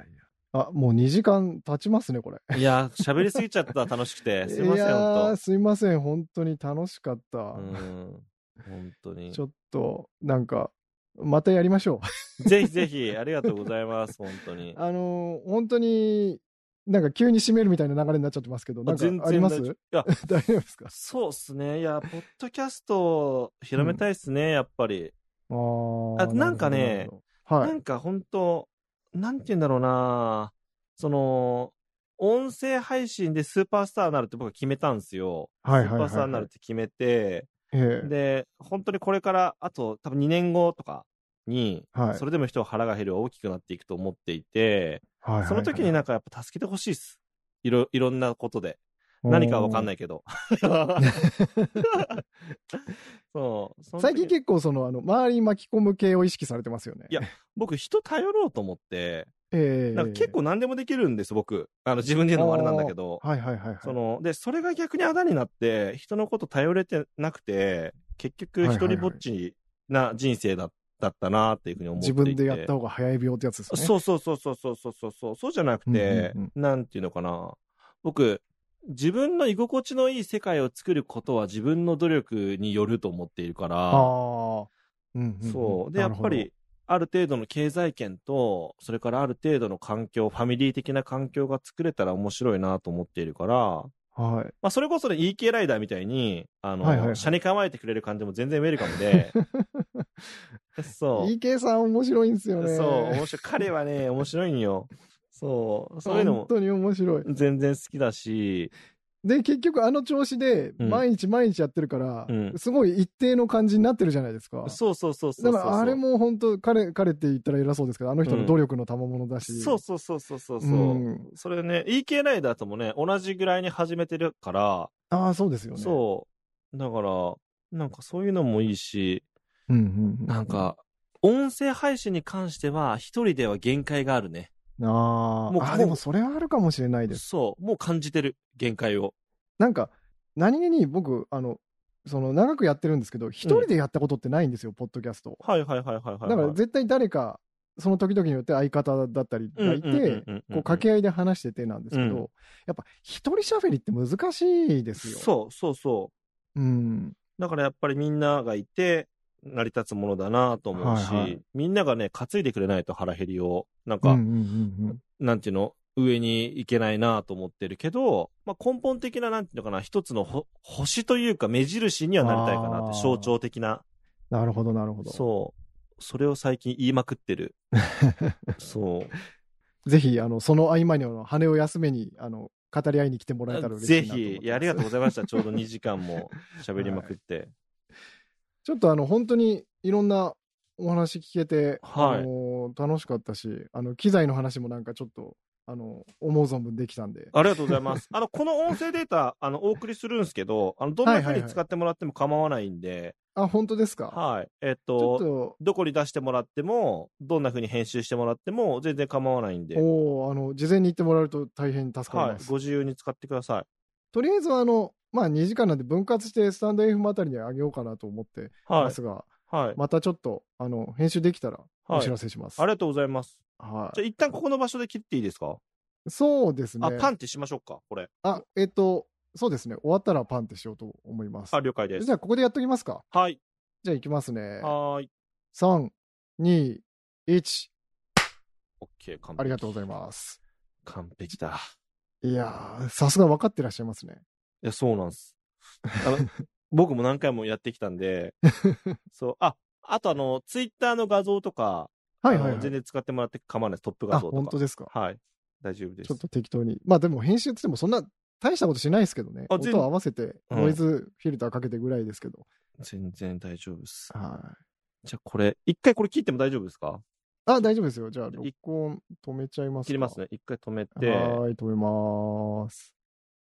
[SPEAKER 1] あもう2時間経ちますねこれ
[SPEAKER 2] いやー、喋りすぎちゃった、楽し くて。すいません、
[SPEAKER 1] やー
[SPEAKER 2] 本
[SPEAKER 1] すいません本当に楽しかった、
[SPEAKER 2] 当うん。本当に
[SPEAKER 1] ち。ょっと、なんか、またやりましょ
[SPEAKER 2] ぜひぜひ、ありがとうございます、本当に
[SPEAKER 1] う。。あのー、本当に、なんか急に締めるみたいな流れになっちゃってますけど、なんか
[SPEAKER 2] 全然
[SPEAKER 1] あります
[SPEAKER 2] 大丈夫いや、
[SPEAKER 1] 大丈夫ですか
[SPEAKER 2] そうっすね。いや、ポッドキャスト、広めたいっすね、やっぱり。
[SPEAKER 1] あー
[SPEAKER 2] あなんかね、
[SPEAKER 1] るほどなるほどは。
[SPEAKER 2] ないんか本当なんて言うんだろうなその、音声配信でスーパースターになるって僕は決めたんですよ。
[SPEAKER 1] はいはいはいはい
[SPEAKER 2] スーパースターになるって決めて、
[SPEAKER 1] ええ
[SPEAKER 2] で、本当にこれから、あと多分2年後とかに、
[SPEAKER 1] はい
[SPEAKER 2] それでも人は腹が減るは大きくなっていくと思っていて、
[SPEAKER 1] はいはいはい
[SPEAKER 2] その時になんかやっぱ助けてほしいっす。いろ、いろんなことで。
[SPEAKER 1] おー
[SPEAKER 2] 何かわかんない けど。そう。その時に
[SPEAKER 1] 最近結構、その、あの、周りに巻き込む系を意識されてますよね。
[SPEAKER 2] いや僕人頼ろうと思って、
[SPEAKER 1] ええ
[SPEAKER 2] なんか結、構何でもできるんです、僕。あの、自分で言うのもあれなんだけど。
[SPEAKER 1] はいはいはいはい。
[SPEAKER 2] その、で、それが逆にあだになって、人のこと頼れてなくて、結局
[SPEAKER 1] はいは
[SPEAKER 2] 一
[SPEAKER 1] いはい
[SPEAKER 2] 人ぼっちな人生だだったなっていうふうに思ってい
[SPEAKER 1] 自
[SPEAKER 2] て。
[SPEAKER 1] 分でやった方が早い病ってやつですね。
[SPEAKER 2] そうそうそうそうそうそうそうそう、そうじゃなくて、
[SPEAKER 1] うんうん
[SPEAKER 2] なんていうのかな。僕、自分の居心地のいい世界を作ることは自分の努力によると思っているから、
[SPEAKER 1] ああ。うんうんん
[SPEAKER 2] そう。で、
[SPEAKER 1] な
[SPEAKER 2] や
[SPEAKER 1] る
[SPEAKER 2] っ
[SPEAKER 1] ほ
[SPEAKER 2] ぱ
[SPEAKER 1] ど
[SPEAKER 2] り、ある程度の経済圏と、それからある程度の環境、ファミリー的な環境が作れたら面白いなと思っているから、
[SPEAKER 1] はい。
[SPEAKER 2] まあ、それこそね、EK ライダーみたいに、あの、
[SPEAKER 1] はいはいはい
[SPEAKER 2] 車に構えてくれる感じも全然ウェルカ ムで、そう。
[SPEAKER 1] EK さん面白いんですよね。
[SPEAKER 2] そう、面白い。彼はね、面白いんよ。そう、そういうの
[SPEAKER 1] 本
[SPEAKER 2] も
[SPEAKER 1] 当に面白い。
[SPEAKER 2] 全然好きだし、
[SPEAKER 1] で、結局あの調子で、
[SPEAKER 2] うん
[SPEAKER 1] 毎日毎日やってるから、
[SPEAKER 2] うん
[SPEAKER 1] すごい一定の感じになってるじゃないですか。
[SPEAKER 2] そうそうそうそうそう。
[SPEAKER 1] だからあれも本当、彼、彼って言ったら偉そうですけど、あの人の努力の賜物だし。
[SPEAKER 2] そうそうそうそうそう。う
[SPEAKER 1] うん
[SPEAKER 2] それね、EK ライダーともね、同じぐらいに始めてるから、
[SPEAKER 1] ああ、そうですよね。
[SPEAKER 2] そう。だから、なんかそういうのもいいし、
[SPEAKER 1] う。うんうん。
[SPEAKER 2] なん。か、音声配信に関しては、一人では限界があるね。
[SPEAKER 1] あ
[SPEAKER 2] も
[SPEAKER 1] ー
[SPEAKER 2] う
[SPEAKER 1] あ
[SPEAKER 2] もう
[SPEAKER 1] ー、でもそれはあるかもしれないです。
[SPEAKER 2] そう。もう感じてる。限界を。
[SPEAKER 1] なんか、何気に僕、あの、その長くやってるんですけど、一人でやったことってないんですよ、ポッドキャスト。
[SPEAKER 2] はいはいはいはいはい、はい。
[SPEAKER 1] だから絶対誰か、その時々によって相方だったりがいて、
[SPEAKER 2] こ
[SPEAKER 1] こう掛け合いで話しててなんですけど、
[SPEAKER 2] うん
[SPEAKER 1] やっぱ一人喋りって難しいですよ。。
[SPEAKER 2] そうそうそう
[SPEAKER 1] ん。
[SPEAKER 2] う。だからやっぱりみんながいて、成り立つものだなと思うし、
[SPEAKER 1] はいはい
[SPEAKER 2] みんながね、担いでくれないと腹減りを、な
[SPEAKER 1] う
[SPEAKER 2] ん
[SPEAKER 1] ん
[SPEAKER 2] か、
[SPEAKER 1] うんうん
[SPEAKER 2] なんていうの、上に行けないなと思ってるけど、まあ、根本的な、なんていうのかな、一つのほ星というか、目印にはなりたいかなっ
[SPEAKER 1] あ
[SPEAKER 2] て、
[SPEAKER 1] ー
[SPEAKER 2] 象徴的な、
[SPEAKER 1] なるほど、なるほど。
[SPEAKER 2] そう、それを最近言いまくっ てる。そう。
[SPEAKER 1] ぜひ、あの、その合間に、あの、羽を休めに、あの、語り合いに来てもらえたら嬉し
[SPEAKER 2] ぜ
[SPEAKER 1] いなと思って
[SPEAKER 2] ひ
[SPEAKER 1] ま、す
[SPEAKER 2] いやありがとうござい ました。ちょうど2時間も喋りまくって。
[SPEAKER 1] ちょっと、あの、本当にいろんなお話聞けて、
[SPEAKER 2] はい
[SPEAKER 1] あの楽しかったし、あの、機材の話もなんかちょっと、あの、思う存分できたんで、
[SPEAKER 2] ありがとうございます。あの、この音声データ、あの、お送りするんですけど、あの、どんな風
[SPEAKER 1] はいはい
[SPEAKER 2] に
[SPEAKER 1] はい
[SPEAKER 2] 使ってもらっても構わないんで、
[SPEAKER 1] あ、本当ですか、
[SPEAKER 2] はい。えっ
[SPEAKER 1] ちょっ
[SPEAKER 2] と、
[SPEAKER 1] と、
[SPEAKER 2] どこに出してもらっても、どんな風に編集してもらっても、全然構わないんで、はい。
[SPEAKER 1] おーあの、事前に言ってもらえると大変助かります。
[SPEAKER 2] ご自由に使ってください。
[SPEAKER 1] とりあえず、あの、まあ、2時間なんで分割して、スタンド FM あたりに上げようかなと思ってま
[SPEAKER 2] は
[SPEAKER 1] すが、
[SPEAKER 2] い。はい。
[SPEAKER 1] またちょっと、あの、編集できたらお
[SPEAKER 2] はい
[SPEAKER 1] 知らせします。
[SPEAKER 2] ありがとうございます。
[SPEAKER 1] は
[SPEAKER 2] じゃあ、一旦ここの場所で切っていいですか
[SPEAKER 1] い。そうですね。
[SPEAKER 2] あ、パンってしましょうか、これ。
[SPEAKER 1] あ、えっ、と、そうですね。終わったらパンってしようと思います
[SPEAKER 2] あ、。了解で
[SPEAKER 1] じ
[SPEAKER 2] す。
[SPEAKER 1] ゃあ、ここでやっときますか。
[SPEAKER 2] はい。
[SPEAKER 1] じゃあ、いきますね。
[SPEAKER 2] はーい。
[SPEAKER 1] 3、2、1。
[SPEAKER 2] OK、完璧。
[SPEAKER 1] ありがとうございます。
[SPEAKER 2] 完璧だ。
[SPEAKER 1] いやー、さすが分かってらっしゃいますね。
[SPEAKER 2] いや、そうなん です。あの僕も何回もやってきたんで、そう、あ、あとあの、ツイッターの画像とか、
[SPEAKER 1] はいはい、
[SPEAKER 2] あの
[SPEAKER 1] はい
[SPEAKER 2] 全。然使ってもらって構わないです。トップ画
[SPEAKER 1] あ、
[SPEAKER 2] 像と
[SPEAKER 1] 本当
[SPEAKER 2] か。
[SPEAKER 1] ですか。
[SPEAKER 2] はい。大丈夫です。
[SPEAKER 1] ちょっと適当に。まあ、でも編集ってってもそんな大したことしないですけどね。
[SPEAKER 2] あ全
[SPEAKER 1] 音を合わせて、
[SPEAKER 2] うん
[SPEAKER 1] ノイズフィルターかけてぐらいですけど。
[SPEAKER 2] 全然大丈夫です。
[SPEAKER 1] はい。
[SPEAKER 2] じゃあこれ、一回これ切っても大丈夫ですか
[SPEAKER 1] あ、大丈夫ですよ。じゃあ、
[SPEAKER 2] い
[SPEAKER 1] 録音止めちゃいますか。
[SPEAKER 2] 切りますね。一回止めて、
[SPEAKER 1] はーい、止めます。